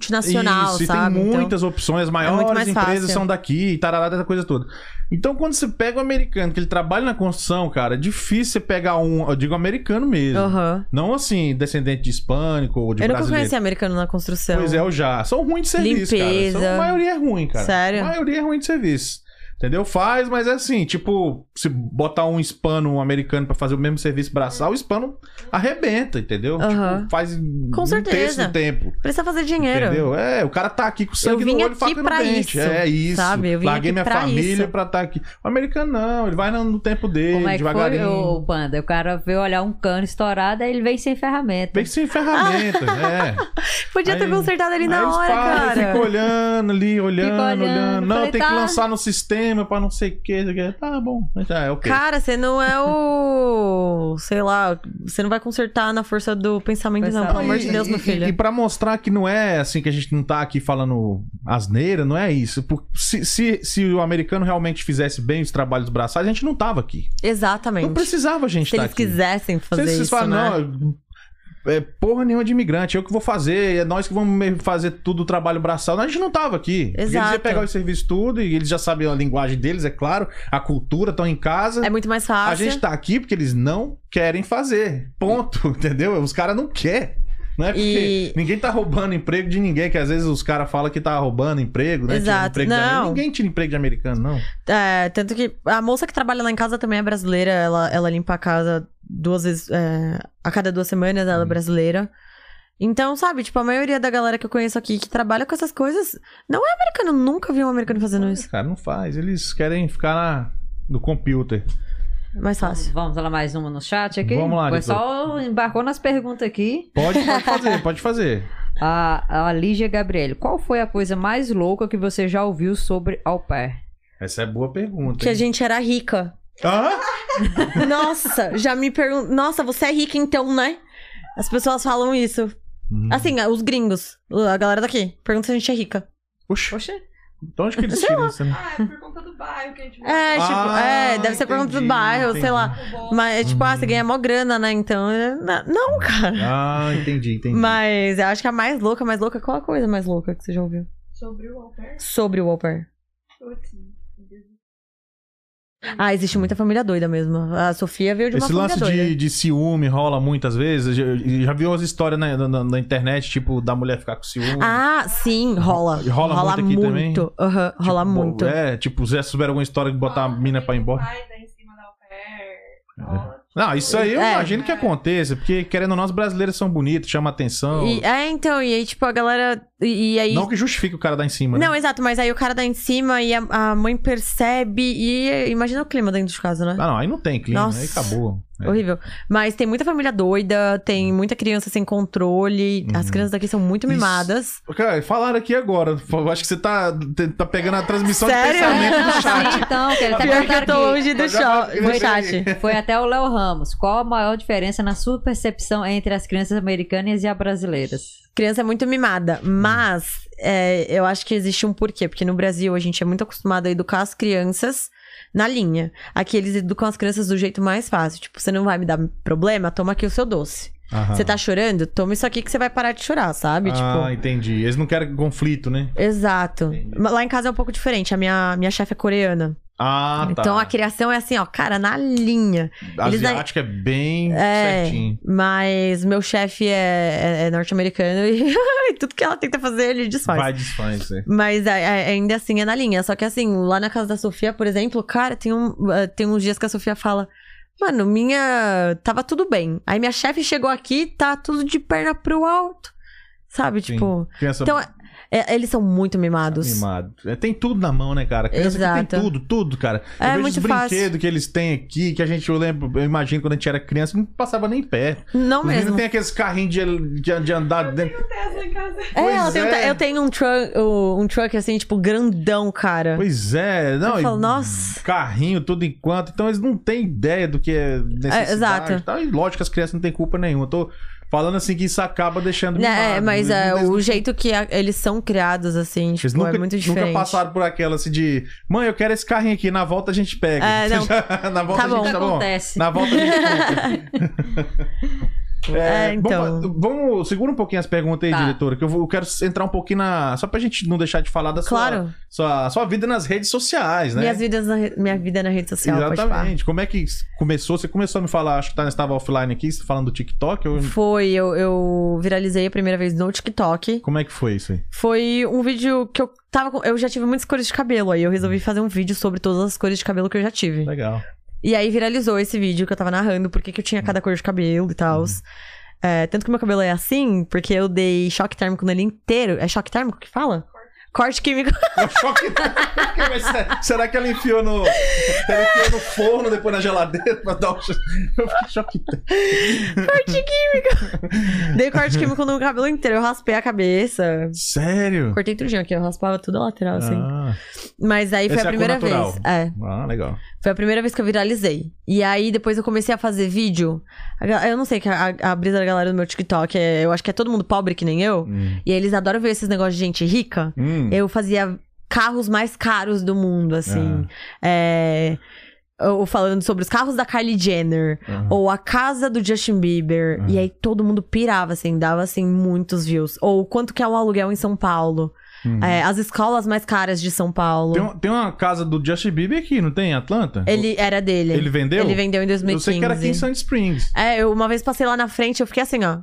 Speaker 2: multinacional,
Speaker 1: Isso,
Speaker 2: sabe?
Speaker 1: e tem
Speaker 2: Então-
Speaker 1: muitas opções, as maiores
Speaker 2: muito mais
Speaker 1: empresas
Speaker 2: fácil.
Speaker 1: são daqui, e tarará, essa coisa toda. Então, quando você pega o americano, que ele trabalha na construção, cara, é difícil você pegar um, eu digo americano mesmo.
Speaker 2: Aham.
Speaker 1: Não assim, descendente de hispânico ou de
Speaker 2: Eu nunca
Speaker 1: brasileiro.
Speaker 2: conheci americano na construção.
Speaker 1: Pois é, eu já. São ruins de serviço,
Speaker 2: Limpeza.
Speaker 1: cara. São- a maioria é ruim, cara.
Speaker 2: Sério?
Speaker 1: A maioria é ruim de serviço. Entendeu? Faz, mas é assim, tipo, se botar um hispano, um americano pra fazer o mesmo serviço braçal, o hispano arrebenta, entendeu?
Speaker 2: Aham.
Speaker 1: Tipo, faz um terço
Speaker 2: certeza.
Speaker 1: do tempo.
Speaker 2: Precisa fazer dinheiro.
Speaker 1: Entendeu? É, o cara tá aqui com sangue
Speaker 2: vim
Speaker 1: no olho
Speaker 2: aqui
Speaker 1: faca no
Speaker 2: pra
Speaker 1: dente.
Speaker 2: isso,
Speaker 1: é isso.
Speaker 2: sabe? Eu vim
Speaker 1: Larguei
Speaker 2: aqui
Speaker 1: minha
Speaker 2: pra
Speaker 1: família
Speaker 2: isso.
Speaker 1: pra estar aqui. O americano não, ele vai no, no tempo dele,
Speaker 3: Como é que foi
Speaker 1: devagarinho.
Speaker 3: o o Panda? O cara veio olhar um cano estourado, aí ele vem sem ferramenta.
Speaker 1: Vem sem ferramenta, é.
Speaker 2: Podia ter
Speaker 1: Aí-
Speaker 2: consertado ali
Speaker 1: Aí
Speaker 2: na
Speaker 1: eles
Speaker 2: hora,
Speaker 1: param,
Speaker 2: cara.
Speaker 1: Ficam olhando ali, olhando,
Speaker 3: olhando.
Speaker 1: olhando. Não,
Speaker 3: Falei,
Speaker 1: tem
Speaker 3: tá.
Speaker 1: que lançar no sistema pra não sei o que. Tá bom. Tá, é ok.
Speaker 2: Cara, você não é o. Sei lá, você não vai consertar na força do pensamento, não,
Speaker 3: Pensamento.
Speaker 2: pelo
Speaker 1: Não,
Speaker 2: amor
Speaker 1: e-
Speaker 2: de Deus,
Speaker 1: e-
Speaker 2: meu filho.
Speaker 1: E, e pra mostrar que não é assim que a gente não tá aqui falando asneira, não é isso. Por- se, se, se o americano realmente fizesse bem os trabalhos braçais, a gente não tava aqui. Não
Speaker 2: Exatamente.
Speaker 1: precisava a gente
Speaker 2: Se
Speaker 1: estar
Speaker 2: eles
Speaker 1: aqui.
Speaker 2: quisessem
Speaker 1: se
Speaker 2: fazer
Speaker 1: eles
Speaker 2: isso. né?
Speaker 1: falam, não, é porra nenhuma de imigrante, eu que vou fazer, é nós que vamos me- fazer tudo o trabalho braçal. A gente não tava aqui. Porque Eles
Speaker 2: Exato.
Speaker 1: iam pegar os serviços tudo e eles já sabiam a linguagem deles, é claro, a cultura, estão em casa.
Speaker 2: É muito mais
Speaker 1: A
Speaker 2: fácil.
Speaker 1: gente tá aqui porque eles não querem fazer. Ponto, entendeu? Os caras não querem. Não é porque
Speaker 2: E-
Speaker 1: ninguém tá roubando emprego de ninguém, que às vezes os caras falam que tá roubando emprego, né? Tirando
Speaker 2: Exato,
Speaker 1: Emprego de
Speaker 2: não.
Speaker 1: americano. Ninguém tira emprego de americano, não.
Speaker 2: É, tanto que a moça que trabalha lá em casa também é brasileira. Ela, ela limpa a casa duas vezes. é, a cada duas semanas ela é brasileira. Então, sabe, tipo, a maioria da galera que eu conheço aqui que trabalha com essas coisas não é americano. Eu Nunca vi um americano fazendo isso.
Speaker 1: Os caras não faz. Eles querem ficar na- no computer.
Speaker 2: Mais fácil.
Speaker 3: Vamos lá mais uma no chat aqui?
Speaker 1: Vamos lá,
Speaker 3: O pessoal embarcou nas perguntas aqui.
Speaker 1: Pode, pode fazer, pode fazer.
Speaker 3: A, a Lígia Gabriele, qual foi a coisa mais louca que você já ouviu sobre au pair?
Speaker 1: Essa é boa pergunta.
Speaker 2: Que a
Speaker 1: hein? Ah!
Speaker 2: gente era rica.
Speaker 1: Hã?
Speaker 2: Nossa, já me perguntam. Nossa, você é rica então, né? As pessoas falam isso.
Speaker 1: Hum.
Speaker 2: Assim, os gringos, a galera daqui, pergunta se a gente é rica.
Speaker 1: Hum. Oxe,
Speaker 3: Poxa,
Speaker 1: então onde que eles tiram isso? né?
Speaker 5: Ah, é por conta do bairro que a gente
Speaker 2: É, tipo,
Speaker 1: Ah,
Speaker 2: é, deve ser pergunta do
Speaker 1: entendi,
Speaker 2: bairro,
Speaker 1: entendi.
Speaker 2: sei lá.
Speaker 5: roubou.
Speaker 2: Mas, tipo, ah, você
Speaker 1: Hum.
Speaker 2: ganha mó grana, né? Então, é, na-
Speaker 1: Uhum.
Speaker 2: não, cara.
Speaker 1: Ah, entendi, entendi.
Speaker 2: Mas eu acho que a mais louca, a mais louca, qual a coisa mais louca que você já ouviu?
Speaker 5: Sobre o au pair.
Speaker 2: Sobre o au pair.
Speaker 5: Putz,
Speaker 2: Ah, existe muita família doida mesmo. A Sofia veio de uma
Speaker 1: Esse
Speaker 2: família
Speaker 1: lance
Speaker 2: doida.
Speaker 1: de, de ciúme rola muitas vezes. Já, já viu as histórias né, na, na- na internet, tipo, da mulher ficar com ciúme.
Speaker 2: Ah, sim, rola.
Speaker 1: Rola muito aqui também?
Speaker 2: Aham,
Speaker 1: Tipo,
Speaker 2: rola muito.
Speaker 1: É, tipo, vocês souberam alguma história de botar a mina pra ir embora? É.
Speaker 5: Faz aí em cima da au pair. rola.
Speaker 1: Não, isso aí eu
Speaker 2: É.
Speaker 1: imagino que aconteça, porque querendo ou não, os brasileiros são bonitos, chama atenção.
Speaker 2: E- é, então, e aí, tipo, a galera. E, e aí.
Speaker 1: Não que justifique o cara dar em cima, né?
Speaker 2: Não, exato, mas aí o cara dá em cima e a, a mãe percebe e imagina o clima dentro de casa, né?
Speaker 1: Ah, não, aí não tem clima,
Speaker 2: Nossa.
Speaker 1: aí acabou. É.
Speaker 2: Horrível. Mas tem muita família doida, tem muita criança sem controle. As
Speaker 1: Uhum.
Speaker 2: crianças daqui são muito
Speaker 1: Isso.
Speaker 2: mimadas.
Speaker 1: Cara, falaram aqui agora. Eu Acho que você tá, tá pegando a transmissão de
Speaker 2: Sério?
Speaker 1: pensamento do chat.
Speaker 3: sim, então, que ele
Speaker 2: Pior
Speaker 3: tá
Speaker 2: que eu
Speaker 3: perguntando
Speaker 2: tô
Speaker 3: aqui.
Speaker 2: longe do,
Speaker 1: Mas já-
Speaker 2: cho- do chat.
Speaker 3: Foi até o Léo Ramos. Qual a maior diferença na sua percepção entre as crianças americanas e as brasileiras?
Speaker 2: Criança é muito mimada, mas é, eu acho que existe um porquê. Porque no Brasil a gente é muito acostumado a educar as crianças na linha. Aqui eles educam as crianças do jeito mais fácil. Tipo, você não vai me dar problema? Toma aqui o seu doce.
Speaker 1: Aham.
Speaker 2: Você tá chorando? Toma isso aqui que você vai parar de chorar, sabe? tipo,
Speaker 1: Ah, entendi. Eles não querem conflito, né?
Speaker 2: Exato.
Speaker 1: Entendi.
Speaker 2: Mas Lá em casa é um pouco diferente. A minha, minha chefe é coreana.
Speaker 1: Ah, tá.
Speaker 2: Então a criação é assim, ó, cara, na linha.
Speaker 1: A
Speaker 2: eles não-
Speaker 1: asiática é bem
Speaker 2: É.
Speaker 1: certinho.
Speaker 2: Mas meu chefe é, é- é norte-americano e ai, tudo que ela tenta fazer, ele desfaz.
Speaker 1: Vai desfaz, é.
Speaker 2: Mas a- a- ainda assim é na linha. Só que assim, lá na casa da Sofia, por exemplo, cara, tem, um, eh, tem uns dias que a Sofia fala. Mano, minha. Tava tudo bem. Aí minha chefe chegou aqui, tá tudo de perna pro alto. Sabe?
Speaker 1: Sim.
Speaker 2: Tipo.
Speaker 1: Criança
Speaker 2: Então, é- eles são muito mimados.
Speaker 1: mimada. É, Tem tudo na mão, né, cara? Criança que tem
Speaker 2: Exato.
Speaker 1: tudo, tudo, cara. Eu
Speaker 2: É
Speaker 1: vejo os
Speaker 2: muito fácil.
Speaker 1: brinquedos que eles têm aqui, que a gente, eu lembro, eu imagino quando a gente era criança, não passava nem pé.
Speaker 2: Não
Speaker 1: Os meninos
Speaker 2: mesmo.
Speaker 1: têm aqueles carrinhos de, de, de andar dentro.
Speaker 5: Não tem essa em casa.
Speaker 2: É, ela
Speaker 1: Pois
Speaker 2: tem um,
Speaker 1: é.
Speaker 2: eu tenho um truck, um truck assim, tipo, grandão, cara.
Speaker 1: Pois é, não.
Speaker 2: eu
Speaker 1: e
Speaker 2: falo, nossa.
Speaker 1: Carrinho, tudo enquanto. Então eles não têm ideia do que é necessidade.
Speaker 2: É, exato.
Speaker 1: e tal. E lógico que as crianças não têm culpa nenhuma. Eu tô falando assim que isso acaba deixando.
Speaker 2: Né, é,
Speaker 1: mimado.
Speaker 2: mas é,
Speaker 1: Eles-
Speaker 2: o jeito que a- eles são criados, assim,
Speaker 1: Eles
Speaker 2: tipo,
Speaker 1: nunca,
Speaker 2: é muito diferente.
Speaker 1: nunca passaram por aquela assim de mãe, eu quero esse carrinho aqui, na volta a gente pega.
Speaker 2: É, não.
Speaker 1: na volta
Speaker 2: Tá
Speaker 1: a gente
Speaker 2: bom.
Speaker 1: tá bom.
Speaker 3: Acontece.
Speaker 1: Na volta a gente conta.
Speaker 2: É, então.
Speaker 1: vamos, vamos- segura um pouquinho as perguntas aí,
Speaker 3: Tá.
Speaker 1: diretora, que eu, vou- eu quero entrar um pouquinho na. Só pra gente não deixar de falar da sua-
Speaker 2: Claro.
Speaker 1: sua, sua vida nas redes sociais, né?
Speaker 2: Minhas vidas na re- minha vida na rede social, pode
Speaker 1: Exatamente. Como é que começou? Você começou a me falar, acho que tá, você estava offline aqui, você falando do TikTok? ou-
Speaker 2: falar. Foi, eu, eu viralizei a primeira vez no TikTok.
Speaker 1: Como é que foi isso aí?
Speaker 2: Foi um vídeo que eu tava com. Eu já tive muitas cores de cabelo, aí eu resolvi fazer um vídeo sobre todas as cores de cabelo que eu já tive.
Speaker 1: Legal.
Speaker 2: E aí viralizou esse vídeo que eu tava narrando por que que eu tinha cada cor de cabelo e
Speaker 1: Uhum.
Speaker 2: tal. tanto que meu cabelo é assim, porque eu dei choque É térmico nele inteiro. É choque térmico que fala? Corte químico.
Speaker 1: É um choque térmico, mas será- Será que ela enfiou no. Ela enfiou no forno, depois na geladeira pra dar um cho- Eu fiquei choque térmico.
Speaker 2: Corte químico. Dei corte químico no cabelo inteiro. Eu raspei a cabeça.
Speaker 1: Sério?
Speaker 2: Cortei tudinho aqui. Eu raspava tudo a lateral, assim.
Speaker 1: Ah,
Speaker 2: Mas aí foi
Speaker 1: Essa
Speaker 2: a
Speaker 1: é a cor
Speaker 2: primeira
Speaker 1: natural.
Speaker 2: vez. É.
Speaker 1: ah, legal.
Speaker 2: Foi a primeira vez que eu viralizei. E aí, depois eu comecei a fazer vídeo. A ga- Eu não sei que a, a brisa da galera do meu TikTok é. Eu acho que é todo mundo pobre que nem eu.
Speaker 1: Hum.
Speaker 2: E aí eles adoram ver esses negócios de gente rica.
Speaker 1: Hum.
Speaker 2: Eu fazia carros mais caros do mundo, assim.
Speaker 1: Ah.
Speaker 2: É. Ou falando sobre os carros da Kylie Jenner.
Speaker 1: Ah.
Speaker 2: Ou a casa do Justin Bieber.
Speaker 1: Uhum.
Speaker 2: E aí todo mundo pirava, assim, dava assim muitos views. Ou quanto que é um aluguel em São Paulo.
Speaker 1: Uhum.
Speaker 2: É, as escolas mais caras de São Paulo.
Speaker 1: Tem, um- tem uma casa do Justin Bieber aqui, não tem? Em Atlanta?
Speaker 2: Ele era dele.
Speaker 1: Ele vendeu?
Speaker 2: Ele vendeu em 2015.
Speaker 1: Eu sei que era aqui em Sand Springs.
Speaker 2: É, eu uma vez passei lá na frente, eu fiquei assim, ó.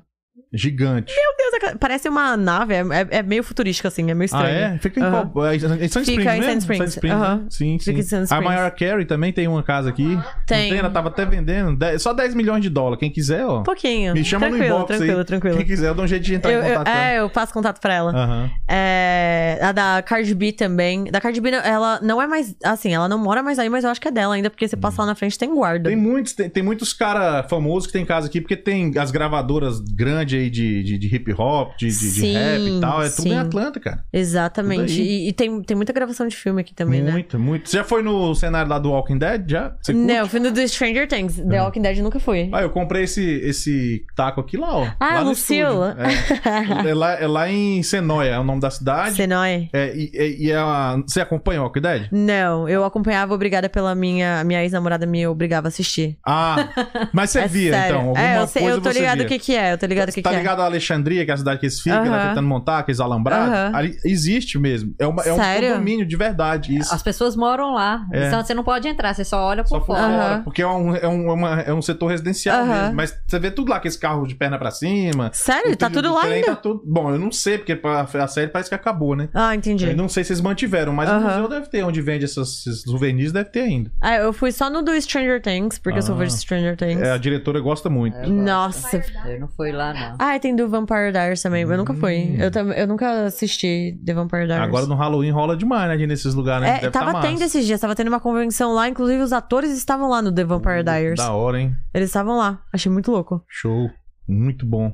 Speaker 2: Meu
Speaker 1: Gigante.
Speaker 2: Deus, é ca- parece uma nave, é, é- é meio futurística, assim, é meio
Speaker 1: ah,
Speaker 2: estranho.
Speaker 1: é? Fica em
Speaker 2: Aham.
Speaker 1: qual? É em Sand Springs
Speaker 2: Fica em
Speaker 1: mesmo?
Speaker 2: Sand Springs,
Speaker 1: né?
Speaker 2: aham.
Speaker 1: Sim, sim.
Speaker 2: Fica em Sand
Speaker 1: A
Speaker 2: Springs.
Speaker 1: Mariah Carey também tem uma casa aqui. Não
Speaker 2: Tem.
Speaker 1: Ela tava até vendendo. Dez- Só 10 milhões de dólares. Quem quiser, ó.
Speaker 2: Um pouquinho.
Speaker 1: Me chama no
Speaker 2: tranquilo,
Speaker 1: inbox aí.
Speaker 2: tranquilo, tranquilo.
Speaker 1: Quem quiser, eu dou um jeito de entrar
Speaker 2: Eu,
Speaker 1: em
Speaker 2: eu,
Speaker 1: contato. com ela.
Speaker 2: é, eu passo contato pra ela.
Speaker 1: Aham.
Speaker 2: É, a da Cardi B também. Da Cardi B, ela não é mais. Assim, ela não mora mais aí, mas eu acho que é dela ainda, porque você passa lá na frente tem guarda.
Speaker 1: Uhum. Tem muitos, tem, tem muitos caras famosos que tem casa aqui, porque tem as gravadoras grandes aí de, de, de hip hop, de, de- de
Speaker 2: Sim,
Speaker 1: rap e tal. É tudo em
Speaker 2: sim.
Speaker 1: Atlanta, cara.
Speaker 2: Exatamente.
Speaker 1: Tudo aí.
Speaker 2: E, e tem, tem muita gravação de filme aqui também, né?
Speaker 1: muito, muito. Você já foi no cenário lá do Walking Dead? Já? Você curte?
Speaker 2: Não, eu fui no do Stranger Things.
Speaker 1: Uhum.
Speaker 2: The Walking Dead nunca fui.
Speaker 1: Ah, eu comprei esse, esse taco aqui lá, ó.
Speaker 2: Ah,
Speaker 1: lá no
Speaker 2: Lucila.
Speaker 1: estúdio. É, é, lá, é lá em Senóia, é o nome da cidade.
Speaker 2: Você não é?
Speaker 1: É, e, e- e é a- Você acompanha o Walking Dead?
Speaker 2: Não, eu acompanhava, obrigada pela minha. Minha ex-namorada me obrigava a assistir.
Speaker 1: Ah, mas você
Speaker 2: É
Speaker 1: via,
Speaker 2: sério.
Speaker 1: então. Alguma
Speaker 2: É, eu, sei-
Speaker 1: coisa
Speaker 2: eu tô
Speaker 1: você
Speaker 2: ligado
Speaker 1: via.
Speaker 2: o que, que é, eu tô ligado o que,
Speaker 1: tá
Speaker 2: que
Speaker 1: ligado a Alexandria, que é a cidade que eles ficam, né,
Speaker 2: Aham.
Speaker 1: tentando montar aqueles alambrados?
Speaker 2: Aham.
Speaker 1: Ali existe mesmo. É, uma, é um
Speaker 2: Sério? Ah,
Speaker 1: condomínio de verdade.
Speaker 2: assim.
Speaker 1: Isso.
Speaker 3: As pessoas moram lá.
Speaker 1: É.
Speaker 3: Então você não pode entrar, você só olha por
Speaker 1: Só por
Speaker 3: fora.
Speaker 2: Aham.
Speaker 1: fora, porque é um, é, um, é uma- é um setor residencial
Speaker 2: Aham.
Speaker 1: mesmo. Mas você vê tudo lá, aqueles carros de perna pra cima.
Speaker 2: é. Sério?
Speaker 1: o
Speaker 2: Tá
Speaker 1: trilho
Speaker 2: tudo
Speaker 1: do
Speaker 2: lá
Speaker 1: trem
Speaker 2: ainda?
Speaker 1: tá tudo- Bom, eu não sei, porque pra- a série parece que acabou, né?
Speaker 2: Ah,
Speaker 1: Eu
Speaker 2: entendi.
Speaker 1: não sei se eles mantiveram, mas o
Speaker 2: Aham.
Speaker 1: museu deve ter, onde vende essas- esses souvenirs, deve ter ainda.
Speaker 2: Ah, eu fui só no do Stranger Things, porque eu sou
Speaker 1: Ah.
Speaker 2: fã de Stranger Things.
Speaker 1: É, a diretora gosta muito.
Speaker 2: Hum,
Speaker 3: É.
Speaker 2: Nossa.
Speaker 5: Vampire Diaries.
Speaker 3: Eu não fui lá, não.
Speaker 2: Ah, e tem do Vampire Diaries também. Eu nunca fui.
Speaker 1: Hum.
Speaker 2: Eu, tam... eu nunca assisti The Vampire Diaries.
Speaker 1: Agora no Halloween rola demais, né, de ir nesses lugares, né?
Speaker 2: É, tava tendo esses dias, tava tendo uma convenção lá, inclusive os atores estavam lá no The Vampire Diaries.
Speaker 1: Hum, Da hora, hein?
Speaker 2: Eles estavam lá, achei muito louco.
Speaker 1: Show. Muito bom.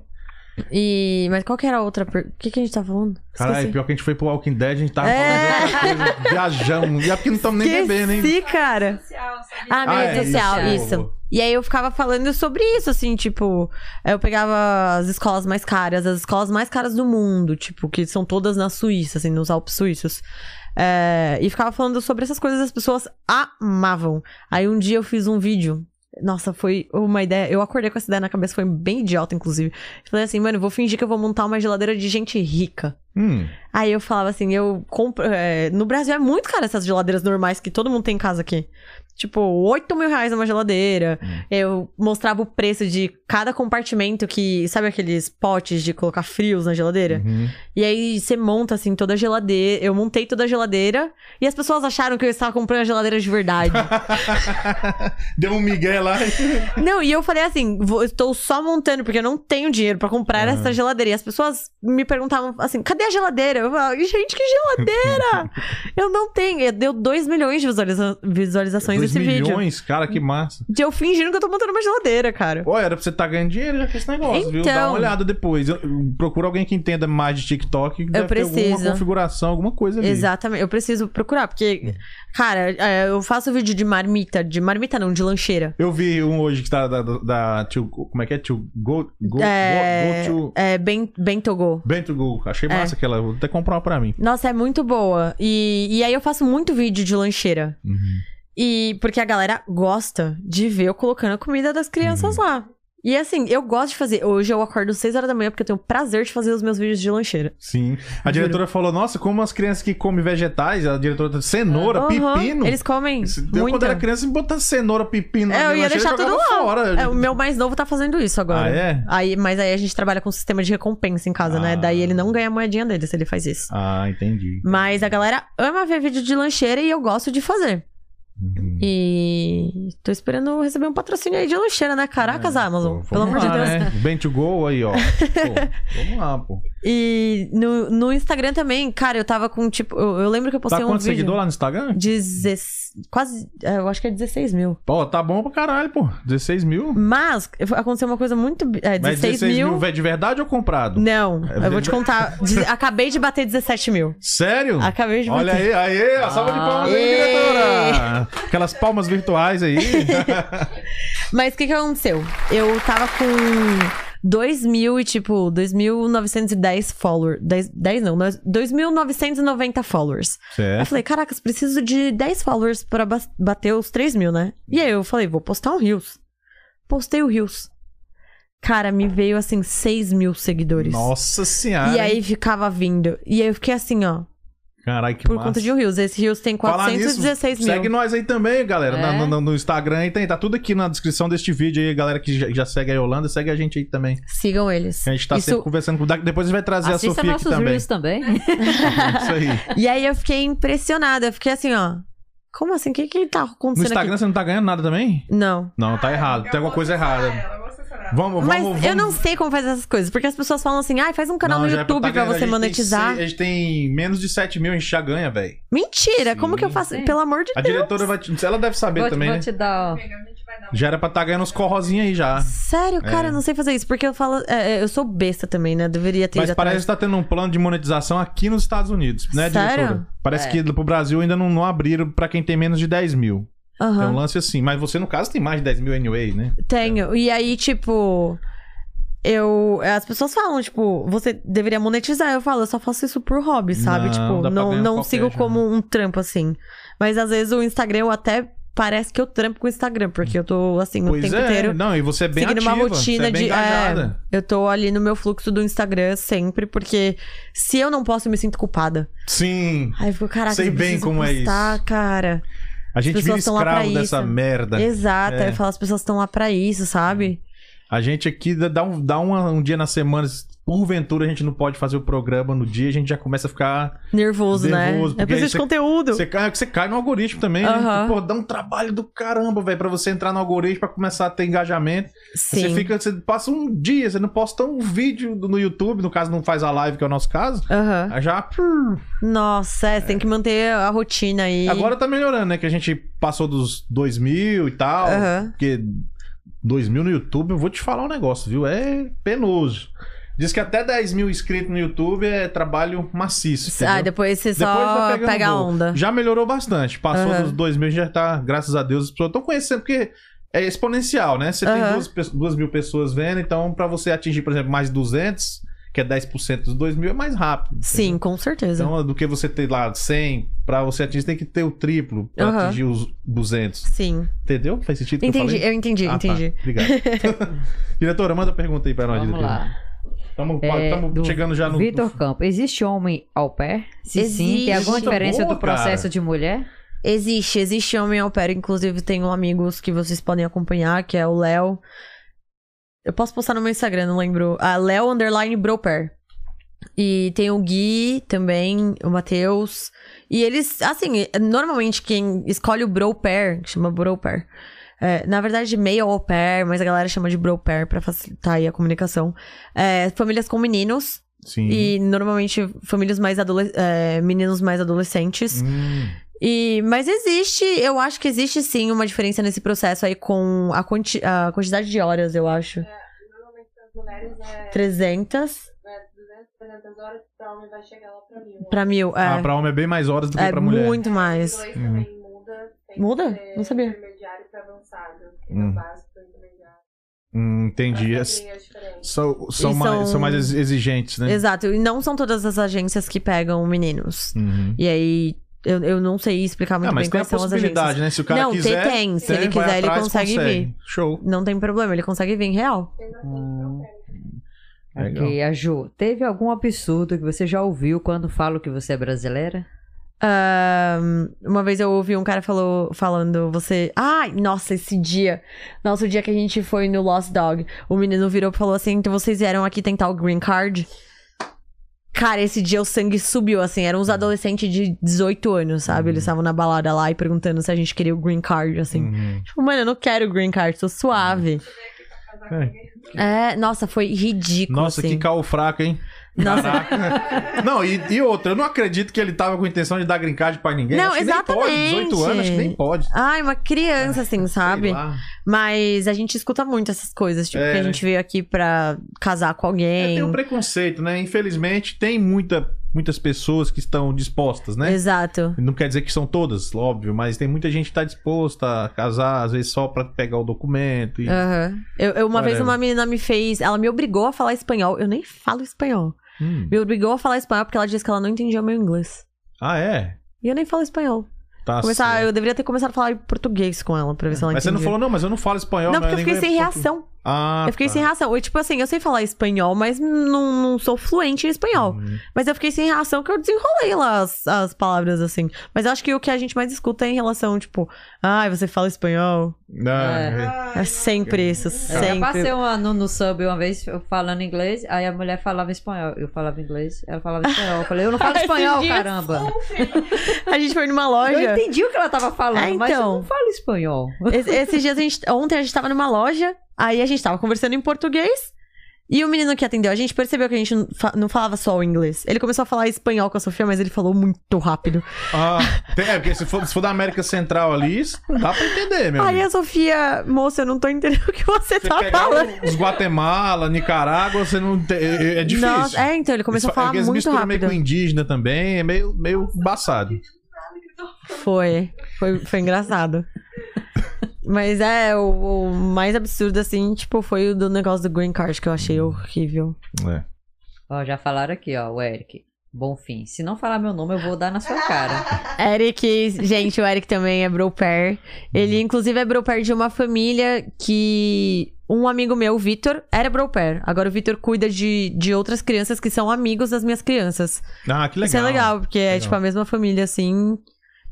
Speaker 2: E. Mas qual que era a outra. per- O que, que a gente tá falando?
Speaker 1: Caralho,
Speaker 2: Esqueci.
Speaker 1: pior que a gente foi pro Walking Dead, a gente tava
Speaker 2: É.
Speaker 1: falando de outra coisa. Viajamos. E é porque não estamos nem bebendo, hein?
Speaker 2: Esqueci, cara.
Speaker 5: Social, sabe?
Speaker 2: Ah, minha
Speaker 1: é,
Speaker 2: rede social,
Speaker 1: isso,
Speaker 2: isso.
Speaker 1: por favor.
Speaker 2: E aí eu ficava falando sobre isso, assim, tipo, eu pegava as escolas mais caras, as escolas mais caras do mundo, tipo, que são todas na Suíça, assim, nos Alpes suíços. É, e ficava falando sobre essas coisas, as pessoas amavam. Aí um dia eu fiz um vídeo. Nossa, foi uma ideia. Eu acordei com essa ideia na cabeça, foi bem idiota, inclusive. Falei assim, mano, eu vou fingir que eu vou montar uma geladeira de gente rica.
Speaker 1: Hum,
Speaker 2: Aí eu falava assim, eu compro. é, no Brasil é muito caro essas geladeiras normais que todo mundo tem em casa aqui. Tipo, 8 mil reais uma geladeira.
Speaker 1: Hum.
Speaker 2: Eu mostrava o preço de cada compartimento que. Sabe aqueles potes de colocar frios na geladeira?
Speaker 1: uhum.
Speaker 2: E aí você monta assim toda a geladeira. Eu montei toda a geladeira e as pessoas acharam que eu estava comprando a geladeira de verdade.
Speaker 1: Deu um migué lá.
Speaker 2: Não, e eu falei assim, vou- eu estou só montando, porque eu não tenho dinheiro pra comprar
Speaker 1: Aham.
Speaker 2: essa geladeira. E as pessoas me perguntavam assim, cadê a geladeira? Eu falava, gente, que geladeira! eu não tenho. E Deu 2 milhões de visualiza- visualizações
Speaker 1: Dois
Speaker 2: esse vídeo.
Speaker 1: milhões, cara, que massa.
Speaker 2: De eu fingindo que eu tô montando uma geladeira, cara.
Speaker 1: Pô, era pra você estar ganhando dinheiro já com esse negócio, viu? Dá
Speaker 2: Então.
Speaker 1: uma olhada depois. Eu- eu- Procura alguém que entenda mais de TikTok. que Deve Ter alguma
Speaker 2: preciso.
Speaker 1: configuração, alguma coisa ali.
Speaker 2: Exatamente. Eu preciso procurar, porque, cara, é, eu faço vídeo de marmita, de marmita não, de lancheira.
Speaker 1: Eu vi um hoje que tá da. da, da tio- como é que é? Tio Go. Go,
Speaker 2: É,
Speaker 1: go, go to,
Speaker 2: é ben, Bentogô.
Speaker 1: bem to go. Achei massa aquela. Vou até comprar uma pra mim.
Speaker 2: Nossa, é muito boa. E, e aí eu faço muito vídeo de lancheira. E porque a galera gosta de ver eu colocando a comida das crianças
Speaker 1: Uhum.
Speaker 2: lá. E assim, eu gosto de fazer. Hoje eu acordo 6 horas da manhã porque eu tenho prazer de fazer os meus vídeos de lancheira.
Speaker 1: Sim. A diretora falou: Nossa, como as crianças que comem vegetais, a diretora tá- cenoura,
Speaker 2: Aham,
Speaker 1: pepino.
Speaker 2: Eles comem
Speaker 1: Isso- Eu, quando
Speaker 2: muita.
Speaker 1: era criança, botar cenoura, pepino na
Speaker 2: É, eu
Speaker 1: minha
Speaker 2: ia
Speaker 1: lancheira,
Speaker 2: deixar
Speaker 1: jogava
Speaker 2: tudo lá.
Speaker 1: Fora.
Speaker 2: É, o meu mais novo tá fazendo isso agora.
Speaker 1: Ah, é?
Speaker 2: Aí, mas aí a gente trabalha com um sistema de recompensa em casa,
Speaker 1: Ah.
Speaker 2: né? Daí ele não ganha a moedinha dele se ele faz isso.
Speaker 1: Ah, entendi.
Speaker 2: Mas a galera ama ver vídeo de lancheira e eu gosto de fazer.
Speaker 1: Uhum.
Speaker 2: E tô esperando receber um patrocínio aí de
Speaker 1: É,
Speaker 2: lancheira, né? Caracas, Amazon.
Speaker 1: Pô,
Speaker 2: Pelo
Speaker 1: vamos
Speaker 2: amor de
Speaker 1: lá,
Speaker 2: Deus.
Speaker 1: Né? Bem to go aí, ó. Pô, vamos lá, pô.
Speaker 2: E no, no Instagram também, cara, eu tava com tipo. Eu, eu lembro que eu
Speaker 1: Tá
Speaker 2: postei um
Speaker 1: quanto
Speaker 2: vídeo.
Speaker 1: seguidor lá no Instagram?
Speaker 2: Dezes- Quase. é, Eu acho que é 16 mil.
Speaker 1: Pô, tá bom pra caralho, pô. 16 mil.
Speaker 2: Mas aconteceu uma coisa muito. É, 16,
Speaker 1: Mas 16 mil, vé, de verdade ou comprado?
Speaker 2: Não,
Speaker 1: É
Speaker 2: eu vou
Speaker 1: verdade.
Speaker 2: te contar. Diz- Acabei de bater 17 mil.
Speaker 1: Sério?
Speaker 2: Acabei de
Speaker 1: Hum. Olha
Speaker 2: bater.
Speaker 1: aí, aí,
Speaker 2: Ah,
Speaker 1: a salva de palmas aí,
Speaker 2: Aê!
Speaker 1: diretora! Aquelas palmas virtuais aí.
Speaker 2: Mas o que, que aconteceu? Eu tava com 2 mil e tipo, 2.910 followers. 10, 10 não, nós- 2.990 followers. Aí Eu
Speaker 1: certo.
Speaker 2: falei, caracas, preciso de 10 followers pra ba- bater os 3 mil, né? E aí eu falei, vou postar um Reels. Postei o Reels. Cara, me veio assim 6 mil seguidores.
Speaker 1: Nossa senhora.
Speaker 2: E aí ficava vindo. E aí eu fiquei assim, ó,
Speaker 1: Caralho, que
Speaker 2: por
Speaker 1: massa.
Speaker 2: conta de um Reels. Esse Reels tem
Speaker 1: Falar nisso,
Speaker 2: 416 mil.
Speaker 1: Segue nós aí também, galera. na-
Speaker 3: É.
Speaker 1: No, no- no Instagram aí tem. Tá tudo aqui na descrição deste vídeo aí, galera que já, já segue a Yolanda, segue a gente aí também.
Speaker 2: Sigam eles.
Speaker 1: Que a gente tá
Speaker 2: Isso-
Speaker 1: sempre conversando com. Depois a gente vai trazer a
Speaker 3: Assista
Speaker 1: Sofia aqui
Speaker 3: nossos
Speaker 1: também.
Speaker 3: reels também.
Speaker 1: É Isso aí.
Speaker 2: E aí eu fiquei impressionada. Eu fiquei assim, ó. Como assim? O que que tá
Speaker 1: No
Speaker 2: acontecendo
Speaker 1: Instagram você não tá ganhando nada também?
Speaker 2: aqui? Não.
Speaker 1: Não, tá errado.
Speaker 5: Ah, Eu
Speaker 1: Tem alguma
Speaker 5: vou
Speaker 1: coisa
Speaker 5: acessar
Speaker 1: errada.
Speaker 5: ela, eu vou acessar ela.
Speaker 1: Vamos, vamos,
Speaker 2: Mas
Speaker 1: vamos.
Speaker 2: eu não sei como fazer essas coisas. Porque as pessoas falam assim, ai, faz um canal
Speaker 1: Não,
Speaker 2: no
Speaker 1: já é
Speaker 2: YouTube pra
Speaker 1: tá ganhando.
Speaker 2: você
Speaker 1: A gente tem
Speaker 2: monetizar.
Speaker 1: seis- A gente tem menos de 7 mil, a gente já ganha, velho.
Speaker 2: Mentira,
Speaker 1: Sim,
Speaker 2: como que eu faço?
Speaker 3: sim.
Speaker 2: Pelo amor de
Speaker 1: A diretora vai te... Ela deve saber
Speaker 3: Vou,
Speaker 1: também,
Speaker 3: vou
Speaker 1: né?
Speaker 3: te dar, ó.
Speaker 5: Amiga, a gente vai dar um-
Speaker 1: Já era pra tá ganhando uns corrozinhos aí já.
Speaker 2: Sério,
Speaker 1: É.
Speaker 2: cara, eu não sei fazer isso. Porque eu falo. é, é, eu sou besta também, né? Deveria ter
Speaker 1: Mas
Speaker 2: ido
Speaker 1: parece
Speaker 2: atrás.
Speaker 1: que tá tendo um plano de monetização aqui nos Estados Unidos, né,
Speaker 2: Sério?
Speaker 1: diretora? Parece
Speaker 3: É.
Speaker 1: que pro Brasil ainda não, não abriram pra quem tem menos de 10 mil. É
Speaker 2: Aham.
Speaker 1: um lance assim. Mas você, no caso, tem mais de 10 mil anyway, né?
Speaker 2: Tenho. E aí, tipo. Eu. As pessoas falam, tipo, você deveria monetizar. Eu falo, eu só faço isso por hobby, sabe?
Speaker 1: Não, dá pra
Speaker 2: tipo, não,
Speaker 1: ganhar
Speaker 2: não
Speaker 1: qualquer
Speaker 2: sigo
Speaker 1: já,
Speaker 2: como um trampo assim. Mas às vezes o Instagram eu até. Parece que eu trampo com o Instagram, porque eu tô assim o
Speaker 1: pois
Speaker 2: tempo
Speaker 1: é.
Speaker 2: inteiro.
Speaker 1: Não, e você é bem
Speaker 2: seguindo
Speaker 1: ativa.
Speaker 2: uma rotina
Speaker 1: você é bem
Speaker 2: de.
Speaker 1: engajada.
Speaker 2: é, eu tô ali no meu fluxo do Instagram sempre, porque se eu não posso, eu me sinto culpada.
Speaker 1: Sim.
Speaker 2: Aí eu fico, caraca,
Speaker 1: Sei
Speaker 2: eu
Speaker 1: bem
Speaker 2: preciso
Speaker 1: como é isso.
Speaker 2: postar, cara.
Speaker 1: A gente vira
Speaker 2: pessoas tão lá pra
Speaker 1: escravo
Speaker 2: isso.
Speaker 1: dessa merda.
Speaker 2: Exato.
Speaker 1: É.
Speaker 2: Aí eu falo, as pessoas estão lá pra isso, sabe?
Speaker 1: A gente aqui dá- dá, um, dá uma- um dia na semana. se Porventura a gente não pode fazer o programa no dia, a gente já começa a ficar.
Speaker 2: Nervoso,
Speaker 1: Nervoso,
Speaker 2: né?
Speaker 1: porque
Speaker 2: Eu preciso
Speaker 1: aí
Speaker 2: de conteúdo.
Speaker 1: Você cai, você cai no algoritmo também, né?
Speaker 2: Aham.
Speaker 1: Pô, dá um trabalho do caramba, velho, pra você entrar no algoritmo, pra começar a ter engajamento.
Speaker 2: Sim.
Speaker 1: Você fica, você passa um dia, você não posta um vídeo no YouTube, no caso não faz a live, que é o nosso caso.
Speaker 2: Aham.
Speaker 1: aí Já.
Speaker 2: Nossa, é, você tem que manter a rotina aí.
Speaker 1: Agora tá melhorando, né? Que a gente passou dos 2 mil e tal.
Speaker 2: Aham.
Speaker 1: Porque 2 mil no YouTube, eu vou te falar um negócio, viu? É penoso. Diz que até 10 mil inscritos no YouTube é trabalho maciço.
Speaker 2: Ah,
Speaker 1: entendeu?
Speaker 2: depois você
Speaker 1: Depois
Speaker 2: só
Speaker 1: vai pegando
Speaker 2: pega a
Speaker 1: voo.
Speaker 2: onda.
Speaker 1: Já melhorou bastante. Passou
Speaker 2: Aham.
Speaker 1: dos 2 mil, já tá, graças a Deus, as pessoas estão conhecendo, porque é exponencial, né? Você tem
Speaker 2: Aham.
Speaker 1: 2 pe- 2 mil pessoas vendo, então pra você atingir, por exemplo, mais 200, que é 10% dos 2 mil, é mais rápido.
Speaker 2: Sim, com certeza.
Speaker 1: Então, do que você ter lá 100, pra você atingir, tem que ter o triplo pra
Speaker 2: Aham.
Speaker 1: atingir os 200.
Speaker 2: Sim.
Speaker 1: Entendeu? Faz sentido? que Então, eu
Speaker 2: Entendi,
Speaker 1: falei?
Speaker 2: eu entendi,
Speaker 1: Ah, tá.
Speaker 2: entendi.
Speaker 1: Obrigado. diretora, manda pergunta aí pra nós,
Speaker 3: Vamos
Speaker 1: diretora.
Speaker 3: lá.
Speaker 1: Estamos
Speaker 3: É, do
Speaker 1: chegando já no.
Speaker 3: Vitor Campo, existe homem ao pé? Se sim,
Speaker 2: Existe.
Speaker 3: tem alguma
Speaker 1: Pergunta
Speaker 3: diferença
Speaker 1: boa,
Speaker 3: do processo
Speaker 1: cara.
Speaker 3: de mulher?
Speaker 2: Existe, existe homem au pair. Inclusive, tenho amigos que vocês podem acompanhar, que é o Léo. Eu posso postar no meu Instagram, não lembro. Ah, Léo underline broper. E tem o Gui também, o Matheus. E eles, assim, normalmente quem escolhe o bro pair, que chama bro pair. é, na verdade, meio au pair, mas a galera chama de bro pair pra facilitar aí a comunicação. É, famílias com meninos.
Speaker 1: Sim.
Speaker 2: E normalmente famílias mais adole- é, meninos mais adolescentes.
Speaker 1: Hum.
Speaker 2: E, mas existe, eu acho que existe sim uma diferença nesse processo aí com a, quanti- a quantidade de horas, eu acho.
Speaker 5: É, Normalmente as mulheres é
Speaker 2: 300
Speaker 5: né, 200, 300 horas, pra homem vai chegar lá pra mil.
Speaker 2: pra mil.
Speaker 1: Ah,
Speaker 2: É,
Speaker 1: pra homem é bem mais horas do que
Speaker 2: é
Speaker 1: pra mulher. Hum.
Speaker 2: muito
Speaker 5: Os
Speaker 2: mais.
Speaker 5: dois também muda. tem que
Speaker 2: Muda?
Speaker 5: ser
Speaker 2: Não sabia.
Speaker 5: Intermediário pra avançado. que é
Speaker 1: Hum.
Speaker 5: o básico pro intermediário.
Speaker 1: Hum, entendi.
Speaker 5: Pra
Speaker 1: As-
Speaker 5: saber as diferenças.
Speaker 1: São, são,
Speaker 2: é E
Speaker 1: mais,
Speaker 2: são-
Speaker 1: são mais ex- exigentes, né?
Speaker 2: Exato. E não são todas as agências que pegam meninos.
Speaker 1: Uhum.
Speaker 2: E aí, eu, eu não sei explicar
Speaker 1: Ah,
Speaker 2: muito
Speaker 1: mas
Speaker 2: bem
Speaker 1: tem a
Speaker 2: quais são as agências.
Speaker 1: possibilidade, né? Se o cara
Speaker 2: não,
Speaker 1: quiser.
Speaker 2: tem, tem. Se
Speaker 1: né,
Speaker 2: ele
Speaker 1: vai
Speaker 2: quiser, ele
Speaker 1: atrás,
Speaker 2: consegue, vir.
Speaker 1: Show.
Speaker 2: Não tem problema, ele consegue vir em real.
Speaker 5: Tem bastante
Speaker 3: Hum.
Speaker 1: Legal.
Speaker 3: Ok, a Ju, teve algum absurdo que você já ouviu quando falo que você é brasileira?
Speaker 2: Ahn, uma vez eu ouvi um cara falou, falando, você. Ai, nossa, esse dia. Nossa, o dia que a gente foi no Lost Dog. O menino virou e falou assim: então vocês vieram aqui tentar o green card? Cara, esse dia o sangue subiu, assim. Eram uns adolescentes de 18 anos, sabe? Eles estavam na balada lá e perguntando se a gente queria o green card, assim.
Speaker 1: Uhum.
Speaker 2: Tipo, mano, eu não quero o green card, sou suave.
Speaker 5: pra casar
Speaker 1: É.
Speaker 5: com ninguém.
Speaker 2: É, nossa, foi ridículo,
Speaker 1: Uhum. Nossa,
Speaker 2: assim.
Speaker 1: que carro fraco, hein? Caraca. Não, e, e outra, eu não acredito que ele tava com intenção de dar green card pra ninguém.
Speaker 2: Não,
Speaker 1: acho que Nem pode,
Speaker 2: exatamente.
Speaker 1: 18 anos, acho que nem pode.
Speaker 2: Ai, uma criança, assim, sabe?
Speaker 1: É, Sei lá.
Speaker 2: Mas a gente escuta muito essas coisas, tipo,
Speaker 1: É,
Speaker 2: que
Speaker 1: né?
Speaker 2: a gente veio aqui pra casar com
Speaker 1: É,
Speaker 2: alguém.
Speaker 1: tem um preconceito, né? Infelizmente, tem muita, muitas pessoas que estão dispostas, né?
Speaker 2: Exato.
Speaker 1: Não quer dizer que são todas, óbvio, mas tem muita gente que tá disposta a casar, às vezes só pra pegar o documento.
Speaker 2: É.
Speaker 1: E...
Speaker 2: Aham. Eu, eu- uma vez
Speaker 1: Whatever.
Speaker 2: uma menina me fez. Ela me obrigou a falar espanhol. Eu nem falo espanhol.
Speaker 1: Hum.
Speaker 2: Me obrigou a falar espanhol porque ela disse que ela não entendia o meu inglês.
Speaker 1: Ah, é?
Speaker 2: E eu nem falo espanhol.
Speaker 1: Tá
Speaker 2: Começar,
Speaker 1: certo.
Speaker 2: eu deveria ter começado a falar em português com ela pra ver se ela
Speaker 1: É. Mas você não
Speaker 2: entendia.
Speaker 1: falou, não, mas eu não falo espanhol.
Speaker 2: Não,
Speaker 1: minha
Speaker 2: porque eu fiquei
Speaker 1: língua é
Speaker 2: sem
Speaker 1: português.
Speaker 2: reação.
Speaker 1: Ah,
Speaker 2: eu fiquei
Speaker 1: tá.
Speaker 2: sem reação. Eu, tipo assim, eu sei falar espanhol, mas não, não sou fluente em espanhol.
Speaker 1: Hum.
Speaker 2: Mas eu fiquei sem reação que eu desenrolei lá as, as palavras, assim. Mas eu acho que o que a gente mais escuta é em relação, tipo, ai, você fala espanhol.
Speaker 1: Ah,
Speaker 2: É sempre isso,
Speaker 3: Eu já
Speaker 2: sempre.
Speaker 3: passei um ano no sub uma vez eu falando inglês, aí a mulher falava espanhol. Eu falava inglês, ela falava espanhol. Eu falei, eu não falo
Speaker 2: Esses
Speaker 3: espanhol,
Speaker 2: dias-
Speaker 3: caramba.
Speaker 2: A gente foi numa
Speaker 3: Eu
Speaker 2: loja.
Speaker 3: entendi o que ela tava falando,
Speaker 2: É,
Speaker 3: mas eu
Speaker 2: então.
Speaker 3: não falo espanhol.
Speaker 2: Es- Esses dias a gente. Ontem a gente tava numa loja, aí a gente tava conversando em português. E o menino que atendeu, a gente percebeu que a gente não fa- não falava só o inglês. Ele começou a falar espanhol com a Sofia, mas ele falou muito rápido.
Speaker 1: ah, tem- é, porque se for, se for da América Central ali, isso dá pra entender, meu.
Speaker 2: Aí
Speaker 1: amigo.
Speaker 2: a Sofia, moça, eu não tô entendendo o que
Speaker 1: Você
Speaker 2: você, tá
Speaker 1: pegar
Speaker 2: falando.
Speaker 1: o- os Guatemala, Nicarágua, você não tem, é, é difícil.
Speaker 2: Nossa, é, então, ele começou
Speaker 1: Eles
Speaker 2: a falar
Speaker 1: fa- eles
Speaker 2: muito
Speaker 1: misturam meio
Speaker 2: rápido.
Speaker 1: com indígena também, é meio, meio embaçado.
Speaker 2: Foi, foi, foi engraçado. Mas é, o, o mais absurdo, assim, tipo, foi o do negócio do green card que eu achei horrível.
Speaker 1: É.
Speaker 3: Ó, já falaram aqui, ó, o Eric. Bonfim. Se não falar meu nome, eu vou dar na sua cara.
Speaker 2: Eric, gente, o Eric também é bro pair. Ele, inclusive, é bro pair de uma família que um amigo meu, o Vitor, era bro pair. Agora o Vitor cuida de, de outras crianças que são amigos das minhas crianças.
Speaker 1: Ah, que legal.
Speaker 2: Isso é legal, porque é
Speaker 1: Legal.
Speaker 2: tipo a mesma família, assim.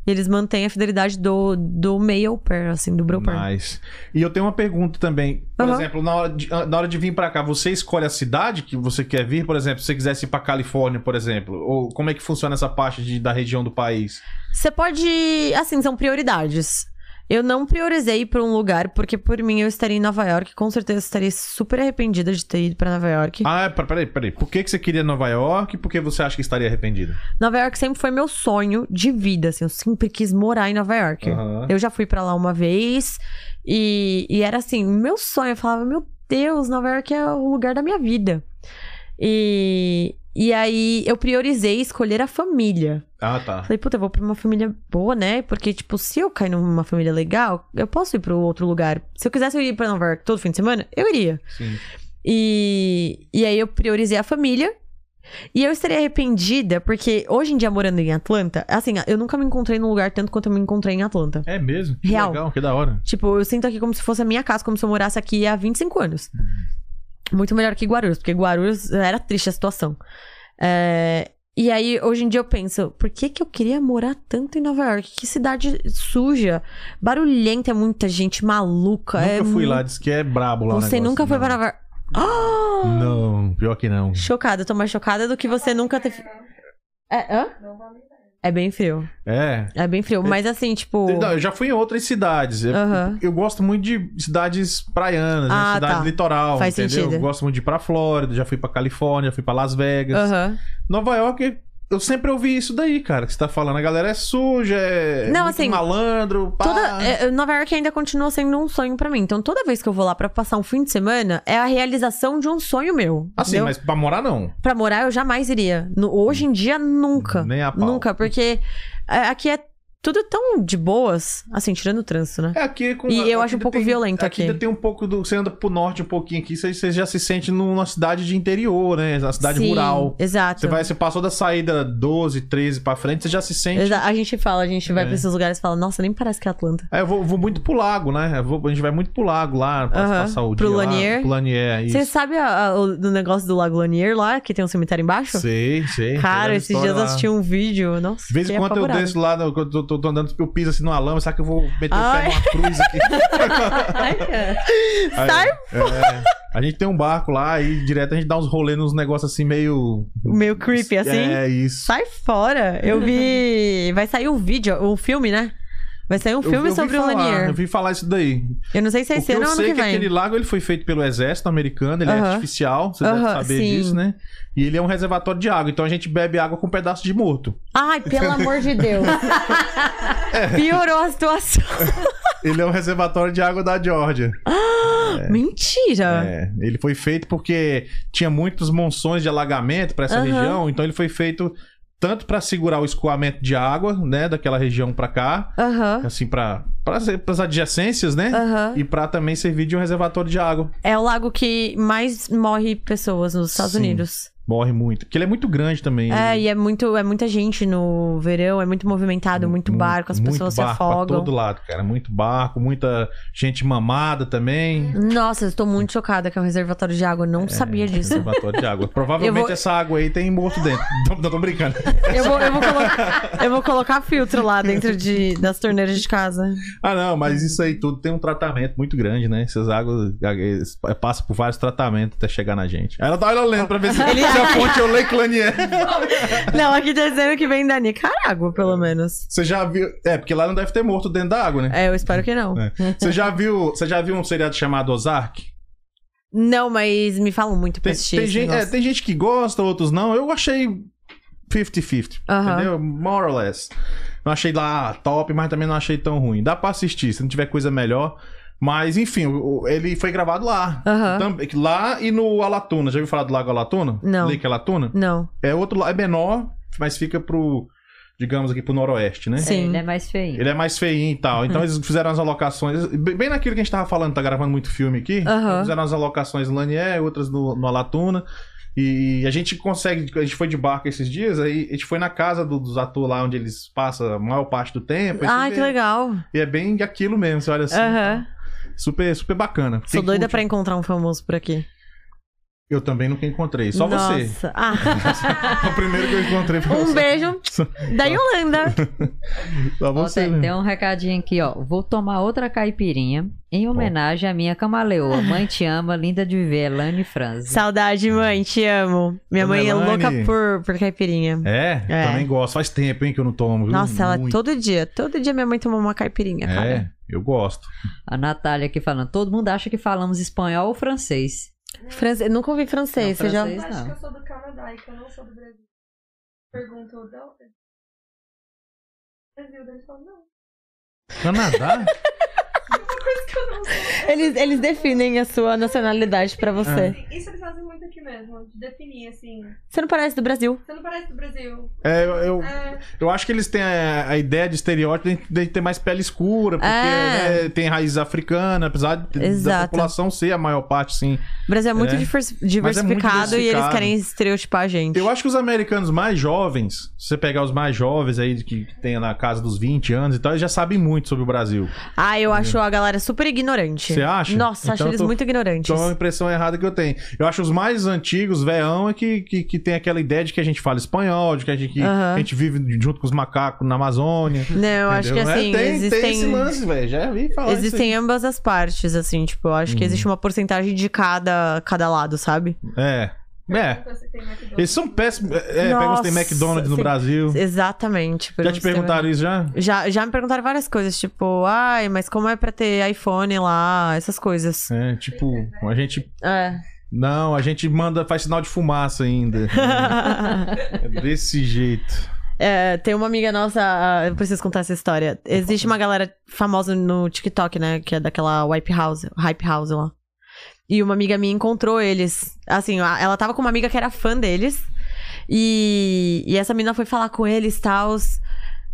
Speaker 2: e Eles mantêm a fidelidade do, do male pair, assim, do bro pair.
Speaker 1: Nice. E eu tenho uma pergunta também. Por
Speaker 2: Aham.
Speaker 1: exemplo, na hora, de, ah, na hora de vir pra cá, você escolhe a cidade que você quer vir? Por exemplo, se você quisesse ir pra Califórnia, por exemplo. Ou como é que funciona essa parte de- da região do país?
Speaker 2: Você pode. Assim, são prioridades. Eu não priorizei pra um lugar, porque por mim eu estaria em Nova York. Com certeza eu estaria super arrependida de ter ido pra Nova York.
Speaker 1: Ah, pera- peraí, peraí. Por que, que você queria Nova York? Por que você acha que estaria arrependido?
Speaker 2: Nova York sempre foi meu sonho de vida, assim. Eu sempre quis morar em Nova York.
Speaker 1: Aham.
Speaker 2: Eu já fui pra lá uma vez e, e era assim, meu sonho. Eu falava, meu Deus, Nova York é o lugar da minha vida. E, e aí eu priorizei escolher a família.
Speaker 1: Ah, tá.
Speaker 2: Falei, puta, eu vou pra uma família boa, né? Porque, tipo, se eu cair numa família legal, eu posso ir pra outro lugar. Se eu quisesse ir pra Nova York todo fim de semana, eu iria.
Speaker 1: Sim.
Speaker 2: E, e aí eu priorizei a família. E eu estaria arrependida, porque hoje em dia, morando em Atlanta, assim, eu nunca me encontrei num lugar tanto quanto eu me encontrei em Atlanta.
Speaker 1: É mesmo? Que
Speaker 2: Real.
Speaker 1: legal, que da hora.
Speaker 2: Tipo, eu sinto aqui como se fosse a minha casa, como se eu morasse aqui há 25 anos. Muito melhor que Guarulhos, porque Guarulhos eh, era triste a situação. É, E aí, hoje em dia eu penso, por que que eu queria morar tanto em Nova York? Que cidade suja, barulhenta, é muita gente maluca.
Speaker 1: Nunca
Speaker 2: é
Speaker 1: fui
Speaker 2: muito-
Speaker 1: lá, disse que é brabo lá o
Speaker 2: Você
Speaker 1: negócio.
Speaker 2: nunca foi
Speaker 1: Não.
Speaker 2: pra Nova York? Ah!
Speaker 1: Não, pior que não.
Speaker 2: Chocada, eu tô mais chocada do que você nunca ter. É, hã?
Speaker 5: Não vou mentir.
Speaker 2: É bem frio.
Speaker 1: É.
Speaker 2: É bem frio. Mas assim, tipo.
Speaker 1: Não, eu já fui em outras cidades. Eu-
Speaker 2: Aham.
Speaker 1: Eu gosto muito de cidades praianas, né?
Speaker 2: Ah,
Speaker 1: cidade
Speaker 2: tá.
Speaker 1: litoral,
Speaker 2: Faz
Speaker 1: entendeu?
Speaker 2: sentido.
Speaker 1: Eu gosto muito de ir pra Flórida, já fui pra Califórnia, já fui pra Las Vegas.
Speaker 2: Aham.
Speaker 1: Nova York, eu sempre ouvi isso daí, cara, que você tá falando. A galera é suja, é
Speaker 2: Não,
Speaker 1: muito
Speaker 2: assim,
Speaker 1: malandro, pá.
Speaker 2: Toda, é, é, Nova York ainda continua sendo um sonho pra mim. Então toda vez que eu vou lá pra passar um fim de semana, é a realização de um sonho meu.
Speaker 1: Assim,
Speaker 2: entendeu?
Speaker 1: mas pra morar não.
Speaker 2: Pra morar eu jamais iria. No- hoje em dia, nunca.
Speaker 1: Nem a pau.
Speaker 2: Nunca, porque é, aqui é tudo tão de boas. Assim, tirando o trânsito, né?
Speaker 1: É aqui com
Speaker 2: E eu
Speaker 1: aqui
Speaker 2: acho um pouco
Speaker 1: tem-
Speaker 2: violento aqui.
Speaker 1: ainda tem um pouco do. Você anda pro norte um pouquinho aqui, você, você já se sente numa cidade de interior, né? Na cidade
Speaker 2: Sim,
Speaker 1: rural.
Speaker 2: Exato.
Speaker 1: Você, vai, você passou da saída 12, 13 pra frente, você já se sente.
Speaker 2: Exa- A gente fala, a gente vai
Speaker 1: É.
Speaker 2: pra esses lugares e fala, nossa, nem parece que é Atlanta.
Speaker 1: É, eu vou, vou muito pro lago, né? Eu vou- a gente vai muito pro lago lá, pra
Speaker 2: Aham.
Speaker 1: passar o
Speaker 2: Pro
Speaker 1: dia lá,
Speaker 2: Lanier?
Speaker 1: pro Lanier,
Speaker 2: Você
Speaker 1: isso.
Speaker 2: sabe a- a- o, do negócio do Lago Lanier lá, que tem um cemitério embaixo?
Speaker 1: Sei, sei.
Speaker 2: Cara,
Speaker 1: Tem
Speaker 2: esses
Speaker 1: história
Speaker 2: dias eu
Speaker 1: lá.
Speaker 2: assisti um vídeo, nossa.
Speaker 1: De vez em
Speaker 2: fiquei
Speaker 1: quando eu
Speaker 2: apavorada.
Speaker 1: desço lá, no- quando eu tô, tô andando, eu piso assim numa lama, será que eu vou meter
Speaker 2: Ai.
Speaker 1: o pé numa cruz aqui?
Speaker 3: Ai, cara.
Speaker 1: Aí,
Speaker 2: Sai
Speaker 1: é, a gente tem um barco lá e direto a gente dá uns rolê nos negócios assim meio...
Speaker 2: Meio creepy, assim?
Speaker 1: É, isso.
Speaker 2: Sai fora! Eu vi. Vai sair um vídeo, um filme, né? Vai sair um
Speaker 1: Eu-
Speaker 2: filme
Speaker 1: eu vi
Speaker 2: sobre o
Speaker 1: falar,
Speaker 2: Lanier.
Speaker 1: Eu vi falar isso daí.
Speaker 2: Eu não sei se é
Speaker 1: O que
Speaker 2: esse ano
Speaker 1: eu
Speaker 2: ou ano
Speaker 1: sei
Speaker 2: que
Speaker 1: que
Speaker 2: vem.
Speaker 1: aquele lago ele foi feito pelo exército americano, ele é
Speaker 2: Aham.
Speaker 1: artificial, você deve
Speaker 2: Aham,
Speaker 1: saber
Speaker 2: sim.
Speaker 1: disso, né? E ele é um reservatório de água, então a gente bebe água com um pedaço de morto.
Speaker 2: Ai, pelo amor de Deus.
Speaker 1: É.
Speaker 2: Piorou a situação.
Speaker 1: Ele é um reservatório de água da Georgia.
Speaker 2: Mentira.
Speaker 1: É, ele foi feito porque tinha muitos monções de alagamento para essa
Speaker 2: Aham.
Speaker 1: região, então ele foi feito tanto para segurar o escoamento de água, né, daquela região para cá,
Speaker 2: Aham.
Speaker 1: assim para as adjacências, né?
Speaker 2: Aham.
Speaker 1: E para também servir de um reservatório de água.
Speaker 2: É o lago que mais morre pessoas nos Estados
Speaker 1: Sim.
Speaker 2: Unidos.
Speaker 1: Morre muito, porque ele é muito grande também.
Speaker 2: É, e é muito, é muita gente no verão, é muito movimentado, muito
Speaker 1: Mu-
Speaker 2: barco, as
Speaker 1: muito
Speaker 2: pessoas se
Speaker 1: barco pra
Speaker 2: afogam.
Speaker 1: todo lado, cara. Muito barco, muita gente mamada também.
Speaker 2: Nossa, eu tô muito chocada que é um reservatório de água, eu não Hum, sabia disso.
Speaker 1: Reservatório de água. Provavelmente
Speaker 2: Eu vou-
Speaker 1: essa água aí tem morto dentro. Não, não tô brincando.
Speaker 2: Eu vou, eu, vou colocar, eu vou colocar filtro lá dentro de, das torneiras de casa.
Speaker 1: Ah, não, mas isso aí tudo tem um tratamento muito grande, né? Essas águas eh, passam por vários tratamentos até chegar na gente. Aí ela tá olha, lendo pra ver se, se a fonte é eu leio Clanier.
Speaker 2: Não, aqui tá dizendo que vem da Nicarágua, pelo menos.
Speaker 1: Você já viu. É, porque lá não deve ter morto dentro da água, né?
Speaker 2: É, eu espero que não.
Speaker 1: É. Você já viu. Você já viu um seriado chamado Ozark?
Speaker 2: Não, mas me falam muito pra
Speaker 1: Tem,
Speaker 2: assistir.
Speaker 1: tem
Speaker 2: esse
Speaker 1: gente, é,
Speaker 2: negócio.
Speaker 1: tem gente que gosta, outros não. Eu achei 50-50,
Speaker 2: Aham.
Speaker 1: entendeu? More or less. Não achei lá top, mas também não achei tão ruim. Dá pra assistir, se não tiver coisa melhor. Mas, enfim, o- o- ele foi gravado lá.
Speaker 2: Aham.
Speaker 1: Também- Lá e no Alatuna. Já ouviu falar do Lago Alatuna?
Speaker 2: Não.
Speaker 1: Lake Alatuna?
Speaker 2: Não.
Speaker 1: É outro lá, é menor, mas fica pro, digamos aqui, pro noroeste, né?
Speaker 2: Sim.
Speaker 3: É, ele é mais feio.
Speaker 2: Uhum.
Speaker 1: Ele é mais feinho e tal. Então eles fizeram as alocações. Bem bem naquilo que a gente tava falando, tá gravando muito filme aqui. Então,
Speaker 2: Aham.
Speaker 1: Fizeram as alocações no Lanier, outras no, no Alatuna. E a gente consegue. A gente foi de barco esses dias, aí a gente foi na casa do- dos atores lá onde eles passam a maior parte do tempo. aí você
Speaker 2: Ai,
Speaker 1: vê.
Speaker 2: que legal.
Speaker 1: E é bem aquilo mesmo, você olha assim.
Speaker 2: Aham.
Speaker 1: Super, super bacana.
Speaker 2: Sou
Speaker 1: Quem
Speaker 2: doida
Speaker 1: curte-
Speaker 2: pra encontrar um famoso por aqui.
Speaker 1: Eu também nunca encontrei, só
Speaker 2: Nossa.
Speaker 1: você.
Speaker 2: Ah,
Speaker 1: É o primeiro que eu encontrei foi
Speaker 2: um
Speaker 1: você.
Speaker 2: beijo é, da Yolanda.
Speaker 1: Só
Speaker 3: Ó,
Speaker 1: você.
Speaker 3: tem,
Speaker 1: mesmo.
Speaker 3: tem um recadinho aqui, ó. Vou tomar outra caipirinha em homenagem à minha camaleoa. Mãe te ama, linda de viver, Elane Franzi.
Speaker 2: Saudade, mãe, te amo. Minha
Speaker 1: Ô,
Speaker 2: mãe é
Speaker 1: Melanie.
Speaker 2: louca por, por caipirinha.
Speaker 1: É,
Speaker 2: É.
Speaker 1: também gosto. Faz tempo, hein, que eu não tomo. viu?
Speaker 2: Nossa, ela
Speaker 1: Muito.
Speaker 2: todo dia, todo dia minha mãe tomou uma caipirinha, cara.
Speaker 1: É, eu gosto.
Speaker 3: A Natália aqui falando. Todo mundo acha que falamos espanhol ou francês.
Speaker 2: Francês, eu nunca ouvi francês,
Speaker 3: Não,
Speaker 2: você já-
Speaker 3: francês. Pois
Speaker 5: Acho
Speaker 3: não.
Speaker 5: que eu sou do Canadá e que eu não sou do Brasil. Pergunto, da onde? Brasil, daí ele fala, não.
Speaker 1: Canadá?
Speaker 2: Eles, eles definem a sua nacionalidade pra
Speaker 1: É.
Speaker 2: você.
Speaker 5: assim, Isso eles fazem muito aqui mesmo, de definir, assim.
Speaker 2: Você não parece do Brasil.
Speaker 5: Você não parece do Brasil.
Speaker 1: É, eu, eu,
Speaker 5: É,
Speaker 1: eu acho que eles têm a, a ideia de estereótipo de, de ter mais pele escura, porque
Speaker 2: É.
Speaker 1: né, tem raiz africana, apesar de, da
Speaker 2: Exato.
Speaker 1: população ser a maior parte, sim.
Speaker 2: O Brasil é muito
Speaker 1: É.
Speaker 2: divers- diversificado e eles
Speaker 1: diversificado.
Speaker 2: querem estereotipar a gente.
Speaker 1: Eu acho que os americanos mais jovens, se você pegar os mais jovens aí, que tem na casa dos 20 anos e tal, eles já sabem muito sobre o Brasil.
Speaker 2: Ah, eu acho a galera super ignorante.
Speaker 1: É. Você acha?
Speaker 2: Nossa,
Speaker 1: Então
Speaker 2: acho
Speaker 1: eu
Speaker 2: eles
Speaker 1: tô-
Speaker 2: muito ignorantes.
Speaker 1: Então é uma impressão errada que eu tenho. Eu acho os mais antigos, veião, é que, que, que tem aquela ideia de que a gente fala espanhol, de que a gente, que
Speaker 2: Aham.
Speaker 1: a gente vive junto com os macacos na Amazônia.
Speaker 2: Não, eu acho que
Speaker 1: entendeu? É,
Speaker 2: assim,
Speaker 1: tem,
Speaker 2: existem.
Speaker 1: tem esse lance, velho. Já vi falar isso
Speaker 2: Existem ambas as partes, assim, tipo, eu acho que
Speaker 1: Uhum.
Speaker 2: existe uma porcentagem de cada, cada lado, sabe?
Speaker 1: É. É.
Speaker 5: pergunta se tem McDonald's.
Speaker 1: Eles são péssimos. É, pegam se tem
Speaker 2: Nossa,
Speaker 1: McDonald's no
Speaker 2: sim.
Speaker 1: Brasil.
Speaker 2: Exatamente.
Speaker 1: Uhum. Já te
Speaker 2: pergunta-
Speaker 1: perguntaram isso já?
Speaker 2: Já, já me perguntaram várias coisas, tipo, ai, mas como é pra ter iPhone lá, essas coisas.
Speaker 1: É, tipo, a gente.
Speaker 2: É.
Speaker 1: Não, a gente manda, faz sinal de fumaça ainda. É desse jeito.
Speaker 2: É, tem uma amiga nossa, ah, eu preciso contar essa história. Existe uma galera famosa no TikTok, né? Que é daquela Wipe House, Hype House lá. E uma amiga minha encontrou eles. Assim, a- ela tava com uma amiga que era fã deles. E, e essa menina foi falar com eles tals,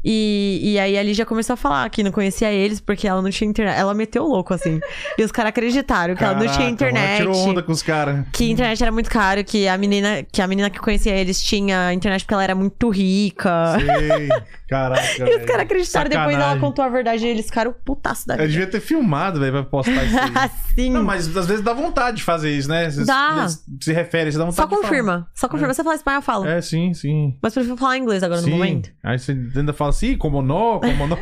Speaker 2: e E aí a Lígia começou a falar que não conhecia eles porque ela não tinha internet. Ela meteu o louco, assim. e os caras acreditaram que ela não tinha
Speaker 1: Caraca, mano,
Speaker 2: Então, internet.
Speaker 1: Tirou onda com os caras.
Speaker 2: Que a internet era muito caro, que a menina que a menina que conhecia eles tinha internet porque ela era muito rica.
Speaker 1: Sei. Caraca.
Speaker 2: E os caras acreditaram, depois ela contou a verdade e eles ficaram putaço da
Speaker 1: Eu
Speaker 2: vida.
Speaker 1: devia ter filmado, velho, pra postar isso aí. É
Speaker 2: Assim.
Speaker 1: Não, mas às vezes dá vontade de fazer isso, né? Vocês-
Speaker 2: Dá.
Speaker 1: eles Se refere, você dá
Speaker 2: Só
Speaker 1: vontade de falar.
Speaker 2: confirma. Só confirma. Você fala espanhol, eu falo.
Speaker 1: É, sim, sim.
Speaker 2: Mas prefiro falar inglês agora
Speaker 1: sim.
Speaker 2: no momento.
Speaker 1: Aí você ainda fala assim, como não, como não.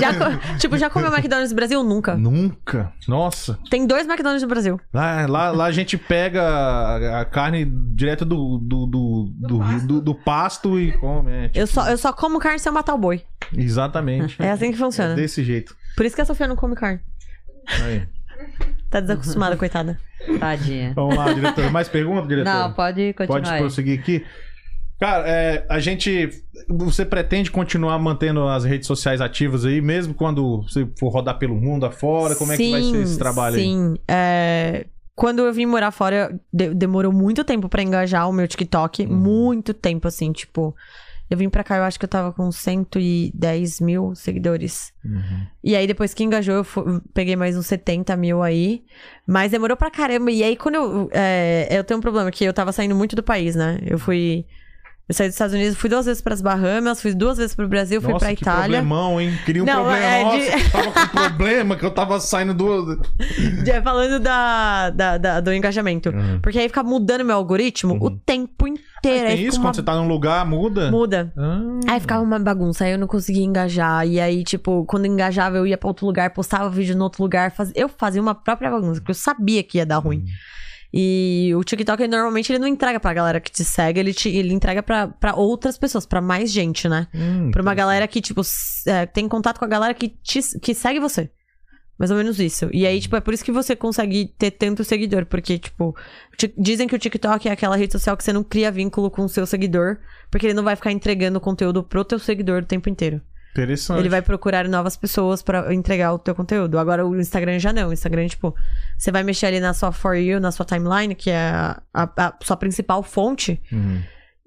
Speaker 2: Já co- tipo, já comeu McDonald's no Brasil? Nunca.
Speaker 1: Nunca. Nossa.
Speaker 2: Tem dois McDonald's no Brasil.
Speaker 1: Lá, lá, lá a gente pega a- a carne direto do, do, do, do, do- do pasto e come. é, tipo,
Speaker 2: Eu só, eu só como carne se eu matar o boi.
Speaker 1: Exatamente.
Speaker 2: É assim que funciona.
Speaker 1: Desse jeito.
Speaker 2: Por isso que a Sofia não come carne.
Speaker 1: Aí.
Speaker 2: Tá desacostumada, coitada.
Speaker 3: Tadinha.
Speaker 1: Vamos lá, diretor. Mais perguntas, diretor?
Speaker 3: Não, pode continuar.
Speaker 1: Pode
Speaker 3: aí.
Speaker 1: prosseguir aqui. Cara, é, a gente. Você pretende continuar mantendo as redes sociais ativas aí, mesmo quando você for rodar pelo mundo afora? Como é que vai ser esse trabalho aí?
Speaker 2: sim. É, Quando eu vim morar fora, de- demorou muito tempo pra engajar o meu TikTok.
Speaker 1: Uhum.
Speaker 2: Muito tempo, assim, tipo. Eu vim pra cá, eu acho que eu tava com 110 mil seguidores.
Speaker 1: Uhum.
Speaker 2: E aí, depois que engajou, eu fu- peguei mais uns 70 mil aí. Mas demorou pra caramba. E aí, quando eu. é, eu tenho um problema, que eu tava saindo muito do país, né? Eu fui. Eu saí dos Estados Unidos, fui duas vezes pras Bahamas, fui duas vezes pro Brasil, fui
Speaker 1: Nossa,
Speaker 2: pra
Speaker 1: que
Speaker 2: Itália.
Speaker 1: problemão, hein? Queria um
Speaker 2: Não,
Speaker 1: problema.
Speaker 2: é
Speaker 1: Nossa,
Speaker 2: de-
Speaker 1: eu tava com um problema que eu tava saindo do.
Speaker 2: Já Falando da, da- da- do engajamento.
Speaker 1: Uhum.
Speaker 2: Porque aí fica mudando meu algoritmo o tempo inteiro. aí
Speaker 1: Tem
Speaker 2: fica
Speaker 1: isso?
Speaker 2: uma
Speaker 1: Quando você tá num lugar, muda?
Speaker 2: Muda. Uhum.
Speaker 1: Ah,
Speaker 2: Aí ficava uma bagunça, aí eu não conseguia engajar. E aí, tipo, quando engajava, eu ia pra outro lugar, postava vídeo no outro lugar. faz- Eu fazia uma própria bagunça, porque eu sabia que ia dar ruim. E o TikTok, ele, normalmente, ele não entrega pra galera que te segue, ele, te- ele entrega pra, pra outras pessoas, pra mais gente, né?
Speaker 1: hum,
Speaker 2: Pra uma galera que, tipo, s- é, tem contato com a galera que, te- que segue você. Mais ou menos isso. E aí, tipo, é por isso que você consegue ter tanto seguidor. Porque, tipo, ti- dizem que o TikTok é aquela rede social que você não cria vínculo com o seu seguidor. Porque ele não vai ficar entregando conteúdo pro teu seguidor o tempo inteiro.
Speaker 1: Interessante.
Speaker 2: Ele vai procurar novas pessoas pra entregar o teu conteúdo. Agora, o Instagram já não. O Instagram, tipo, você vai mexer ali na sua For You, na sua timeline, que é a- a- a sua principal fonte.
Speaker 1: Uhum.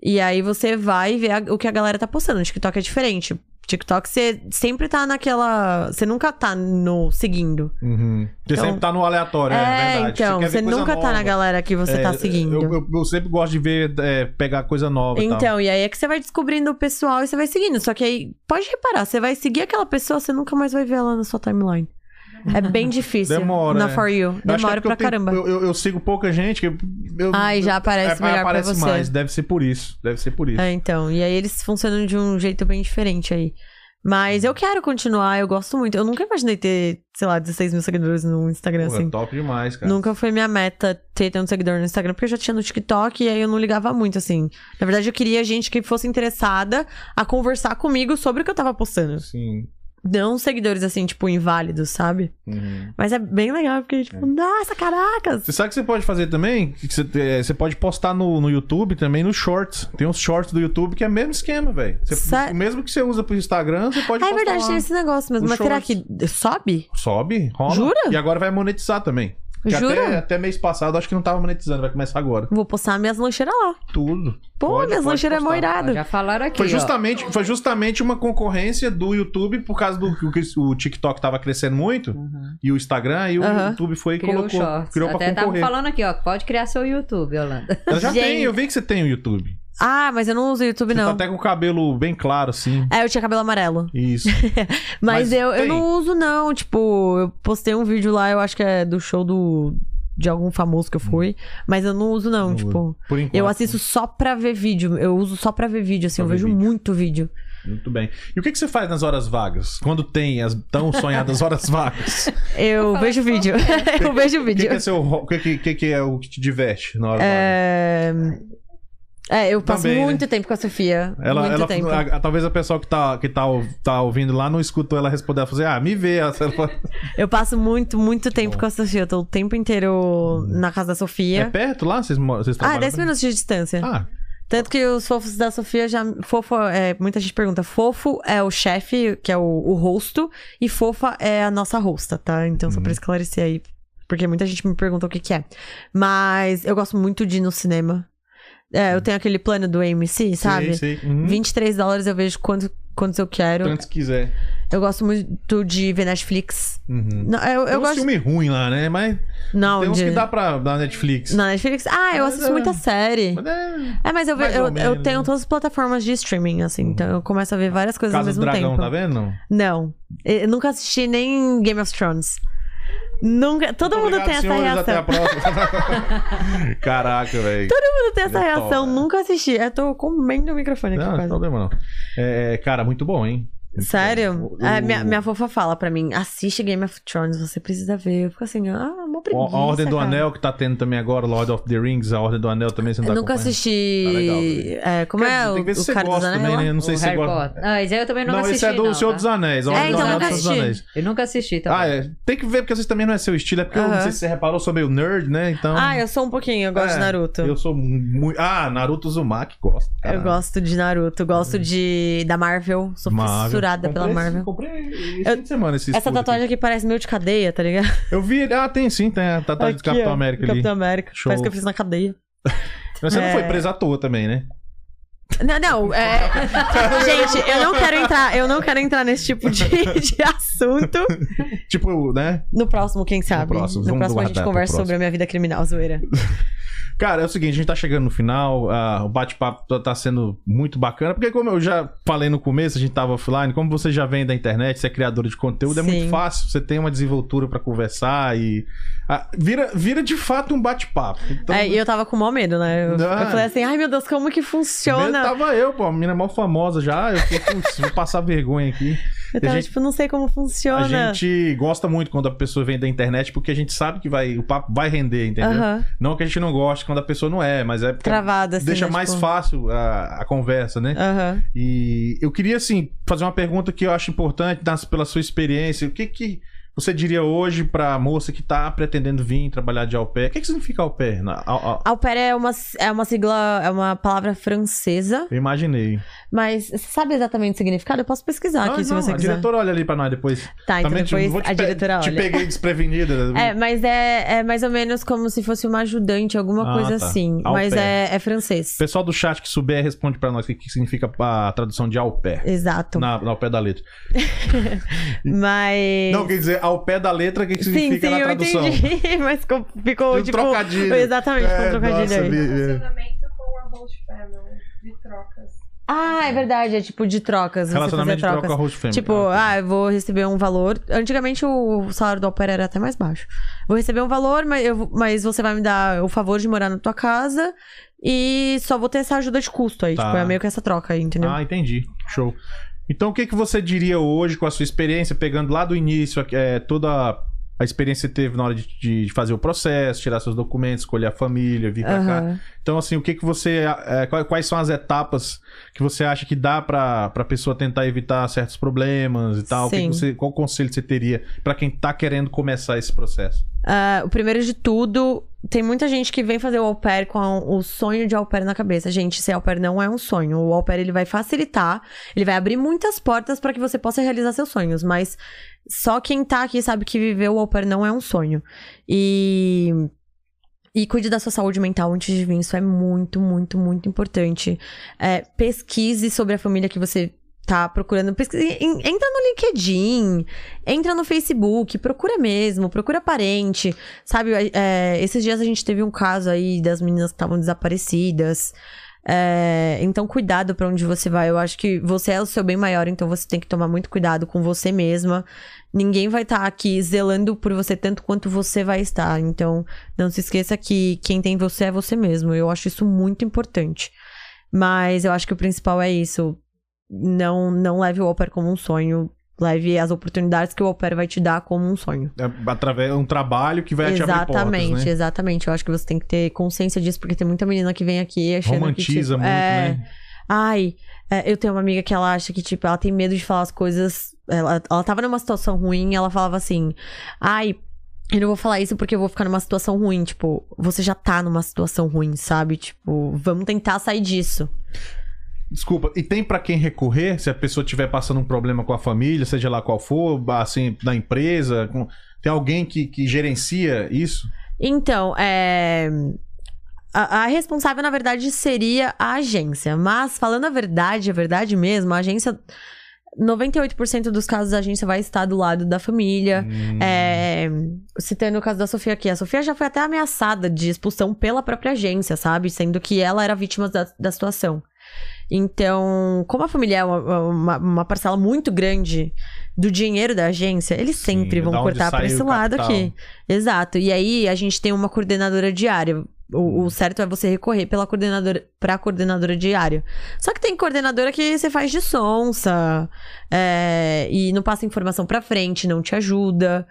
Speaker 2: E aí você vai ver a- o que a galera tá postando. O TikTok é diferente. TikTok você sempre tá naquela. Você nunca tá no seguindo.
Speaker 1: Uhum. Porque
Speaker 2: Então-
Speaker 1: sempre tá no aleatório, é,
Speaker 2: é,
Speaker 1: verdade.
Speaker 2: então,
Speaker 1: quer ver
Speaker 2: você
Speaker 1: coisa
Speaker 2: nunca tá
Speaker 1: nova.
Speaker 2: na galera que você
Speaker 1: É,
Speaker 2: tá seguindo.
Speaker 1: Eu, eu- eu sempre gosto de ver, é, pegar coisa nova. e tal.
Speaker 2: Então, e aí é que você vai descobrindo o pessoal e você vai seguindo. Só que aí, pode reparar, você vai seguir aquela pessoa, você nunca mais vai ver ela na sua timeline. É bem difícil.
Speaker 1: Demora,
Speaker 2: Na
Speaker 1: é.
Speaker 2: For You.
Speaker 1: Eu acho que é
Speaker 2: Demora
Speaker 1: porque
Speaker 2: pra
Speaker 1: eu tenho-
Speaker 2: caramba.
Speaker 1: Eu, eu- eu sigo pouca gente. Que eu,
Speaker 2: Ai, já
Speaker 1: é,
Speaker 2: aparece melhor
Speaker 1: aparece
Speaker 2: pra você.
Speaker 1: mais. Deve ser por isso. Deve ser por isso.
Speaker 2: É, então. E aí eles funcionam de um jeito bem diferente aí. Mas eu quero continuar, eu gosto muito. Eu nunca imaginei ter, sei lá, 16 mil seguidores no Instagram,
Speaker 1: Pô, é
Speaker 2: assim.
Speaker 1: top demais, cara.
Speaker 2: Nunca foi minha meta ter tanto seguidor no Instagram, porque eu já tinha no TikTok e aí eu não ligava muito, assim. Na verdade, eu queria gente que fosse interessada a conversar comigo sobre o que eu tava postando.
Speaker 1: Sim.
Speaker 2: Não seguidores, assim, tipo, inválidos, sabe?
Speaker 1: Uhum.
Speaker 2: Mas é bem legal, porque, tipo, nossa, caracas!
Speaker 1: Você sabe o que você pode fazer também? Que Você, é, você pode postar no, no YouTube também, no Shorts. Tem uns Shorts do YouTube que é o mesmo esquema, velho. Você-
Speaker 2: Sa-
Speaker 1: O mesmo que você usa pro Instagram, você pode
Speaker 2: Ah, é
Speaker 1: postar
Speaker 2: verdade,
Speaker 1: lá.
Speaker 2: tem esse negócio mesmo.
Speaker 1: Os
Speaker 2: Mas será
Speaker 1: shorts.
Speaker 2: que sobe?
Speaker 1: Sobe, rola.
Speaker 2: Jura?
Speaker 1: E agora vai monetizar também. Que
Speaker 2: Jura?
Speaker 1: Até, é. até mês passado acho que não tava monetizando, vai começar agora.
Speaker 2: Vou postar minhas lancheiras lá.
Speaker 1: Tudo.
Speaker 2: Pô,
Speaker 1: Pode-
Speaker 2: minhas
Speaker 1: pode
Speaker 2: lancheiras é mó
Speaker 1: postar.
Speaker 3: Ó,
Speaker 2: irado.
Speaker 3: Já falaram aqui,
Speaker 1: Foi
Speaker 3: ó.
Speaker 1: justamente, foi justamente uma concorrência do YouTube por causa do que o TikTok tava crescendo muito
Speaker 3: Uhum.
Speaker 1: e o Instagram e o
Speaker 2: Aham.
Speaker 1: YouTube foi e
Speaker 3: Criou o
Speaker 1: colocou,
Speaker 3: shorts.
Speaker 1: criou pra
Speaker 3: Até tava
Speaker 1: concorrer.
Speaker 3: falando aqui, ó. Pode criar seu YouTube, Holanda.
Speaker 1: Ela já
Speaker 2: Gente.
Speaker 1: tem, eu vi que você tem o YouTube.
Speaker 2: Ah, mas eu não uso YouTube,
Speaker 1: Você tá
Speaker 2: não.
Speaker 1: até com o cabelo bem claro assim.
Speaker 2: É, eu tinha cabelo amarelo.
Speaker 1: Isso. Mas
Speaker 2: Mas, eu, eu
Speaker 1: tem?
Speaker 2: não uso, não. Tipo, eu postei um vídeo lá, eu acho que é do show do. De algum famoso que eu fui. Mas eu não uso, não.
Speaker 1: Não
Speaker 2: tipo,
Speaker 1: Por enquanto.
Speaker 2: eu assisto só pra ver vídeo. Eu uso só pra ver vídeo, assim.
Speaker 1: Pra
Speaker 2: eu
Speaker 1: ver
Speaker 2: vejo
Speaker 1: vídeo.
Speaker 2: muito vídeo.
Speaker 1: Muito bem. E o que que você faz nas horas vagas? Quando tem as tão sonhadas horas vagas?
Speaker 2: Eu
Speaker 3: falar
Speaker 2: vejo
Speaker 3: só-
Speaker 2: vídeo. eu vejo
Speaker 1: O que,
Speaker 2: vídeo.
Speaker 1: que é seu, ro- o que, que- que que é o que te diverte na hora vaga?
Speaker 2: É... é, eu passo
Speaker 1: Também, né?
Speaker 2: muito tempo com a Sofia.
Speaker 1: Ela,
Speaker 2: muito
Speaker 1: ela-
Speaker 2: tempo.
Speaker 1: a- a- talvez a pessoa que tá, que tá, ou- tá ouvindo lá não escutou ela responder. Ela falou assim: ah, me vê. Ela falou,
Speaker 2: Eu passo muito, muito tempo com a Sofia. Eu tô o tempo inteiro na casa da
Speaker 1: é
Speaker 2: Sofia.
Speaker 1: perto lá? Vocês, mo- vocês
Speaker 2: ah,
Speaker 1: trabalham?
Speaker 2: 10 minutos de distância.
Speaker 1: Ah,
Speaker 2: Tanto que os fofos da Sofia já. Fofo, é, muita gente pergunta. Fofo é o chefe, que é o, o rosto, e fofa é a nossa rosta, tá? Então,
Speaker 1: Uhum.
Speaker 2: só pra esclarecer aí. Porque muita gente me pergunta o que, que é. Mas eu gosto muito de ir no cinema. É, eu tenho aquele plano do AMC, sabe?
Speaker 1: Sei, sei. Uhum.
Speaker 2: 23 dólares eu vejo quanto, quantos eu quero.
Speaker 1: Tantos quiser.
Speaker 2: Eu gosto muito de ver Netflix.
Speaker 1: Uhum.
Speaker 2: Não, eu eu
Speaker 1: Tem uns
Speaker 2: gosto.
Speaker 1: filme ruim lá, né? Mas
Speaker 2: Não,
Speaker 1: tem uns
Speaker 2: de...
Speaker 1: que dá pra dar Netflix.
Speaker 2: Na Netflix? Ah, eu
Speaker 1: Mas,
Speaker 2: assisto
Speaker 1: é.
Speaker 2: muita série.
Speaker 1: Mas é.
Speaker 2: É, mas eu, ve-
Speaker 1: Mais
Speaker 2: eu,
Speaker 1: ou menos,
Speaker 2: eu tenho
Speaker 1: né?
Speaker 2: todas as plataformas de streaming, assim. Então eu começo a ver várias coisas
Speaker 1: Casa
Speaker 2: ao
Speaker 1: do
Speaker 2: mesmo
Speaker 1: Dragão,
Speaker 2: tempo.
Speaker 1: tá vendo? Não.
Speaker 2: Não. Eu nunca assisti nem Game of Thrones. Nunca. Todo mundo
Speaker 1: Obrigado,
Speaker 2: tem essa
Speaker 1: senhores,
Speaker 2: reação.
Speaker 1: Até a próxima. Caraca, velho.
Speaker 2: Todo mundo tem essa
Speaker 1: Ele é
Speaker 2: reação.
Speaker 1: top, né?
Speaker 2: Nunca assisti. Eu tô comendo o microfone aqui
Speaker 1: Não, não tem
Speaker 2: quase.
Speaker 1: problema não. É, cara, muito bom, hein? Muito
Speaker 2: Sério?
Speaker 1: bom. O-
Speaker 2: É, minha, minha fofa fala pra mim: assiste Game of Thrones, você precisa ver. Eu fico assim, ah, mó
Speaker 1: A
Speaker 2: preguiça.
Speaker 1: Ordem do
Speaker 2: cara.
Speaker 1: Anel que tá tendo também agora, Lord of the Rings, a Ordem do Anel também, você não tá
Speaker 2: Eu nunca
Speaker 1: acompanhando?
Speaker 2: assisti.
Speaker 1: Tá legal também.
Speaker 2: é, como
Speaker 1: Quer
Speaker 2: é
Speaker 1: dizer,
Speaker 2: o,
Speaker 1: Tem que ver se
Speaker 2: o
Speaker 1: você
Speaker 2: cara dos
Speaker 1: gosta
Speaker 2: anéis
Speaker 1: também,
Speaker 2: lá?
Speaker 1: né? Não sei
Speaker 3: o
Speaker 1: se você
Speaker 3: Harry
Speaker 1: gosta.
Speaker 3: Potter. Ah, esse aí eu também não,
Speaker 1: Não,
Speaker 3: assisti.
Speaker 1: esse é do
Speaker 3: não,
Speaker 1: Senhor
Speaker 3: tá?
Speaker 1: dos Anéis. a Ordem
Speaker 2: É,
Speaker 1: do
Speaker 2: então,
Speaker 1: Anel
Speaker 2: nunca
Speaker 1: do Senhor dos
Speaker 2: assisti.
Speaker 1: Anéis.
Speaker 3: Eu nunca assisti também.
Speaker 1: Ah, é. Tem que ver, porque vocês também não é seu estilo. É porque eu não
Speaker 2: Aham.
Speaker 1: sei se você reparou, eu sou meio nerd, né? Então.
Speaker 2: Ah, eu sou um pouquinho, eu gosto
Speaker 1: É,
Speaker 2: de Naruto. Eu,
Speaker 1: Eu sou muito. Ah, Naruto Uzumaki gosta. caralho. Uhum.
Speaker 2: gosto de Naruto, gosto de da Marvel, sou
Speaker 1: Marvel.
Speaker 2: fissurada pela
Speaker 1: Comprei-
Speaker 2: Marvel.
Speaker 1: Comprei esse fim de semana esse
Speaker 2: Essa
Speaker 1: escudo
Speaker 2: tatuagem
Speaker 1: aqui.
Speaker 2: aqui parece meu de cadeia, tá ligado?
Speaker 1: Eu vi, ah, tem sim, tem a tatuagem do
Speaker 2: Aqui,
Speaker 1: Capitão
Speaker 2: ó,
Speaker 1: América ali.
Speaker 2: Capitão América.
Speaker 1: Show.
Speaker 2: Parece que eu fiz na cadeia.
Speaker 1: Mas você não
Speaker 2: É.
Speaker 1: foi preso à toa também, né?
Speaker 2: Não, não, é. Gente, eu não quero entrar, eu não quero entrar nesse tipo de, de assunto.
Speaker 1: Tipo, né?
Speaker 2: No próximo, quem sabe?
Speaker 1: próximo,
Speaker 2: no
Speaker 1: vamos
Speaker 2: próximo a gente
Speaker 1: guardar pro
Speaker 2: conversa sobre
Speaker 1: próximo.
Speaker 2: a minha vida criminal, zoeira.
Speaker 1: Cara, é o seguinte, a gente tá chegando no final, ah, o bate-papo tá- tá sendo muito bacana, porque como eu já falei no começo, a gente tava offline, como você já vem da internet, você é criadora de conteúdo, é
Speaker 2: Sim.
Speaker 1: muito fácil, você tem uma desenvoltura pra conversar e... ah, vira, vira de fato um bate-papo. Então,
Speaker 2: É, e eu tava com maior medo, né? Eu, eu
Speaker 1: Ah.
Speaker 2: falei assim, ai meu Deus, como que
Speaker 1: primeiro
Speaker 2: funciona?
Speaker 1: tava eu, pô, a menina mó famosa já, eu fiquei, putz, vou passar vergonha aqui.
Speaker 2: Eu tava
Speaker 1: a gente-
Speaker 2: tipo, não sei como
Speaker 1: A
Speaker 2: funciona.
Speaker 1: gente gosta muito quando a pessoa vem da internet, porque a gente sabe que vai, o papo vai render, entendeu?
Speaker 2: Aham,
Speaker 1: Não que a gente não goste quando a pessoa não é, mas é porque
Speaker 2: travada assim.
Speaker 1: deixa
Speaker 2: né,
Speaker 1: mais
Speaker 2: tipo...
Speaker 1: fácil a, a conversa, né?
Speaker 2: Aham.
Speaker 1: E eu queria, assim, fazer uma pergunta que eu acho importante, nas- pela sua experiência. O que que você diria hoje pra moça que tá pretendendo vir trabalhar de au pair? O que, que significa au pair? Na- au- au-
Speaker 2: Au pair é uma, é uma sigla, é uma palavra francesa,
Speaker 1: Eu imaginei.
Speaker 2: mas você sabe exatamente o significado? Eu posso pesquisar aqui
Speaker 1: Ah,
Speaker 2: se
Speaker 1: não,
Speaker 2: você
Speaker 1: a
Speaker 2: quiser.
Speaker 1: diretora olha ali pra nós depois.
Speaker 2: Tá, então
Speaker 1: Também te-
Speaker 2: depois
Speaker 1: vou te
Speaker 2: a
Speaker 1: pe-
Speaker 2: diretora
Speaker 1: Te
Speaker 2: olha.
Speaker 1: peguei desprevenida.
Speaker 2: É, mas é, é mais ou menos como se fosse uma ajudante, alguma
Speaker 1: Ah,
Speaker 2: coisa
Speaker 1: tá.
Speaker 2: assim.
Speaker 1: Au
Speaker 2: mas
Speaker 1: pair.
Speaker 2: é, é
Speaker 1: O
Speaker 2: francês.
Speaker 1: pessoal do chat que souber, responde pra nós o que, que significa a tradução de au pair.
Speaker 2: Exato.
Speaker 1: Na, ao pé da letra.
Speaker 2: Mas.
Speaker 1: Não, quer dizer, ao pé da letra, o que, que
Speaker 2: sim,
Speaker 1: significa
Speaker 2: sim,
Speaker 1: na
Speaker 2: eu
Speaker 1: tradução?
Speaker 2: entendi. Mas ficou, ficou
Speaker 1: Um
Speaker 2: tipo.
Speaker 1: trocadilho.
Speaker 2: Exatamente, ficou
Speaker 1: É,
Speaker 2: um trocadilho
Speaker 1: nossa,
Speaker 2: aí.
Speaker 1: Li- é.
Speaker 5: Relacionamento com a host family, de trocas.
Speaker 2: Ah, é verdade, é tipo de trocas. Você fazer
Speaker 1: Relacionamento de
Speaker 2: trocas.
Speaker 1: troca tá. host family.
Speaker 2: Tipo, ah, eu vou receber um valor. Antigamente o salário do Alper era até mais baixo. Vou receber um valor, mas, eu- mas você vai me dar o favor de morar na tua casa e só vou ter essa ajuda de custo aí.
Speaker 1: Tá.
Speaker 2: Tipo, é meio que essa troca aí, entendeu?
Speaker 1: Ah, entendi. Show. Então, o que, que você diria hoje com a sua experiência, pegando lá do início é, toda a experiência que teve na hora de, de fazer o processo, tirar seus documentos, escolher a família, vir pra cá?
Speaker 2: Aham.
Speaker 1: Então, assim, o que, que você. é, quais- quais são as etapas que você acha que dá pra, pra pessoa tentar evitar certos problemas e tal? O que que
Speaker 2: Sim.
Speaker 1: você- qual conselho você teria pra quem tá querendo começar esse processo?
Speaker 2: Ah, o primeiro de tudo, tem muita gente que vem fazer o au pair com a- o sonho de au pair na cabeça. Gente, ser au pair não é um sonho. O au pair ele vai facilitar, ele vai abrir muitas portas para que você possa realizar seus sonhos, mas só quem tá aqui sabe que viver o au pair não é um sonho. E e cuide da sua saúde mental antes de vir, isso é muito, muito, muito importante. É, pesquise sobre a família que você tá procurando. Pesquise, en- entra no LinkedIn, entra no Facebook, procura mesmo, procura parente. Sabe, é, esses dias a gente teve um caso aí das meninas que estavam desaparecidas. É, então, cuidado pra onde você vai. Eu acho que você é o seu bem maior, então você tem que tomar muito cuidado com você mesma. Ninguém vai estar aqui zelando por você tanto quanto você vai estar. Então, não se esqueça que quem tem você é você mesmo. Eu acho isso muito importante. Mas eu acho que o principal é isso. Não, não leve o au pair como um sonho. Leve as oportunidades que o au pair vai te dar como um sonho
Speaker 1: É, através um trabalho que vai te abrir portas,
Speaker 2: exatamente,
Speaker 1: né?
Speaker 2: exatamente. Eu acho que você tem que ter consciência disso, porque tem muita menina que vem aqui achando que.
Speaker 1: Romantiza
Speaker 2: tipo,
Speaker 1: muito,
Speaker 2: é,
Speaker 1: né?
Speaker 2: Ai, é, eu tenho uma amiga que ela acha que, tipo, ela tem medo de falar as coisas. Ela, ela tava numa situação ruim e ela falava assim: ai. Eu não vou falar isso porque eu vou ficar numa situação ruim. Tipo, você já tá numa situação ruim, sabe? Tipo, vamos tentar sair disso.
Speaker 1: Desculpa, e tem pra quem recorrer se a pessoa tiver passando um problema com a família, seja lá qual for, assim, na empresa? com- Tem alguém que, que gerencia isso?
Speaker 2: Então, é. A, a responsável, na verdade, seria a agência. Mas, falando a verdade, a verdade mesmo, a agência. 98% dos casos a agência vai estar do lado da família.
Speaker 1: Hum,
Speaker 2: É, citando o caso da Sofia aqui. A Sofia já foi até ameaçada de expulsão pela própria agência, sabe? Sendo que ela era vítima da, da situação. Então, como a família é uma, uma- uma parcela muito grande do dinheiro da agência, eles
Speaker 1: Sim,
Speaker 2: sempre vão
Speaker 1: da onde
Speaker 2: cortar
Speaker 1: sai
Speaker 2: por esse
Speaker 1: o
Speaker 2: lado
Speaker 1: capital.
Speaker 2: aqui. Exato. E aí a gente tem uma coordenadora diária. O, o certo é você recorrer pela coordenadora pra coordenadora diária. Só que tem coordenadora que você faz de sonsa é, e não passa informação pra frente, não te ajuda.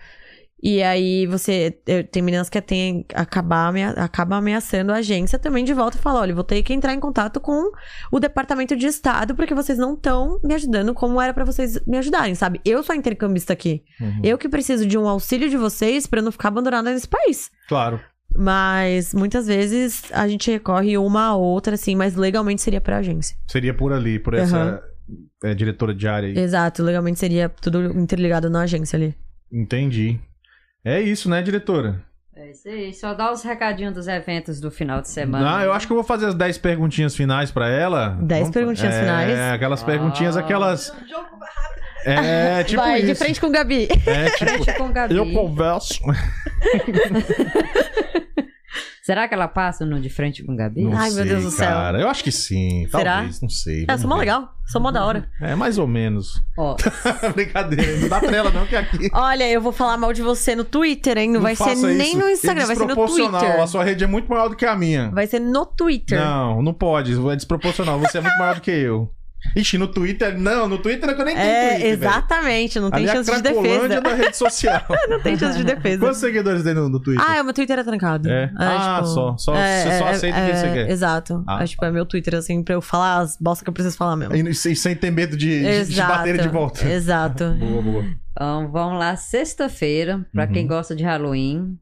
Speaker 2: E aí você. eu- Tem meninas que tem, acabar, amea- acaba ameaçando a agência também de volta e fala: olha, vou ter que entrar em contato com o departamento de Estado, porque vocês não estão me ajudando como era pra vocês me ajudarem, sabe? Eu sou a intercambista aqui.
Speaker 1: Uhum.
Speaker 2: Eu que preciso de um auxílio de vocês pra eu não ficar abandonada nesse país.
Speaker 1: Claro.
Speaker 2: Mas muitas vezes a gente recorre uma a outra, assim, mas legalmente seria pra agência.
Speaker 1: Seria por ali, por essa é, diretora de área aí.
Speaker 2: Exato, legalmente seria tudo interligado na agência ali.
Speaker 1: Entendi. É isso, né, diretora?
Speaker 3: É isso aí. Só dá os recadinhos dos eventos do final de
Speaker 2: É,
Speaker 3: semana.
Speaker 1: Não, Ah, eu acho que eu vou fazer as 10 perguntinhas finais pra ela.
Speaker 2: 10 perguntinhas
Speaker 1: é,
Speaker 2: finais?
Speaker 1: É, aquelas
Speaker 3: Ah.
Speaker 1: perguntinhas, aquelas. É, tipo
Speaker 2: Vai, de
Speaker 1: isso.
Speaker 2: frente com o Gabi.
Speaker 1: É, tipo,
Speaker 3: Frente com Gabi.
Speaker 1: eu converso.
Speaker 3: Será que ela passa no de frente com Gabi?
Speaker 1: Não
Speaker 2: Ai,
Speaker 1: sei,
Speaker 2: meu Deus do céu.
Speaker 1: Cara, eu acho que sim.
Speaker 2: Será?
Speaker 1: Talvez, não sei.
Speaker 2: É,
Speaker 1: vamos
Speaker 2: sou mó
Speaker 1: ver.
Speaker 2: legal, sou mó da hora.
Speaker 1: É, mais ou menos.
Speaker 3: Ó,
Speaker 1: Brincadeira, não dá trela não que aqui.
Speaker 2: Olha, eu vou falar mal de você no Twitter, hein? Não, vai ser
Speaker 1: faça
Speaker 2: nem
Speaker 1: isso.
Speaker 2: no
Speaker 1: É
Speaker 2: Instagram, vai ser no
Speaker 1: desproporcional, A
Speaker 2: Twitter.
Speaker 1: sua rede é muito maior do que a minha.
Speaker 2: Vai ser no Twitter.
Speaker 1: Não, não pode. É desproporcional. Você é muito maior do que eu. Ixi, no Twitter. Não, no Twitter é que eu nem tenho
Speaker 2: é,
Speaker 1: Twitter. velho.
Speaker 2: exatamente, não tem
Speaker 1: Ali é a
Speaker 2: chance de
Speaker 1: Cracolândia
Speaker 2: defesa.
Speaker 1: da rede social.
Speaker 2: Não tem chance de defesa.
Speaker 1: Quantos seguidores tem no, no Twitter?
Speaker 2: Ah, o meu Twitter é tipo, trancado.
Speaker 1: É. Ah, só- só- você só aceita quem você quer.
Speaker 2: é, Exato.
Speaker 1: Ah,
Speaker 2: é, tipo, é meu Twitter, assim, pra eu falar as bosta que eu preciso falar mesmo.
Speaker 1: E, e sem ter medo de, de, de
Speaker 2: Exato.
Speaker 1: bater de volta.
Speaker 2: Exato.
Speaker 1: Boa, boa.
Speaker 3: então, vamos lá, sexta-feira, pra
Speaker 1: Uhum.
Speaker 3: quem gosta de Halloween,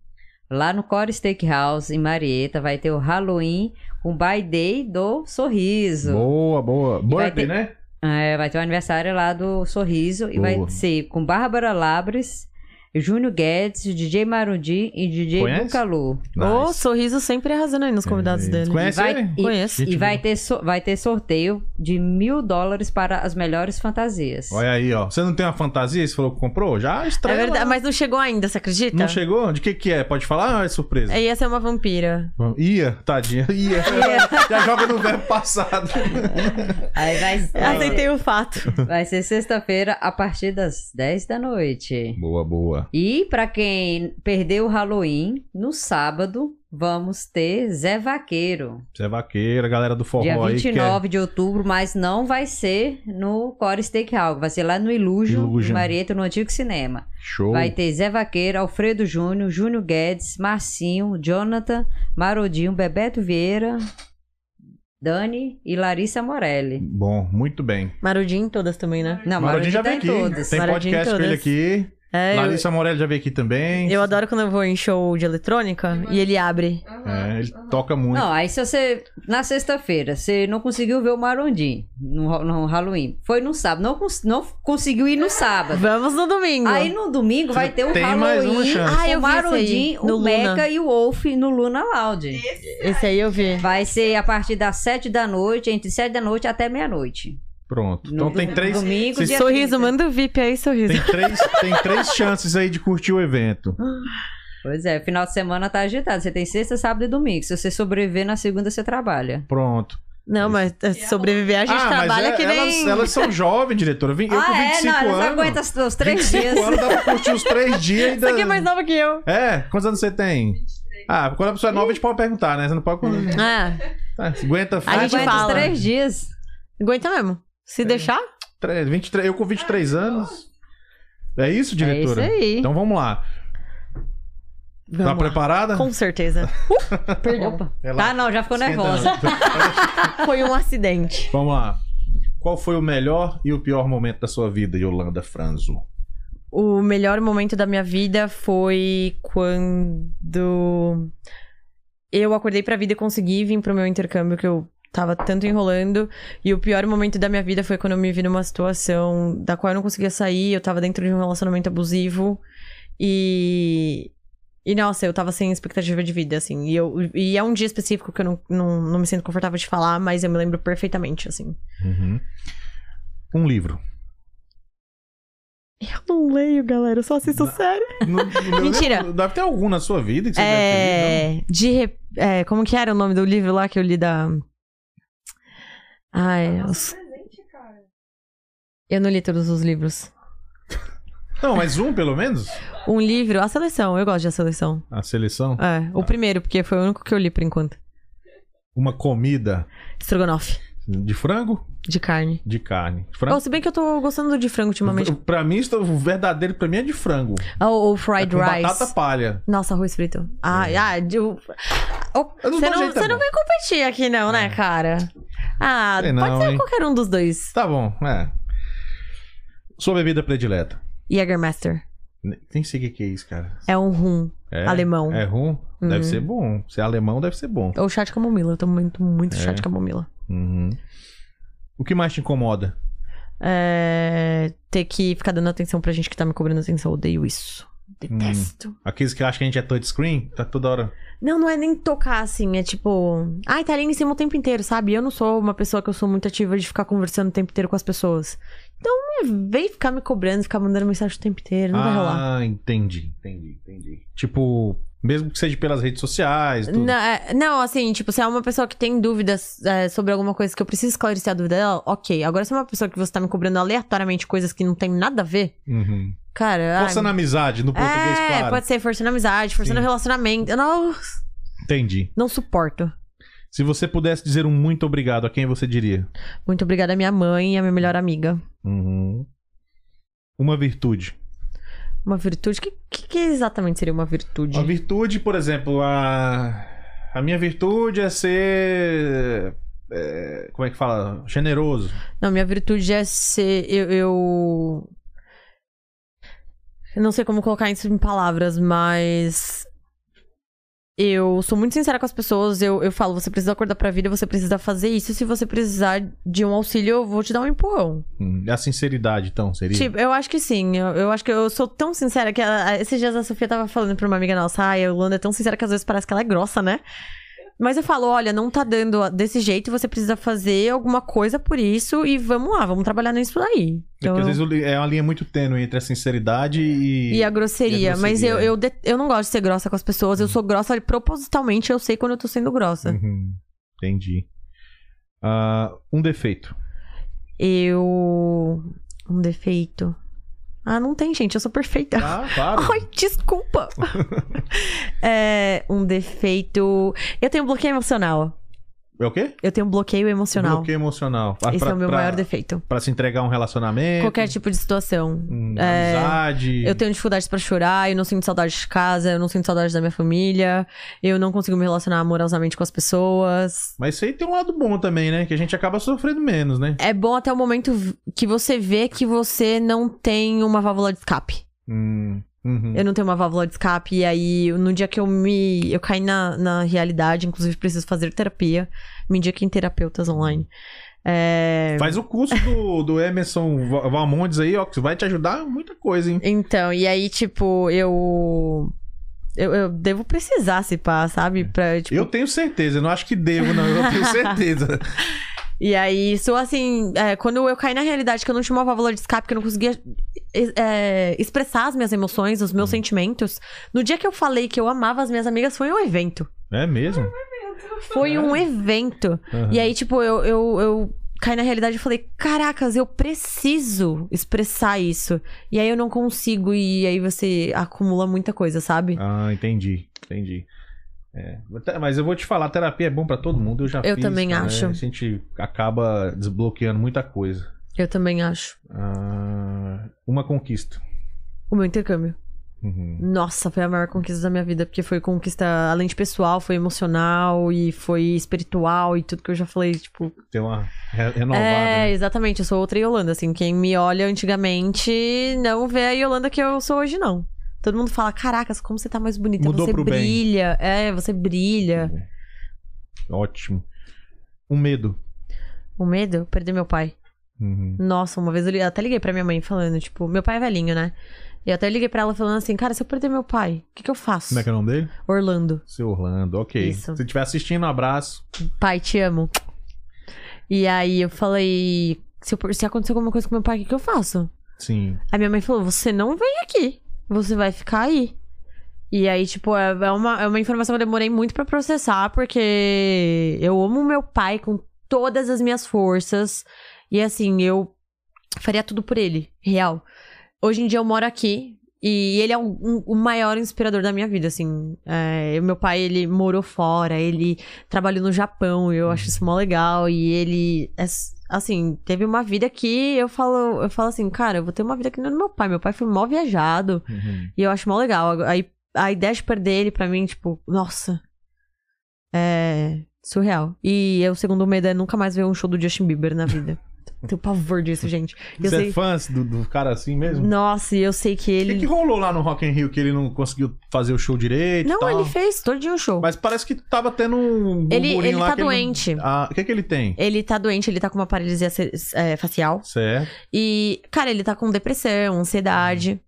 Speaker 3: lá no Core Steakhouse, em Marieta, vai ter o Halloween com By Day do Sorriso.
Speaker 1: Boa, boa.
Speaker 3: vai
Speaker 1: Birthday,
Speaker 3: ter-
Speaker 1: né?
Speaker 3: É, vai ter o aniversário lá do Sorriso e vai
Speaker 1: Boa.
Speaker 3: ser com Bárbara Labres, Júnior Guedes, DJ Marudi e DJ
Speaker 1: Conhece?
Speaker 3: Bucalu.
Speaker 2: O
Speaker 1: Nice.
Speaker 2: sorriso sempre arrasando aí nos convidados
Speaker 1: É,
Speaker 2: dele.
Speaker 1: Conhece
Speaker 3: Vai-
Speaker 1: ele?
Speaker 3: E-
Speaker 2: Conheço.
Speaker 1: Gente
Speaker 3: e vai
Speaker 1: boa.
Speaker 3: ter, so- vai ter sorteio de mil dólares para as melhores fantasias.
Speaker 1: Olha aí, ó. Você não tem uma fantasia? Você falou que comprou? Já
Speaker 2: É
Speaker 1: estranho.
Speaker 2: verdade, mas não chegou ainda, você acredita?
Speaker 1: tá Não chegou? De que que é? Pode falar? Ah, é surpresa.
Speaker 2: É, Ia ser uma vampira.
Speaker 1: Ia, tadinha. Ia. Já joga no verbo passado.
Speaker 3: Aí vai,
Speaker 1: É.
Speaker 3: vai ser,
Speaker 2: Aceitei o fato.
Speaker 3: vai ser sexta-feira a partir das 10 da noite.
Speaker 1: Boa, boa.
Speaker 3: E para quem perdeu o Halloween, no sábado vamos ter Zé Vaqueiro,
Speaker 1: Você é vaqueira, galera do forró
Speaker 3: dia
Speaker 1: aí. que é-
Speaker 3: 29 de outubro, mas não vai ser no Core Steakhouse, vai ser lá no Illusion,
Speaker 1: Illusion.
Speaker 3: em Marieta, no antigo cinema.
Speaker 1: Show.
Speaker 3: Vai ter Zé Vaqueiro, Alfredo Júnior, Júnior Guedes, Marcinho, Jonathan, Marodinho, Bebeto Vieira, Dani e Larissa Morelli.
Speaker 1: Bom, muito bem.
Speaker 2: Marudinho em todas também, né?
Speaker 3: Não,
Speaker 1: Marodinho
Speaker 3: Marodinho
Speaker 1: já
Speaker 3: tá
Speaker 1: veio
Speaker 3: em
Speaker 1: aqui.
Speaker 3: todas.
Speaker 1: Tem
Speaker 2: Marodinho em
Speaker 1: podcast com ele
Speaker 2: todas.
Speaker 1: aqui.
Speaker 2: É, eu,
Speaker 1: Larissa Morelli já veio aqui também.
Speaker 2: eu adoro quando eu vou em show de eletrônica e ele abre.
Speaker 1: É, ele toca muito.
Speaker 3: Não, aí se você. Na sexta-feira, você não conseguiu ver o Marondim no, ha- no Halloween. Foi no sábado. Não, cons- não conseguiu ir no sábado.
Speaker 2: Vamos no domingo.
Speaker 3: Aí no domingo vai ter o
Speaker 1: Tem
Speaker 3: Halloween. um
Speaker 1: mais uma chance.
Speaker 2: Ah, eu
Speaker 3: o
Speaker 2: vi esse aí,
Speaker 3: Marondim,
Speaker 2: no
Speaker 3: o
Speaker 2: Luna.
Speaker 3: Meca e o Wolf no Luna Loud.
Speaker 2: Esse aí eu vi.
Speaker 3: Vai ser a partir das sete da noite, entre sete da noite até meia-noite.
Speaker 1: Pronto.
Speaker 3: No
Speaker 1: Então tem
Speaker 3: do-
Speaker 1: três,
Speaker 3: Domingo,
Speaker 1: Vocês-
Speaker 3: dia
Speaker 2: Sorriso,
Speaker 3: 30.
Speaker 2: manda o VIP aí, sorriso.
Speaker 1: tem três, tem três chances aí de curtir o evento.
Speaker 3: Pois é, final de semana tá agitado. Você tem sexta, sábado e domingo. Se você sobreviver, na segunda você trabalha.
Speaker 1: Pronto.
Speaker 2: Não, mas é, sobreviver a gente trabalha
Speaker 1: é-
Speaker 2: que nem. Ah,
Speaker 1: elas, elas são jovens, diretora. Vim- Eu com 25
Speaker 3: é? Não,
Speaker 1: anos.
Speaker 3: aguenta os, os três
Speaker 1: 25
Speaker 3: dias.
Speaker 1: anos dá pra curtir os três dias e
Speaker 2: Isso aqui é
Speaker 1: ainda-
Speaker 2: mais nova que eu.
Speaker 1: É, quantos anos você tem? Ah, quando a pessoa é nova, a gente pode perguntar, né? Você não pode.
Speaker 2: É,
Speaker 1: Tá, aguenta,
Speaker 2: A gente
Speaker 3: aguenta
Speaker 2: fala.
Speaker 3: os três dias.
Speaker 2: aguenta mesmo. Se deixar,
Speaker 1: Tre- 23, eu com 23 anos. É isso, diretora?
Speaker 3: É isso aí.
Speaker 1: Então vamos lá.
Speaker 2: vamos
Speaker 1: tá
Speaker 2: lá.
Speaker 1: preparada?
Speaker 2: Com certeza. Uh, perdão.
Speaker 3: Opa.
Speaker 1: Ela
Speaker 3: Tá, não, já ficou
Speaker 1: esquenta né?
Speaker 3: nervosa.
Speaker 1: muito.
Speaker 2: Foi um acidente.
Speaker 1: vamos lá. Qual foi o melhor e o pior momento da sua vida, Yolanda Franzo?
Speaker 2: O melhor momento da minha vida foi quando eu acordei pra vida e consegui vir pro meu intercâmbio que eu tava tanto enrolando. E o pior momento da minha vida foi quando eu me vi numa situação da qual eu não conseguia sair, eu tava dentro de um relacionamento abusivo e. E, nossa, eu tava sem expectativa de vida, assim. E, eu, e é um dia específico que eu não, não, não me sinto confortável de falar, mas eu me lembro perfeitamente, assim.
Speaker 1: Uhum. Um livro.
Speaker 2: Eu não leio, galera, eu só assisto sério.
Speaker 1: No- no-
Speaker 2: Mentira.
Speaker 1: Deve, deve ter algum na sua vida que você deve ter lido,
Speaker 2: É. De. re- é, como que era o nome do livro lá que eu li da. Ai, os-
Speaker 5: Presente, cara.
Speaker 2: eu não li todos os livros.
Speaker 1: não?
Speaker 2: É.
Speaker 1: Não, mas um pelo menos?
Speaker 2: Um livro, a seleção, eu gosto de a seleção.
Speaker 1: A seleção.
Speaker 2: É, o primeiro, porque foi o único que eu li por enquanto.
Speaker 1: Uma comida.
Speaker 2: Strogonoff.
Speaker 1: De frango?
Speaker 2: de carne.
Speaker 1: De carne. Frango.
Speaker 2: Oh, se bem que eu tô gostando do de frango ultimamente.
Speaker 1: Pra mim, isto- o verdadeiro pra mim é de frango.
Speaker 2: Ah, O, o
Speaker 1: É
Speaker 2: fried
Speaker 1: com
Speaker 2: rice.
Speaker 1: batata palha.
Speaker 2: Nossa, arroz frito. Ah, ah, de- o- o-
Speaker 1: Eu não dou
Speaker 2: Você não,
Speaker 1: jeito,
Speaker 2: você
Speaker 1: não.
Speaker 2: não vem competir aqui, não, né, cara? Ah,
Speaker 1: Sei
Speaker 2: pode
Speaker 1: não,
Speaker 2: ser
Speaker 1: hein.
Speaker 2: qualquer um dos dois.
Speaker 1: Tá bom, é. Sua bebida predileta.
Speaker 2: Jägermeister.
Speaker 1: Ne- Nem sei o que que é isso, cara.
Speaker 2: É um rum.
Speaker 1: É,
Speaker 2: Alemão. Uhum.
Speaker 1: É rum? Deve ser bom. Se é alemão, deve ser bom.
Speaker 2: Ou chá de camomila. Eu tomo muito, muito chá
Speaker 1: É.
Speaker 2: de camomila.
Speaker 1: Uhum. O que mais te incomoda?
Speaker 2: É, Ter que ficar dando atenção pra gente que tá me cobrando atenção. Eu odeio isso. Detesto.
Speaker 1: Aqueles que acham que a gente é touchscreen? Tá toda hora.
Speaker 2: Não, não é nem tocar assim, é tipo. Ai, tá ali em cima o tempo inteiro, sabe? Eu não sou uma pessoa que eu sou muito ativa de ficar conversando o tempo inteiro com as pessoas. Então, não vem ficar me cobrando, ficar mandando mensagem o tempo inteiro, não vai rolar.
Speaker 1: ah, entendi, entendi, entendi. Tipo, mesmo que seja pelas redes sociais, tudo.
Speaker 2: Não, é- não, assim, tipo, se é uma pessoa que tem dúvidas é, sobre alguma coisa que eu preciso esclarecer a dúvida dela, ok. Agora, se é uma pessoa que você tá me cobrando aleatoriamente coisas que não tem nada a ver,
Speaker 1: Uhum.
Speaker 2: cara.
Speaker 1: Força
Speaker 2: ai,
Speaker 1: na amizade, no português,
Speaker 2: Ah, é,
Speaker 1: claro.
Speaker 2: pode ser força na amizade, força
Speaker 1: Sim.
Speaker 2: no relacionamento. Eu não,
Speaker 1: Entendi.
Speaker 2: não suporto.
Speaker 1: Se você pudesse dizer um muito obrigado, a quem você diria?
Speaker 2: Muito obrigada à minha mãe e à minha melhor amiga.
Speaker 1: Uhum. Uma virtude.
Speaker 2: Uma virtude? O que, que- que exatamente seria uma virtude?
Speaker 1: Uma virtude, por exemplo, a. A minha virtude é ser. é, Como é que fala? Generoso.
Speaker 2: Não, minha virtude é ser. Eu, eu. eu não sei como colocar isso em palavras, mas. Eu sou muito sincera com as pessoas. Eu, eu falo, você precisa acordar pra vida, você precisa fazer isso. Se você precisar de um auxílio, eu vou te dar um empurrão.
Speaker 1: Hum, A sinceridade, então, seria.
Speaker 2: Tipo, eu acho que sim. Eu, eu acho que eu sou tão sincera que. ela- esses dias a Sofia tava falando pra uma amiga nossa, ai, a Holanda é tão sincera que às vezes parece que ela é grossa, né? Mas eu falo, olha, não tá dando desse jeito, você precisa fazer alguma coisa por isso e vamos lá, vamos trabalhar nisso daí.
Speaker 1: É
Speaker 2: Então,
Speaker 1: porque às vezes eu li- é uma linha muito tênue entre a sinceridade e.
Speaker 2: E a grosseria,
Speaker 1: e a grosseria, Hum.
Speaker 2: mas eu,
Speaker 1: é.
Speaker 2: eu, de- eu não gosto de ser grossa com as pessoas, eu sou grossa propositalmente, eu sei quando eu tô sendo grossa.
Speaker 1: Uhum, Entendi. Ah, um defeito.
Speaker 2: Eu. Um defeito. Ah, não tem, gente, eu sou perfeita.
Speaker 1: Ah, claro.
Speaker 2: Ai, desculpa. é um defeito. Eu tenho um bloqueio emocional.
Speaker 1: É o quê?
Speaker 2: Eu tenho um bloqueio emocional.
Speaker 1: Bloqueio emocional. Ah,
Speaker 2: Esse
Speaker 1: pra-
Speaker 2: é o meu
Speaker 1: pra-
Speaker 2: maior defeito.
Speaker 1: Pra se entregar a um relacionamento.
Speaker 2: Qualquer tipo de situação.
Speaker 1: hum,
Speaker 2: é,
Speaker 1: Amizade.
Speaker 2: Eu tenho dificuldades pra chorar, eu não sinto saudade de casa, eu não sinto saudade da minha família, eu não consigo me relacionar amorosamente com as pessoas.
Speaker 1: Mas isso aí tem um lado bom também, né? Que a gente acaba sofrendo menos, né?
Speaker 2: É bom até o momento v- que você vê que você não tem uma válvula de escape.
Speaker 1: Hum, uhum.
Speaker 2: Eu não tenho uma válvula de escape. E aí, no dia que eu me. Eu caí na, na realidade, inclusive preciso fazer terapia. Me indiquem terapeutas online. É,
Speaker 1: Faz o curso do, do Emerson Va- Valmontes aí, ó, que vai te ajudar muita coisa, hein?
Speaker 2: Então, e aí, tipo, eu. Eu, eu devo precisar se pá, sabe? Pra, tipo,
Speaker 1: Eu tenho certeza, eu não acho que devo, não, eu tenho certeza.
Speaker 2: E aí, isso assim, é, quando eu caí na realidade que eu não tinha uma válvula de escape, que eu não conseguia es- é, expressar as minhas emoções, os meus sentimentos, no dia que eu falei que eu amava as minhas amigas, foi um evento.
Speaker 1: É mesmo?
Speaker 2: Foi um evento.
Speaker 1: Aham.
Speaker 2: E aí, tipo, eu, eu, eu caí na realidade e falei: caracas, eu preciso expressar isso. E aí eu não consigo, e aí você acumula muita coisa, sabe?
Speaker 1: Ah, entendi, entendi. É, até- mas eu vou te falar, terapia é bom pra todo mundo, eu já
Speaker 2: Eu
Speaker 1: fiz,
Speaker 2: também
Speaker 1: cara,
Speaker 2: acho.
Speaker 1: A gente acaba desbloqueando muita coisa.
Speaker 2: Eu também acho.
Speaker 1: Ah, uma conquista.
Speaker 2: O meu intercâmbio.
Speaker 1: Uhum.
Speaker 2: Nossa, foi a maior conquista da minha vida, porque foi conquista, além de pessoal, foi emocional e foi espiritual e tudo que eu já falei, tipo.
Speaker 1: Tem uma re- renovada.
Speaker 2: é,
Speaker 1: né?
Speaker 2: exatamente, eu sou outra Yolanda, assim. Quem me olha antigamente não vê a Yolanda que eu sou hoje, não. Todo mundo fala: caracas, como você tá mais bonita,
Speaker 1: Mudou
Speaker 2: você
Speaker 1: pro bem."
Speaker 2: brilha. É, você brilha.
Speaker 1: Ótimo. Um medo.
Speaker 2: O medo? Perder meu pai.
Speaker 1: Uhum.
Speaker 2: Nossa, uma vez eu, li- eu até liguei pra minha mãe falando, tipo, meu pai é velhinho, né? E eu até liguei pra ela falando assim, cara, se eu perder meu pai, o que, que eu faço?
Speaker 1: Como é que é o nome dele?
Speaker 2: Orlando,
Speaker 1: Seu Orlando, ok.
Speaker 2: Isso.
Speaker 1: Se estiver assistindo, um abraço.
Speaker 2: pai, te amo. E aí eu falei, se, eu per- se acontecer alguma coisa com meu pai, o que, que eu faço?
Speaker 1: Sim.
Speaker 2: Aí minha mãe falou, você não vem aqui, você vai ficar aí. E aí, tipo, é é uma, é uma informação que eu demorei muito pra processar, porque eu amo meu pai com todas as minhas forças. E assim, eu faria tudo por ele, real. Hoje em dia eu moro aqui E ele é um- um- o maior inspirador da minha vida, assim. É, meu pai, ele morou fora, ele trabalhou no Japão, e eu
Speaker 1: Uhum.
Speaker 2: acho isso mó legal. E ele, é s- assim, teve uma vida que eu falo, eu falo assim, cara, eu vou ter uma vida que não é do meu pai. Meu pai foi mó viajado.
Speaker 1: Uhum.
Speaker 2: E eu acho mó legal. Aí a ideia de perder ele pra mim, tipo, nossa. É surreal. E eu, segundo o medo é nunca mais ver um show do Justin Bieber na vida. Tenho pavor disso, gente. E Eu
Speaker 1: Você é
Speaker 2: sei...
Speaker 1: fã do, do cara assim mesmo?
Speaker 2: Nossa, e eu sei que
Speaker 1: O
Speaker 2: ele.
Speaker 1: que, que rolou lá no Rock in Rio que ele não conseguiu fazer o show direito? e
Speaker 2: Não,
Speaker 1: tal?
Speaker 2: ele fez todinho o show.
Speaker 1: tá? Mas parece que tava tendo um
Speaker 2: Ele,
Speaker 1: burburinho
Speaker 2: ele
Speaker 1: lá
Speaker 2: tá
Speaker 1: que ele não-
Speaker 2: doente. Ele...
Speaker 1: Ah, o que que ele tem?
Speaker 2: tá doente, ele tá com uma paralisia ce- é, facial.
Speaker 1: Certo.
Speaker 2: E, cara, ele tá com depressão, ansiedade.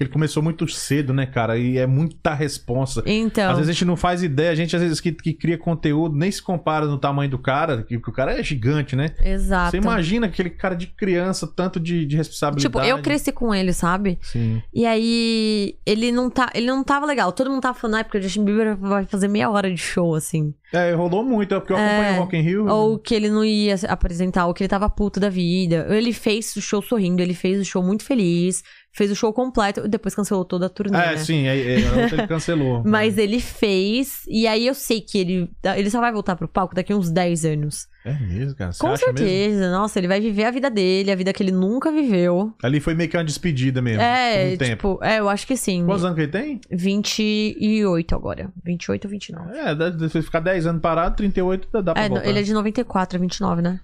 Speaker 1: Ele começou muito cedo, né, cara? E é muita responsa.
Speaker 2: Então.
Speaker 1: Às vezes a gente não faz ideia, a gente às vezes que, que cria conteúdo nem se compara no tamanho do cara, que, que o cara é gigante, né?
Speaker 2: Exato.
Speaker 1: Você imagina aquele cara de criança, tanto de, de
Speaker 2: Tipo,
Speaker 1: responsabilidade.
Speaker 2: eu cresci com ele, sabe?
Speaker 1: Sim.
Speaker 2: E aí, ele não, tá, ele não tava legal. Todo mundo tava falando, ah, porque o Justin Bieber vai fazer meia hora de show, assim.
Speaker 1: É, rolou muito, é porque eu acompanho o Rock in Rio.
Speaker 2: Ou que ele não ia se apresentar, ou que ele tava puto da vida. Ele fez o show sorrindo, ele fez o show muito feliz, fez o show completo, e depois cancelou toda a turnê.
Speaker 1: É,
Speaker 2: né?
Speaker 1: sim, é, é, a outra ele cancelou.
Speaker 2: Mas ele fez, e aí eu sei que ele, ele só vai voltar pro palco daqui uns 10 anos.
Speaker 1: É mesmo, cara. Você
Speaker 2: Com
Speaker 1: acha mesmo?
Speaker 2: certeza, nossa, ele vai viver a vida dele, a vida que ele nunca viveu.
Speaker 1: Ali foi meio que uma despedida mesmo.
Speaker 2: É,
Speaker 1: por um tempo.
Speaker 2: tipo, é, eu acho que sim.
Speaker 1: Quantos anos que ele tem?
Speaker 2: 28 agora. 28 ou 29.
Speaker 1: É, deve- se ficar 10 anos parado, 38 dá, dá pra
Speaker 2: É,
Speaker 1: voltar.
Speaker 2: não, ele é de 94, 29, né?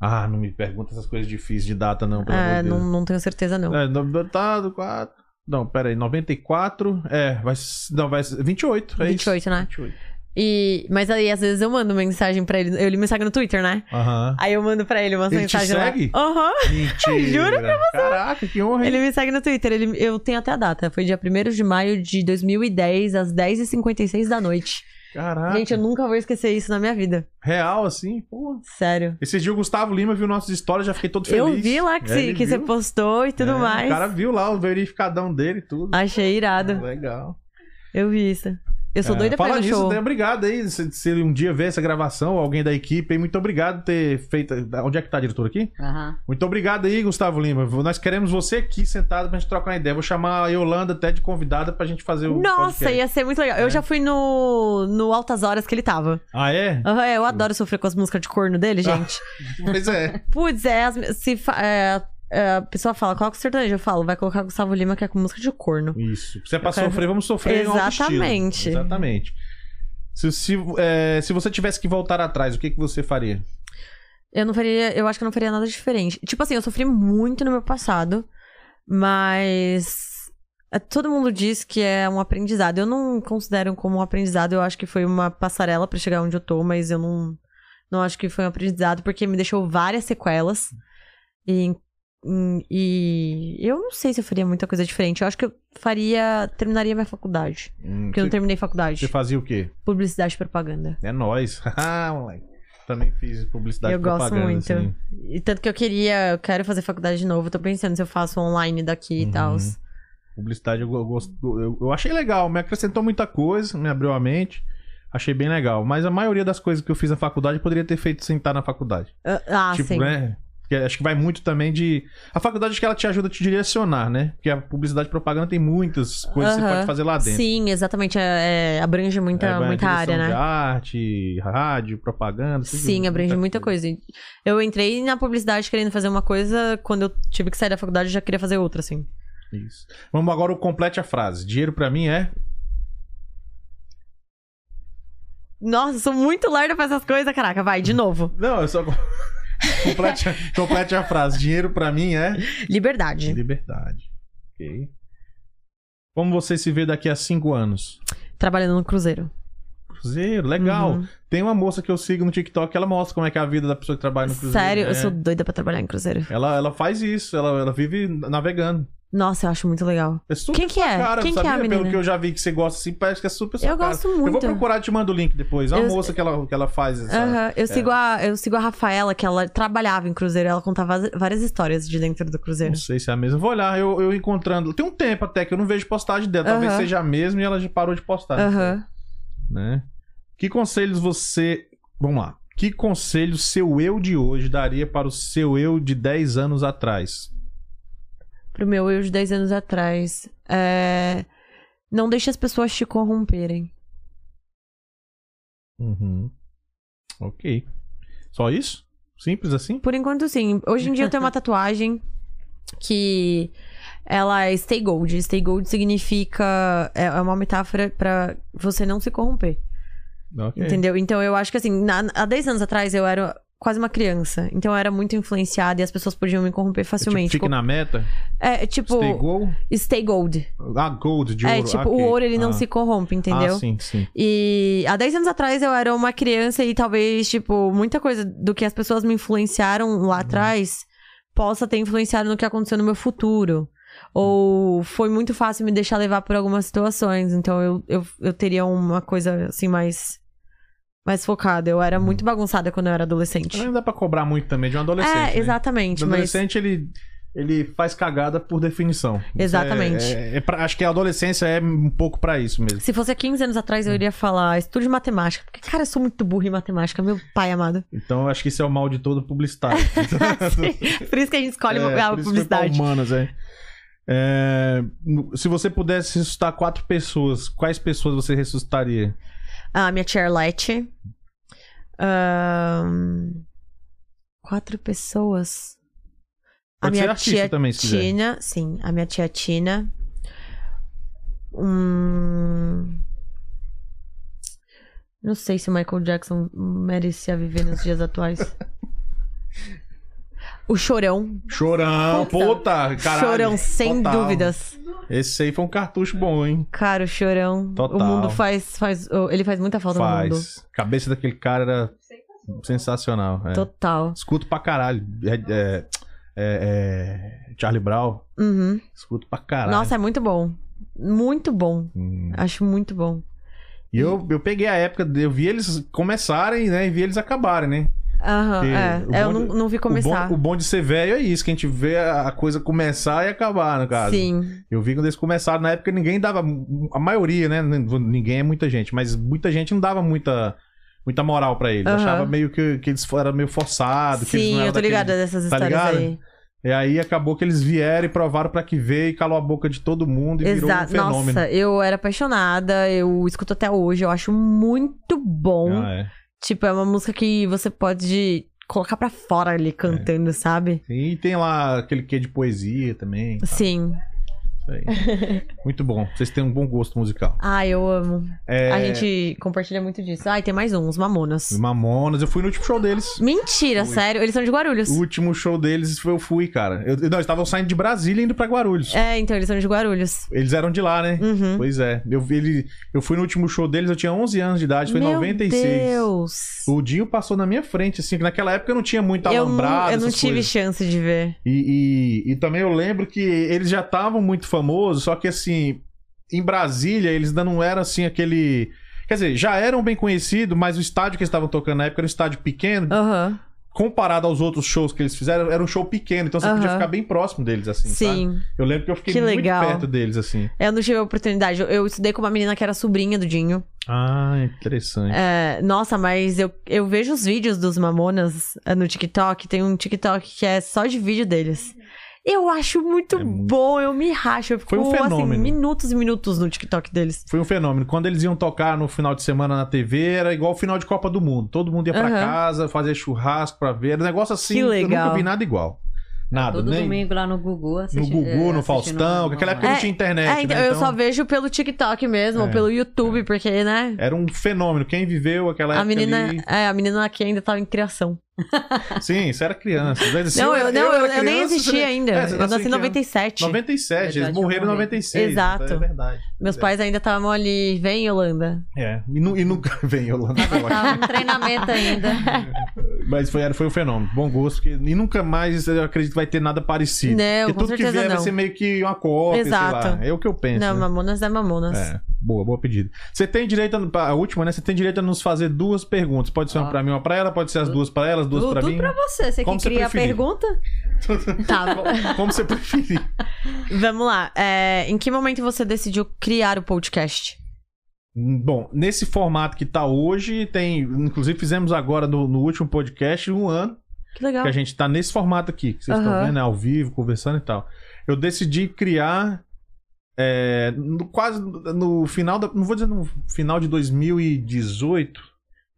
Speaker 1: Ah, não me pergunta essas coisas difíceis de data, não, pelo
Speaker 2: É,
Speaker 1: amor de Deus.
Speaker 2: não, não tenho certeza, não.
Speaker 1: É, no- tá, do quatro. Não, pera aí, 94. É, vai. s- Não, vai. s- 28. É
Speaker 2: 28, né?
Speaker 1: isso. 28.
Speaker 2: E, mas aí, às vezes, eu mando mensagem pra ele. Eu li mensagem no Twitter, né?
Speaker 1: Aham.
Speaker 2: Aí eu mando pra ele umas
Speaker 1: Ele te
Speaker 2: mensagens lá.
Speaker 1: segue?
Speaker 2: Aham.
Speaker 1: Mentira.
Speaker 2: Juro
Speaker 1: pra você. Caraca, que honra, hein?
Speaker 2: Ele me segue no Twitter. Ele, eu tenho até a data. Foi dia 1 de maio de 2010, às 10h56 da noite.
Speaker 1: Caraca.
Speaker 2: Gente, eu nunca vou esquecer isso na minha vida.
Speaker 1: Real, assim, pô.
Speaker 2: Sério.
Speaker 1: Esse dia o Gustavo Lima viu nossas histórias, já fiquei todo feliz.
Speaker 2: Eu vi lá que,
Speaker 1: É,
Speaker 2: se-
Speaker 1: ele
Speaker 2: que você
Speaker 1: viu.
Speaker 2: postou e tudo
Speaker 1: É,
Speaker 2: mais.
Speaker 1: O cara viu lá o verificadão dele e tudo.
Speaker 2: Achei irado.
Speaker 1: Legal.
Speaker 2: Eu vi isso. Eu sou
Speaker 1: É,
Speaker 2: doida pra
Speaker 1: Fala
Speaker 2: ir no
Speaker 1: nisso,
Speaker 2: show.
Speaker 1: né? obrigado aí. Se, se um dia ver essa gravação, alguém da equipe, aí, muito obrigado por ter feito. Onde é que tá a diretora aqui?
Speaker 3: Aham.
Speaker 1: Muito obrigado aí, Gustavo Lima. Nós queremos você aqui sentado pra gente trocar uma ideia. Vou chamar a Yolanda até de convidada pra gente fazer o.
Speaker 2: Nossa,
Speaker 1: podcast.
Speaker 2: ia ser muito legal.
Speaker 1: É.
Speaker 2: Eu já fui no, no Altas Horas que ele tava.
Speaker 1: Ah, é?
Speaker 2: Aham, eu adoro sofrer com as músicas de corno
Speaker 1: Ah.
Speaker 2: dele, gente.
Speaker 1: Pois é.
Speaker 2: Putz, é, as- se fa- é, é, a pessoa fala, coloca o sertanejo. Eu falo, vai colocar Gustavo Lima, que é com música de corno.
Speaker 1: Isso. Se é pra
Speaker 2: Eu quero-
Speaker 1: sofrer, vamos sofrer em alto estilo.
Speaker 2: Exatamente.
Speaker 1: Exatamente. Se, se, é, se você tivesse que voltar atrás, o que, que você faria?
Speaker 2: Eu não faria, eu acho que eu não faria nada diferente. Tipo assim, eu sofri muito no meu passado, mas é, todo mundo diz que é um aprendizado. Eu não considero como um aprendizado, eu acho que foi uma passarela pra chegar onde eu tô, mas eu não não acho que foi um aprendizado porque me deixou várias sequelas. E e eu não sei se eu faria muita coisa diferente. Eu acho que eu faria. Terminaria minha faculdade.
Speaker 1: Hum,
Speaker 2: Porque eu não
Speaker 1: você,
Speaker 2: terminei
Speaker 1: você
Speaker 2: faculdade.
Speaker 1: fazia o quê?
Speaker 2: Publicidade e propaganda.
Speaker 1: É nós. ah, moleque. Também fiz publicidade
Speaker 2: Eu
Speaker 1: e
Speaker 2: gosto
Speaker 1: propaganda,
Speaker 2: muito.
Speaker 1: assim.
Speaker 2: E tanto que eu queria, eu quero fazer faculdade de novo. Tô pensando se eu faço online daqui
Speaker 1: Uhum.
Speaker 2: e tal.
Speaker 1: Publicidade eu, go- gosto- eu- eu achei legal, me acrescentou muita coisa, me abriu a mente. Achei bem legal. Mas a maioria das coisas que eu fiz na faculdade eu poderia ter feito sem estar na faculdade.
Speaker 2: Ah,
Speaker 1: tipo,
Speaker 2: sim.
Speaker 1: né? Porque acho que vai muito também de. A faculdade acho que ela te ajuda a te direcionar, né? Porque a publicidade e propaganda tem muitas coisas que você
Speaker 2: Aham.
Speaker 1: pode fazer lá dentro.
Speaker 2: Sim, exatamente. É, é, abrange muita,
Speaker 1: vai
Speaker 2: muita
Speaker 1: direção
Speaker 2: área,
Speaker 1: de assim,
Speaker 2: né?
Speaker 1: arte, rádio, propaganda. tudo,
Speaker 2: Sim, abrange muita coisa. Eu entrei na publicidade querendo fazer uma coisa, quando eu tive que sair da faculdade, eu já queria fazer outra, assim.
Speaker 1: Isso. Vamos agora o complete a frase. Dinheiro pra mim é.
Speaker 2: Nossa, eu sou muito lerda pra essas coisas, caraca. Vai, de novo.
Speaker 1: Não, eu só. complete, a- complete a frase. Dinheiro pra mim é.
Speaker 2: Liberdade.
Speaker 1: Liberdade. Ok. Como você se vê daqui a cinco anos?
Speaker 2: Trabalhando no cruzeiro.
Speaker 1: Cruzeiro, legal.
Speaker 2: Uhum.
Speaker 1: Tem uma moça que eu sigo no TikTok, que ela mostra como é que é a vida da pessoa que trabalha no cruzeiro.
Speaker 2: Sério,
Speaker 1: É.
Speaker 2: eu sou doida pra trabalhar em cruzeiro.
Speaker 1: Ela, ela faz isso, ela, ela vive navegando.
Speaker 2: Nossa, eu acho muito legal.
Speaker 1: É super
Speaker 2: Quem que é?
Speaker 1: cara,
Speaker 2: Quem que é
Speaker 1: sabia?
Speaker 2: a
Speaker 1: Pelo
Speaker 2: menina?
Speaker 1: que eu já vi que você gosta, assim, parece que é super sua
Speaker 2: Eu
Speaker 1: cara.
Speaker 2: gosto
Speaker 1: Eu vou
Speaker 2: muito.
Speaker 1: procurar, te mando o link depois. A
Speaker 2: Eu-
Speaker 1: moça que ela, que ela faz essa...
Speaker 2: Aham, eu, sigo a, eu sigo a Rafaela, que ela trabalhava em cruzeiro. Ela contava as- várias histórias de dentro do
Speaker 1: Não
Speaker 2: cruzeiro.
Speaker 1: sei se é a mesma. Vou olhar, eu, eu encontrando. Tem um tempo até que eu não vejo postagem dela. Talvez
Speaker 2: Aham.
Speaker 1: seja a mesma e ela já parou de postar. não sei.
Speaker 2: Aham.
Speaker 1: né? Que conselhos você. Vamos lá. Que conselho seu eu de hoje daria para o seu eu de 10 anos atrás?
Speaker 2: pro meu eu de 10 anos atrás. É... Não deixe as pessoas te corromperem.
Speaker 1: Uhum. Ok. Só isso? Simples assim?
Speaker 2: Por enquanto, sim. Hoje em dia eu tenho uma tatuagem que ela é stay gold. Stay gold significa. É é uma metáfora pra você não se corromper.
Speaker 1: Ok.
Speaker 2: Entendeu? Então eu acho que assim, na- há 10 anos atrás eu era quase uma criança. Então eu era muito influenciada e as pessoas podiam me corromper
Speaker 1: É Tipo,
Speaker 2: facilmente.
Speaker 1: fique
Speaker 2: Tipo,
Speaker 1: na meta.
Speaker 2: É, tipo,
Speaker 1: Stay gold.
Speaker 2: stay gold.
Speaker 1: Ah, gold de ouro.
Speaker 2: é, tipo,
Speaker 1: ok.
Speaker 2: o ouro ele não
Speaker 1: Ah.
Speaker 2: se corrompe, entendeu?
Speaker 1: Ah, sim, sim.
Speaker 2: E há 10 anos atrás eu era uma criança e talvez, tipo, muita coisa do que as pessoas me influenciaram
Speaker 1: Uhum.
Speaker 2: lá atrás possa ter influenciado no que aconteceu no meu futuro. Ou foi muito fácil me deixar levar por algumas situações. Então eu, eu, eu teria uma coisa assim mais. Mais focada. Eu
Speaker 1: Uhum.
Speaker 2: era muito bagunçada quando eu era adolescente.
Speaker 1: Não dá pra cobrar muito também de um é adolescente.
Speaker 2: é,
Speaker 1: né?
Speaker 2: exatamente.
Speaker 1: Do
Speaker 2: Mas
Speaker 1: adolescente, ele, ele faz cagada por definição. Isso
Speaker 2: Exatamente.
Speaker 1: é- é- é pra- acho que a adolescência é um pouco pra isso mesmo.
Speaker 2: se fosse há 15 anos atrás,
Speaker 1: Hum.
Speaker 2: eu iria falar estudo de matemática. Porque, cara, eu sou muito burra em matemática, meu pai amado.
Speaker 1: Então eu acho que isso é o mal de todo publicitário.
Speaker 2: Por isso que a gente escolhe
Speaker 1: É,
Speaker 2: a
Speaker 1: por isso foi pra
Speaker 2: publicidade.
Speaker 1: Humanas, é. É, no- se você pudesse ressuscitar quatro pessoas, quais pessoas você ressuscitaria?
Speaker 2: A Ah, minha tia Arlete. Ahn, Quatro pessoas. A
Speaker 1: Pode ser
Speaker 2: minha
Speaker 1: artista
Speaker 2: tia
Speaker 1: também, se quiser.
Speaker 2: Tina. Sim, a minha tia Tina. Hum... Não sei se o Michael Jackson merecia viver nos dias atuais. o Chorão.
Speaker 1: Chorão,
Speaker 2: Puta.
Speaker 1: puta, caralho.
Speaker 2: Chorão, sem
Speaker 1: Total.
Speaker 2: dúvidas.
Speaker 1: Esse aí foi um cartucho bom, hein?
Speaker 2: Cara, o Chorão.
Speaker 1: Total.
Speaker 2: O mundo faz, faz. Ele faz muita falta no mundo.
Speaker 1: Faz. Cabeça daquele cara era sensacional. é.
Speaker 2: Total.
Speaker 1: Escuto pra caralho. É- é- é- é, Charlie Brown,
Speaker 2: Uhum.
Speaker 1: escuto pra caralho.
Speaker 2: Nossa, é muito bom. Muito bom.
Speaker 1: Hum.
Speaker 2: Acho muito bom.
Speaker 1: E eu, eu peguei a época, eu vi eles começarem, né? E vi eles acabarem, né?
Speaker 2: Aham,
Speaker 1: Porque o
Speaker 2: é.
Speaker 1: bom
Speaker 2: Eu não,
Speaker 1: de-
Speaker 2: não vi
Speaker 1: O
Speaker 2: começar.
Speaker 1: bom, o bom de ser velho é isso, que a gente vê a a coisa começar e acabar, no caso.
Speaker 2: Sim.
Speaker 1: Eu vi quando eles começaram, na época ninguém dava, a maioria, né? Ninguém é muita gente, mas muita gente não dava muita, muita moral pra eles.
Speaker 2: Aham.
Speaker 1: Achava meio que, que eles eram meio forçados. Ah, que eles não
Speaker 2: Sim,
Speaker 1: eram
Speaker 2: eu tô
Speaker 1: daquele-
Speaker 2: ligada dessas
Speaker 1: tá
Speaker 2: histórias
Speaker 1: ligado?
Speaker 2: aí.
Speaker 1: E aí acabou que eles vieram e provaram pra que veio e calou a boca de todo mundo e
Speaker 2: Exato.
Speaker 1: virou um fenômeno.
Speaker 2: Nossa, eu era apaixonada, eu escuto até hoje, eu acho muito bom.
Speaker 1: Ah, é.
Speaker 2: Tipo, é uma música que você pode colocar pra fora
Speaker 1: É.
Speaker 2: ali cantando, sabe?
Speaker 1: E tem lá aquele quê de poesia também. tá?
Speaker 2: Sim.
Speaker 1: Isso aí. Muito bom. Vocês têm um bom gosto musical.
Speaker 2: Ah, eu amo.
Speaker 1: É,
Speaker 2: A gente compartilha muito disso. Ah, e tem mais um, os Mamonas.
Speaker 1: os Mamonas, eu fui no último show deles.
Speaker 2: Mentira,
Speaker 1: Ui.
Speaker 2: sério. Eles são de Guarulhos.
Speaker 1: O último show deles foi- eu fui, cara. Eu, não, eles estavam saindo de Brasília e indo pra Guarulhos.
Speaker 2: É, então, eles são de Guarulhos.
Speaker 1: Eles eram de lá, né?
Speaker 2: Uhum.
Speaker 1: Pois é. Eu, vi ele, eu fui no último show deles, eu tinha 11 anos de idade, foi em
Speaker 2: Meu
Speaker 1: 96.
Speaker 2: Deus.
Speaker 1: O Dinho passou na minha frente, assim, que naquela época eu não tinha muito
Speaker 2: eu não,
Speaker 1: alambrado.
Speaker 2: eu não
Speaker 1: essas
Speaker 2: tive
Speaker 1: coisas.
Speaker 2: chance de ver.
Speaker 1: E, e- e também eu lembro que eles já estavam muito famosos, só que assim, em Brasília eles ainda não eram assim aquele. Quer dizer, já eram bem conhecidos, mas o estádio que eles estavam tocando na época era um estádio pequeno.
Speaker 2: Aham.
Speaker 1: Comparado aos outros shows que eles fizeram, era um show pequeno, então você podia
Speaker 2: Aham.
Speaker 1: ficar bem próximo deles, assim. sabe?
Speaker 2: Sim.
Speaker 1: Eu lembro que eu fiquei
Speaker 2: Que
Speaker 1: muito
Speaker 2: legal.
Speaker 1: perto deles, assim.
Speaker 2: Eu não tive a oportunidade. Eu, eu estudei com uma menina que era sobrinha do Dinho.
Speaker 1: Ah, interessante.
Speaker 2: É, nossa, mas eu, eu vejo os vídeos dos Mamonas é, no TikTok. Tem um TikTok que é só de vídeo deles. Eu acho muito
Speaker 1: É muito-
Speaker 2: bom, eu me racho. Eu
Speaker 1: Foi
Speaker 2: fico,
Speaker 1: um
Speaker 2: assim,
Speaker 1: fenômeno.
Speaker 2: minutos e minutos no TikTok deles.
Speaker 1: Foi um fenômeno. Quando eles iam tocar no final de semana na TV, era igual o final de Copa do Mundo. Todo mundo ia pra
Speaker 2: Aham. casa,
Speaker 1: casa, fazer churrasco pra ver. Era um negócio assim,
Speaker 2: Que
Speaker 1: eu
Speaker 2: legal.
Speaker 1: nunca
Speaker 2: vi
Speaker 1: vi nada igual. Nada,
Speaker 3: Todo
Speaker 1: nem...
Speaker 3: domingo lá no Gugu
Speaker 1: Ah, No
Speaker 3: assisti-
Speaker 1: Gugu,
Speaker 3: é,
Speaker 1: no
Speaker 3: assistindo
Speaker 1: Faustão, que naquela época
Speaker 2: É,
Speaker 1: não tinha internet,
Speaker 2: é, então,
Speaker 1: né?
Speaker 2: eu
Speaker 1: Então,
Speaker 2: só vejo pelo TikTok mesmo,
Speaker 1: É,
Speaker 2: ou pelo YouTube, porque, né?
Speaker 1: Era um fenômeno. Quem viveu aquela
Speaker 2: A
Speaker 1: época
Speaker 2: menina,
Speaker 1: ali...
Speaker 2: é, a menina aqui ainda tava em criação.
Speaker 1: Sim, você era criança. Mas,
Speaker 2: não,
Speaker 1: assim,
Speaker 2: eu, não, eu,
Speaker 1: era
Speaker 2: eu nem
Speaker 1: criança,
Speaker 2: existia
Speaker 1: você-
Speaker 2: ainda.
Speaker 1: É, você
Speaker 2: eu
Speaker 1: nasceu
Speaker 2: nasci em
Speaker 1: que ano?
Speaker 2: 97.
Speaker 1: 97, eles
Speaker 3: Verdade,
Speaker 1: morreram em
Speaker 3: eu morri.
Speaker 1: 96.
Speaker 2: Exato.
Speaker 1: É verdade.
Speaker 2: Meus pais ainda estavam ali, vem, Yolanda.
Speaker 1: É, e, nu- e nunca veio Holanda.
Speaker 3: Ela Tava Tá, no treinamento ainda.
Speaker 1: Mas foi, era- foi um fenômeno. Bom gosto. que- e nunca mais eu acredito que vai ter nada parecido.
Speaker 2: Não,
Speaker 1: Porque
Speaker 2: com
Speaker 1: tudo que
Speaker 2: certeza
Speaker 1: vier vai
Speaker 2: não.
Speaker 1: ser meio que uma cópia, sei
Speaker 2: Exato.
Speaker 1: lá. É o que eu penso.
Speaker 2: não,
Speaker 1: né?
Speaker 2: Mamonas é Mamonas.
Speaker 1: É, boa, boa pedida. Você tem direito, a, a última, né? Você tem direito a nos fazer duas perguntas. Pode ser uma
Speaker 2: Ah.
Speaker 3: Ó.
Speaker 1: pra mim, uma pra ela, pode ser as duas pra ela, as duas
Speaker 3: Tudo
Speaker 1: pra
Speaker 3: pra,
Speaker 1: mim.
Speaker 3: você. Você
Speaker 1: Como
Speaker 3: que
Speaker 1: você
Speaker 3: cria
Speaker 1: preferir.
Speaker 3: a pergunta?
Speaker 2: Tá,
Speaker 1: Como- Como você preferir.
Speaker 2: vamos lá. É, em que momento você decidiu criar o podcast?
Speaker 1: Bom, nesse formato que tá hoje, tem. Inclusive, fizemos agora no, no último podcast um ano.
Speaker 2: Que legal.
Speaker 1: que a gente tá nesse formato aqui, que vocês estão
Speaker 2: Então- Aham.
Speaker 1: vendo, né, ao vivo, conversando e tal. Eu decidi criar é, no- quase no final da, não vou dizer no final de 2018,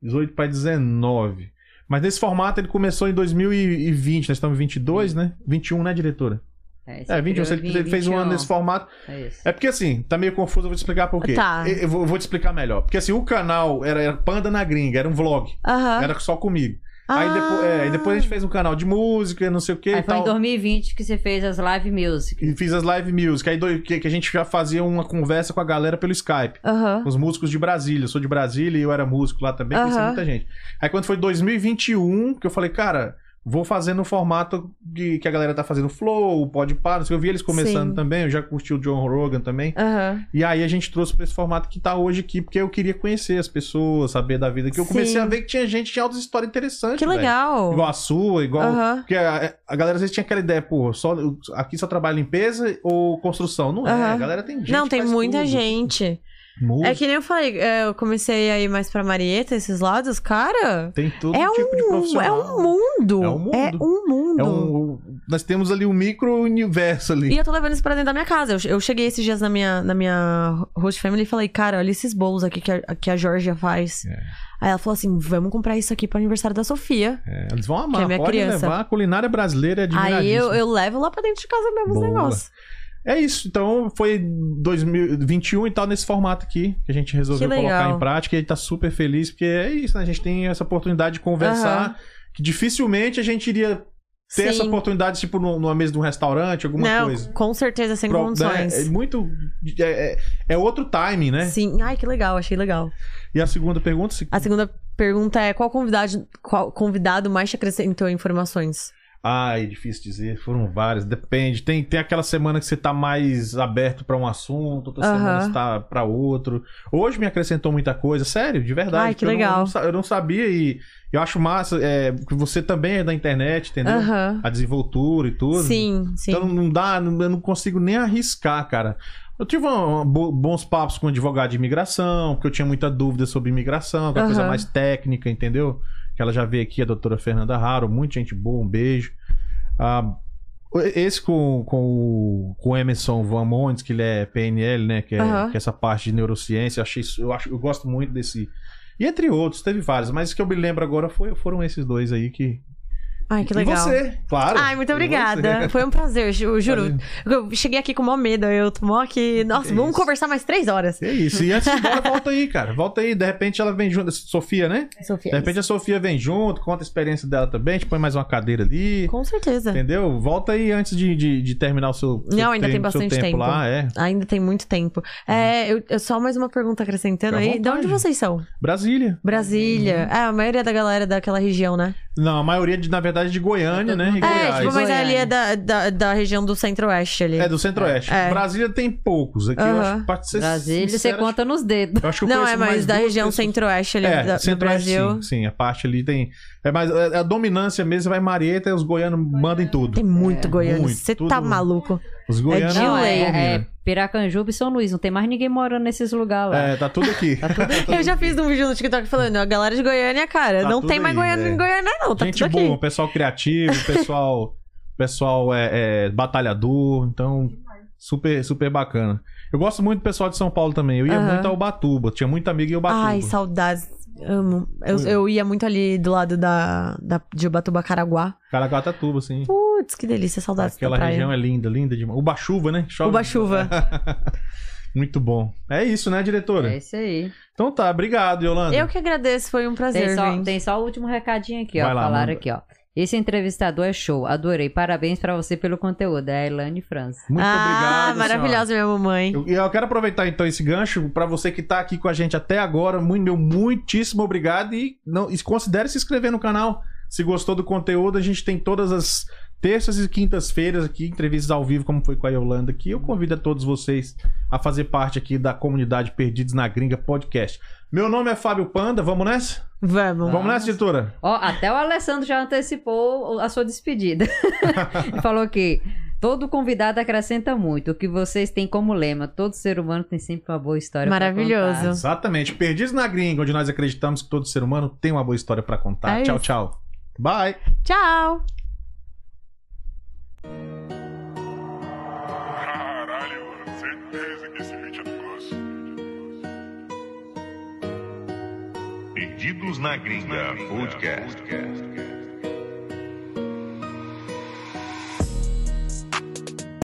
Speaker 1: 18 para 19. Mas nesse formato ele começou em 2020, nós estamos em 22, né? 21, né, diretora?
Speaker 3: esse
Speaker 1: É, 21, ele, ele fez um ano nesse formato.
Speaker 3: É isso.
Speaker 1: É porque assim, tá meio confuso, eu vou te explicar por quê.
Speaker 2: Tá.
Speaker 1: Eu, eu vou, eu vou te explicar melhor. Porque assim, o canal era, era Panda na Gringa, era um vlog,
Speaker 2: Aham.
Speaker 1: era só comigo. Aí, depois, é,
Speaker 2: Ah.
Speaker 1: aí depois a gente fez um canal de música, não sei o que e
Speaker 3: Aí foi
Speaker 1: tal.
Speaker 3: em 2020 que você fez as live music.
Speaker 1: E fiz as live music. Aí do- que, que a gente já fazia uma conversa com a galera pelo Skype.
Speaker 2: Aham.
Speaker 1: Com os músicos de Brasília. Eu sou de Brasília e eu era músico lá também, conheci
Speaker 2: Aham.
Speaker 1: muita gente. Aí quando foi 2021, que eu falei, cara, vou fazer no formato de, que a galera tá fazendo flow, o pode par, não sei, o que. eu vi eles começando
Speaker 2: Sim.
Speaker 1: também, eu já curti o John Rogan também.
Speaker 2: Aham.
Speaker 1: E aí a gente trouxe pra esse formato que tá hoje aqui, porque eu queria conhecer as pessoas, saber da vida. Que eu comecei
Speaker 2: Sim.
Speaker 1: a ver que tinha gente, tinha altas histórias interessantes.
Speaker 2: Que
Speaker 1: velho.
Speaker 2: legal.
Speaker 1: Igual a sua, igual
Speaker 2: Aham.
Speaker 1: porque a, a galera às vezes tinha aquela ideia, pô, só, eu- aqui só trabalha limpeza ou construção. Não é,
Speaker 2: Aham.
Speaker 1: a galera tem gente.
Speaker 2: Não,
Speaker 1: que
Speaker 2: tem
Speaker 1: faz
Speaker 2: muita
Speaker 1: tudo.
Speaker 2: gente.
Speaker 1: Música,
Speaker 2: É que nem eu falei, é, eu comecei a ir mais pra Marieta, esses lados, cara.
Speaker 1: Tem todo
Speaker 2: é
Speaker 1: tipo de
Speaker 2: um,
Speaker 1: profissional.
Speaker 2: é um mundo.
Speaker 1: É um mundo.
Speaker 2: É um mundo.
Speaker 1: É um- nós temos ali um micro-universo ali.
Speaker 2: E eu tô levando isso pra dentro da minha casa. Eu, eu cheguei esses dias na minha, na minha host family e falei, cara, olha esses bolos aqui que a, que a Georgia faz.
Speaker 1: É.
Speaker 2: Aí ela falou assim: vamos comprar isso aqui pro aniversário da Sofia.
Speaker 1: É, eles vão
Speaker 2: Que
Speaker 1: amar,
Speaker 2: é minha
Speaker 1: pode
Speaker 2: criança.
Speaker 1: levar. A culinária brasileira é
Speaker 2: Aí eu,
Speaker 1: admiradíssima.
Speaker 2: eu levo lá pra dentro de casa mesmo os
Speaker 1: Boa.
Speaker 2: negócios.
Speaker 1: É isso, então foi 2021 e tal, nesse formato aqui, que a gente resolveu
Speaker 2: Que legal.
Speaker 1: colocar em prática e a gente tá super feliz, porque é isso, né? A gente tem essa oportunidade de conversar, que dificilmente a gente iria ter essa
Speaker 2: Sim.
Speaker 1: oportunidade, tipo, no- numa mesa de um restaurante, alguma
Speaker 2: Não,
Speaker 1: coisa.
Speaker 2: com certeza, sem
Speaker 1: Pro- né? É
Speaker 2: condições.
Speaker 1: muito. É, é- é outro timing, né?
Speaker 2: Sim, ai, que legal, achei legal.
Speaker 1: E a segunda pergunta, se-
Speaker 2: A segunda pergunta é: qual convidado, qual convidado mais te acrescentou informações?
Speaker 1: Ai, Ah, é difícil dizer, foram várias, depende. Tem, tem aquela semana que você tá mais aberto pra um assunto, outra
Speaker 2: Aham.
Speaker 1: semana você tá pra outro. Hoje me acrescentou muita coisa, sério, de verdade.
Speaker 2: Ai, que
Speaker 1: porque eu não-
Speaker 2: legal.
Speaker 1: Eu não, sa- eu não sabia e eu acho massa é, que você também é da internet, entendeu?
Speaker 2: Aham.
Speaker 1: A desenvoltura e tudo.
Speaker 2: Sim, sim.
Speaker 1: Então não dá, não- eu não consigo nem arriscar, cara. Eu tive um- um bo- bons papos com advogado de imigração, porque eu tinha muita dúvida sobre imigração, aquela coisa
Speaker 2: Aham.
Speaker 1: mais técnica, entendeu? Que ela já veio aqui, a doutora Fernanda Haro, muita gente boa, um beijo. Ah, esse com, com, o, com o Emerson Van Montes, que ele é PNL, né? Que é,
Speaker 2: Aham.
Speaker 1: que é essa parte de neurociência, eu, achei, isso- eu, acho, eu gosto muito desse. E entre outros, teve vários, mas o que eu me lembro agora foi, foram esses dois aí que.
Speaker 2: Ai, que
Speaker 1: E
Speaker 2: legal.
Speaker 1: você, claro.
Speaker 2: Ai, muito
Speaker 1: E você.
Speaker 2: obrigada. Foi um prazer, eu juro. Eu cheguei aqui com maior medo. Eu tô mó aqui. Nossa,
Speaker 1: Que é
Speaker 2: vamos
Speaker 1: isso.
Speaker 2: conversar mais três horas.
Speaker 1: É isso. E antes de ir embora, volta aí, cara. Volta aí. De repente ela vem junto. Sofia, né?
Speaker 2: Sofia.
Speaker 1: De repente a Sofia vem junto, conta a experiência dela também, te põe mais uma cadeira ali.
Speaker 2: Com certeza.
Speaker 1: Entendeu? Volta aí antes de, de, de terminar o seu. seu
Speaker 2: Não, ainda tem
Speaker 1: tempo- seu
Speaker 2: bastante tempo.
Speaker 1: lá, é.
Speaker 2: Ainda tem muito tempo. É, eu, eu- só mais uma pergunta acrescentando
Speaker 1: Uhum. Fica à
Speaker 2: aí. De
Speaker 1: vontade. Uhum.
Speaker 2: onde vocês são?
Speaker 1: É. Brasília.
Speaker 2: Brasília. É, a maioria da galera é daquela região, né?
Speaker 1: Não, a maioria, de, na verdade, de Goiânia, né? E
Speaker 2: É,
Speaker 1: Goiás.
Speaker 2: tipo, mas
Speaker 3: Goiás.
Speaker 2: ali é da, da, da região do centro-oeste ali.
Speaker 1: É do Centro-Oeste.
Speaker 2: É.
Speaker 1: Brasília tem poucos. Aqui eu
Speaker 2: Aham.
Speaker 1: acho que pra ser
Speaker 3: Brasília, você
Speaker 1: sincero,
Speaker 3: conta nos dedos.
Speaker 1: Eu acho que eu
Speaker 2: Não,
Speaker 1: conheço
Speaker 2: é, mas
Speaker 1: mais
Speaker 2: da
Speaker 1: duas
Speaker 2: região
Speaker 1: pessoas.
Speaker 2: centro-oeste ali
Speaker 1: é,
Speaker 2: da- do
Speaker 1: centro-oeste,
Speaker 2: Brasil.
Speaker 1: Sim, sim, a parte ali tem. É mais é, a dominância mesmo, você vai em Marieta, os goianos mandam em tudo.
Speaker 2: Tem muito goiano.
Speaker 1: É, muito,
Speaker 2: Você
Speaker 1: tudo-
Speaker 2: tá maluco.
Speaker 1: Os goianos
Speaker 2: de
Speaker 1: dominam.
Speaker 3: Não, é,
Speaker 2: lei.
Speaker 3: é Piracanjuba e São Luís. Não tem mais ninguém morando nesses lugares lá.
Speaker 1: né? É, tá tudo aqui.
Speaker 3: Tá tudo
Speaker 2: Eu já fiz um vídeo no TikTok falando, a galera de Goiânia, cara,
Speaker 1: Tá
Speaker 2: não
Speaker 1: tudo
Speaker 2: tem mais
Speaker 1: aí,
Speaker 2: goiano
Speaker 1: é.
Speaker 2: em Goiânia, não. Tá
Speaker 1: Gente
Speaker 2: tudo aqui.
Speaker 1: boa, pessoal criativo, pessoal, pessoal é, é, batalhador, então super super bacana. Eu gosto muito do pessoal de São Paulo também. Eu ia
Speaker 2: Aham.
Speaker 1: muito a Ubatuba, tinha muita amiga em Ubatuba.
Speaker 2: Ai, saudades. Amo. Eu,
Speaker 1: Foi.
Speaker 2: eu ia muito ali do lado da, da, de Ubatuba, Caraguá.
Speaker 1: Caracatatuba, sim.
Speaker 2: Putz, que delícia, saudades
Speaker 1: assim. Aquela
Speaker 2: da praia.
Speaker 1: região é linda, linda demais. Ubachuva, né? Chove.
Speaker 2: Ubachuva.
Speaker 1: Muito bom. É isso, né, diretora?
Speaker 3: É isso aí.
Speaker 1: Então tá, obrigado, Yolanda.
Speaker 2: Eu que agradeço, foi um prazer,
Speaker 3: Tem só,
Speaker 2: gente.
Speaker 3: tem só o último recadinho aqui, ó.
Speaker 1: Vai lá,
Speaker 3: Falaram
Speaker 1: manda.
Speaker 3: aqui, ó. Esse entrevistador é show. Adorei. Parabéns pra você pelo conteúdo. É a Elane França.
Speaker 1: Muito
Speaker 2: ah,
Speaker 1: obrigado. senhora.
Speaker 2: maravilhosa minha mamãe.
Speaker 1: Eu, e eu quero aproveitar então esse gancho pra você que tá aqui com a gente até agora, muito, meu muitíssimo obrigado e não e considere se inscrever no canal. Se gostou do conteúdo, a gente tem todas as terças e quintas-feiras aqui entrevistas ao vivo, como foi com a Yolanda aqui. Eu convido a todos vocês a fazer parte aqui da comunidade Perdidos na Gringa podcast. Meu nome é Fábio Panda, vamos nessa?
Speaker 2: Vamos.
Speaker 1: Vamos nessa, editora?
Speaker 3: Ó, até o Alessandro já antecipou a sua despedida. Ele falou que todo convidado acrescenta muito. O que vocês têm como lema. Todo ser humano tem sempre uma boa história. pra
Speaker 2: Maravilhoso.
Speaker 3: contar.
Speaker 1: Exatamente. Perdidos na Gringa, onde nós acreditamos que todo ser humano tem uma boa história pra contar.
Speaker 2: É
Speaker 1: tchau,
Speaker 2: isso.
Speaker 1: tchau.
Speaker 6: Bye!
Speaker 2: Tchau!
Speaker 7: Caralho, mano, certeza que esse vídeo é do Gus.
Speaker 1: Perdidos na Gringa Podcast.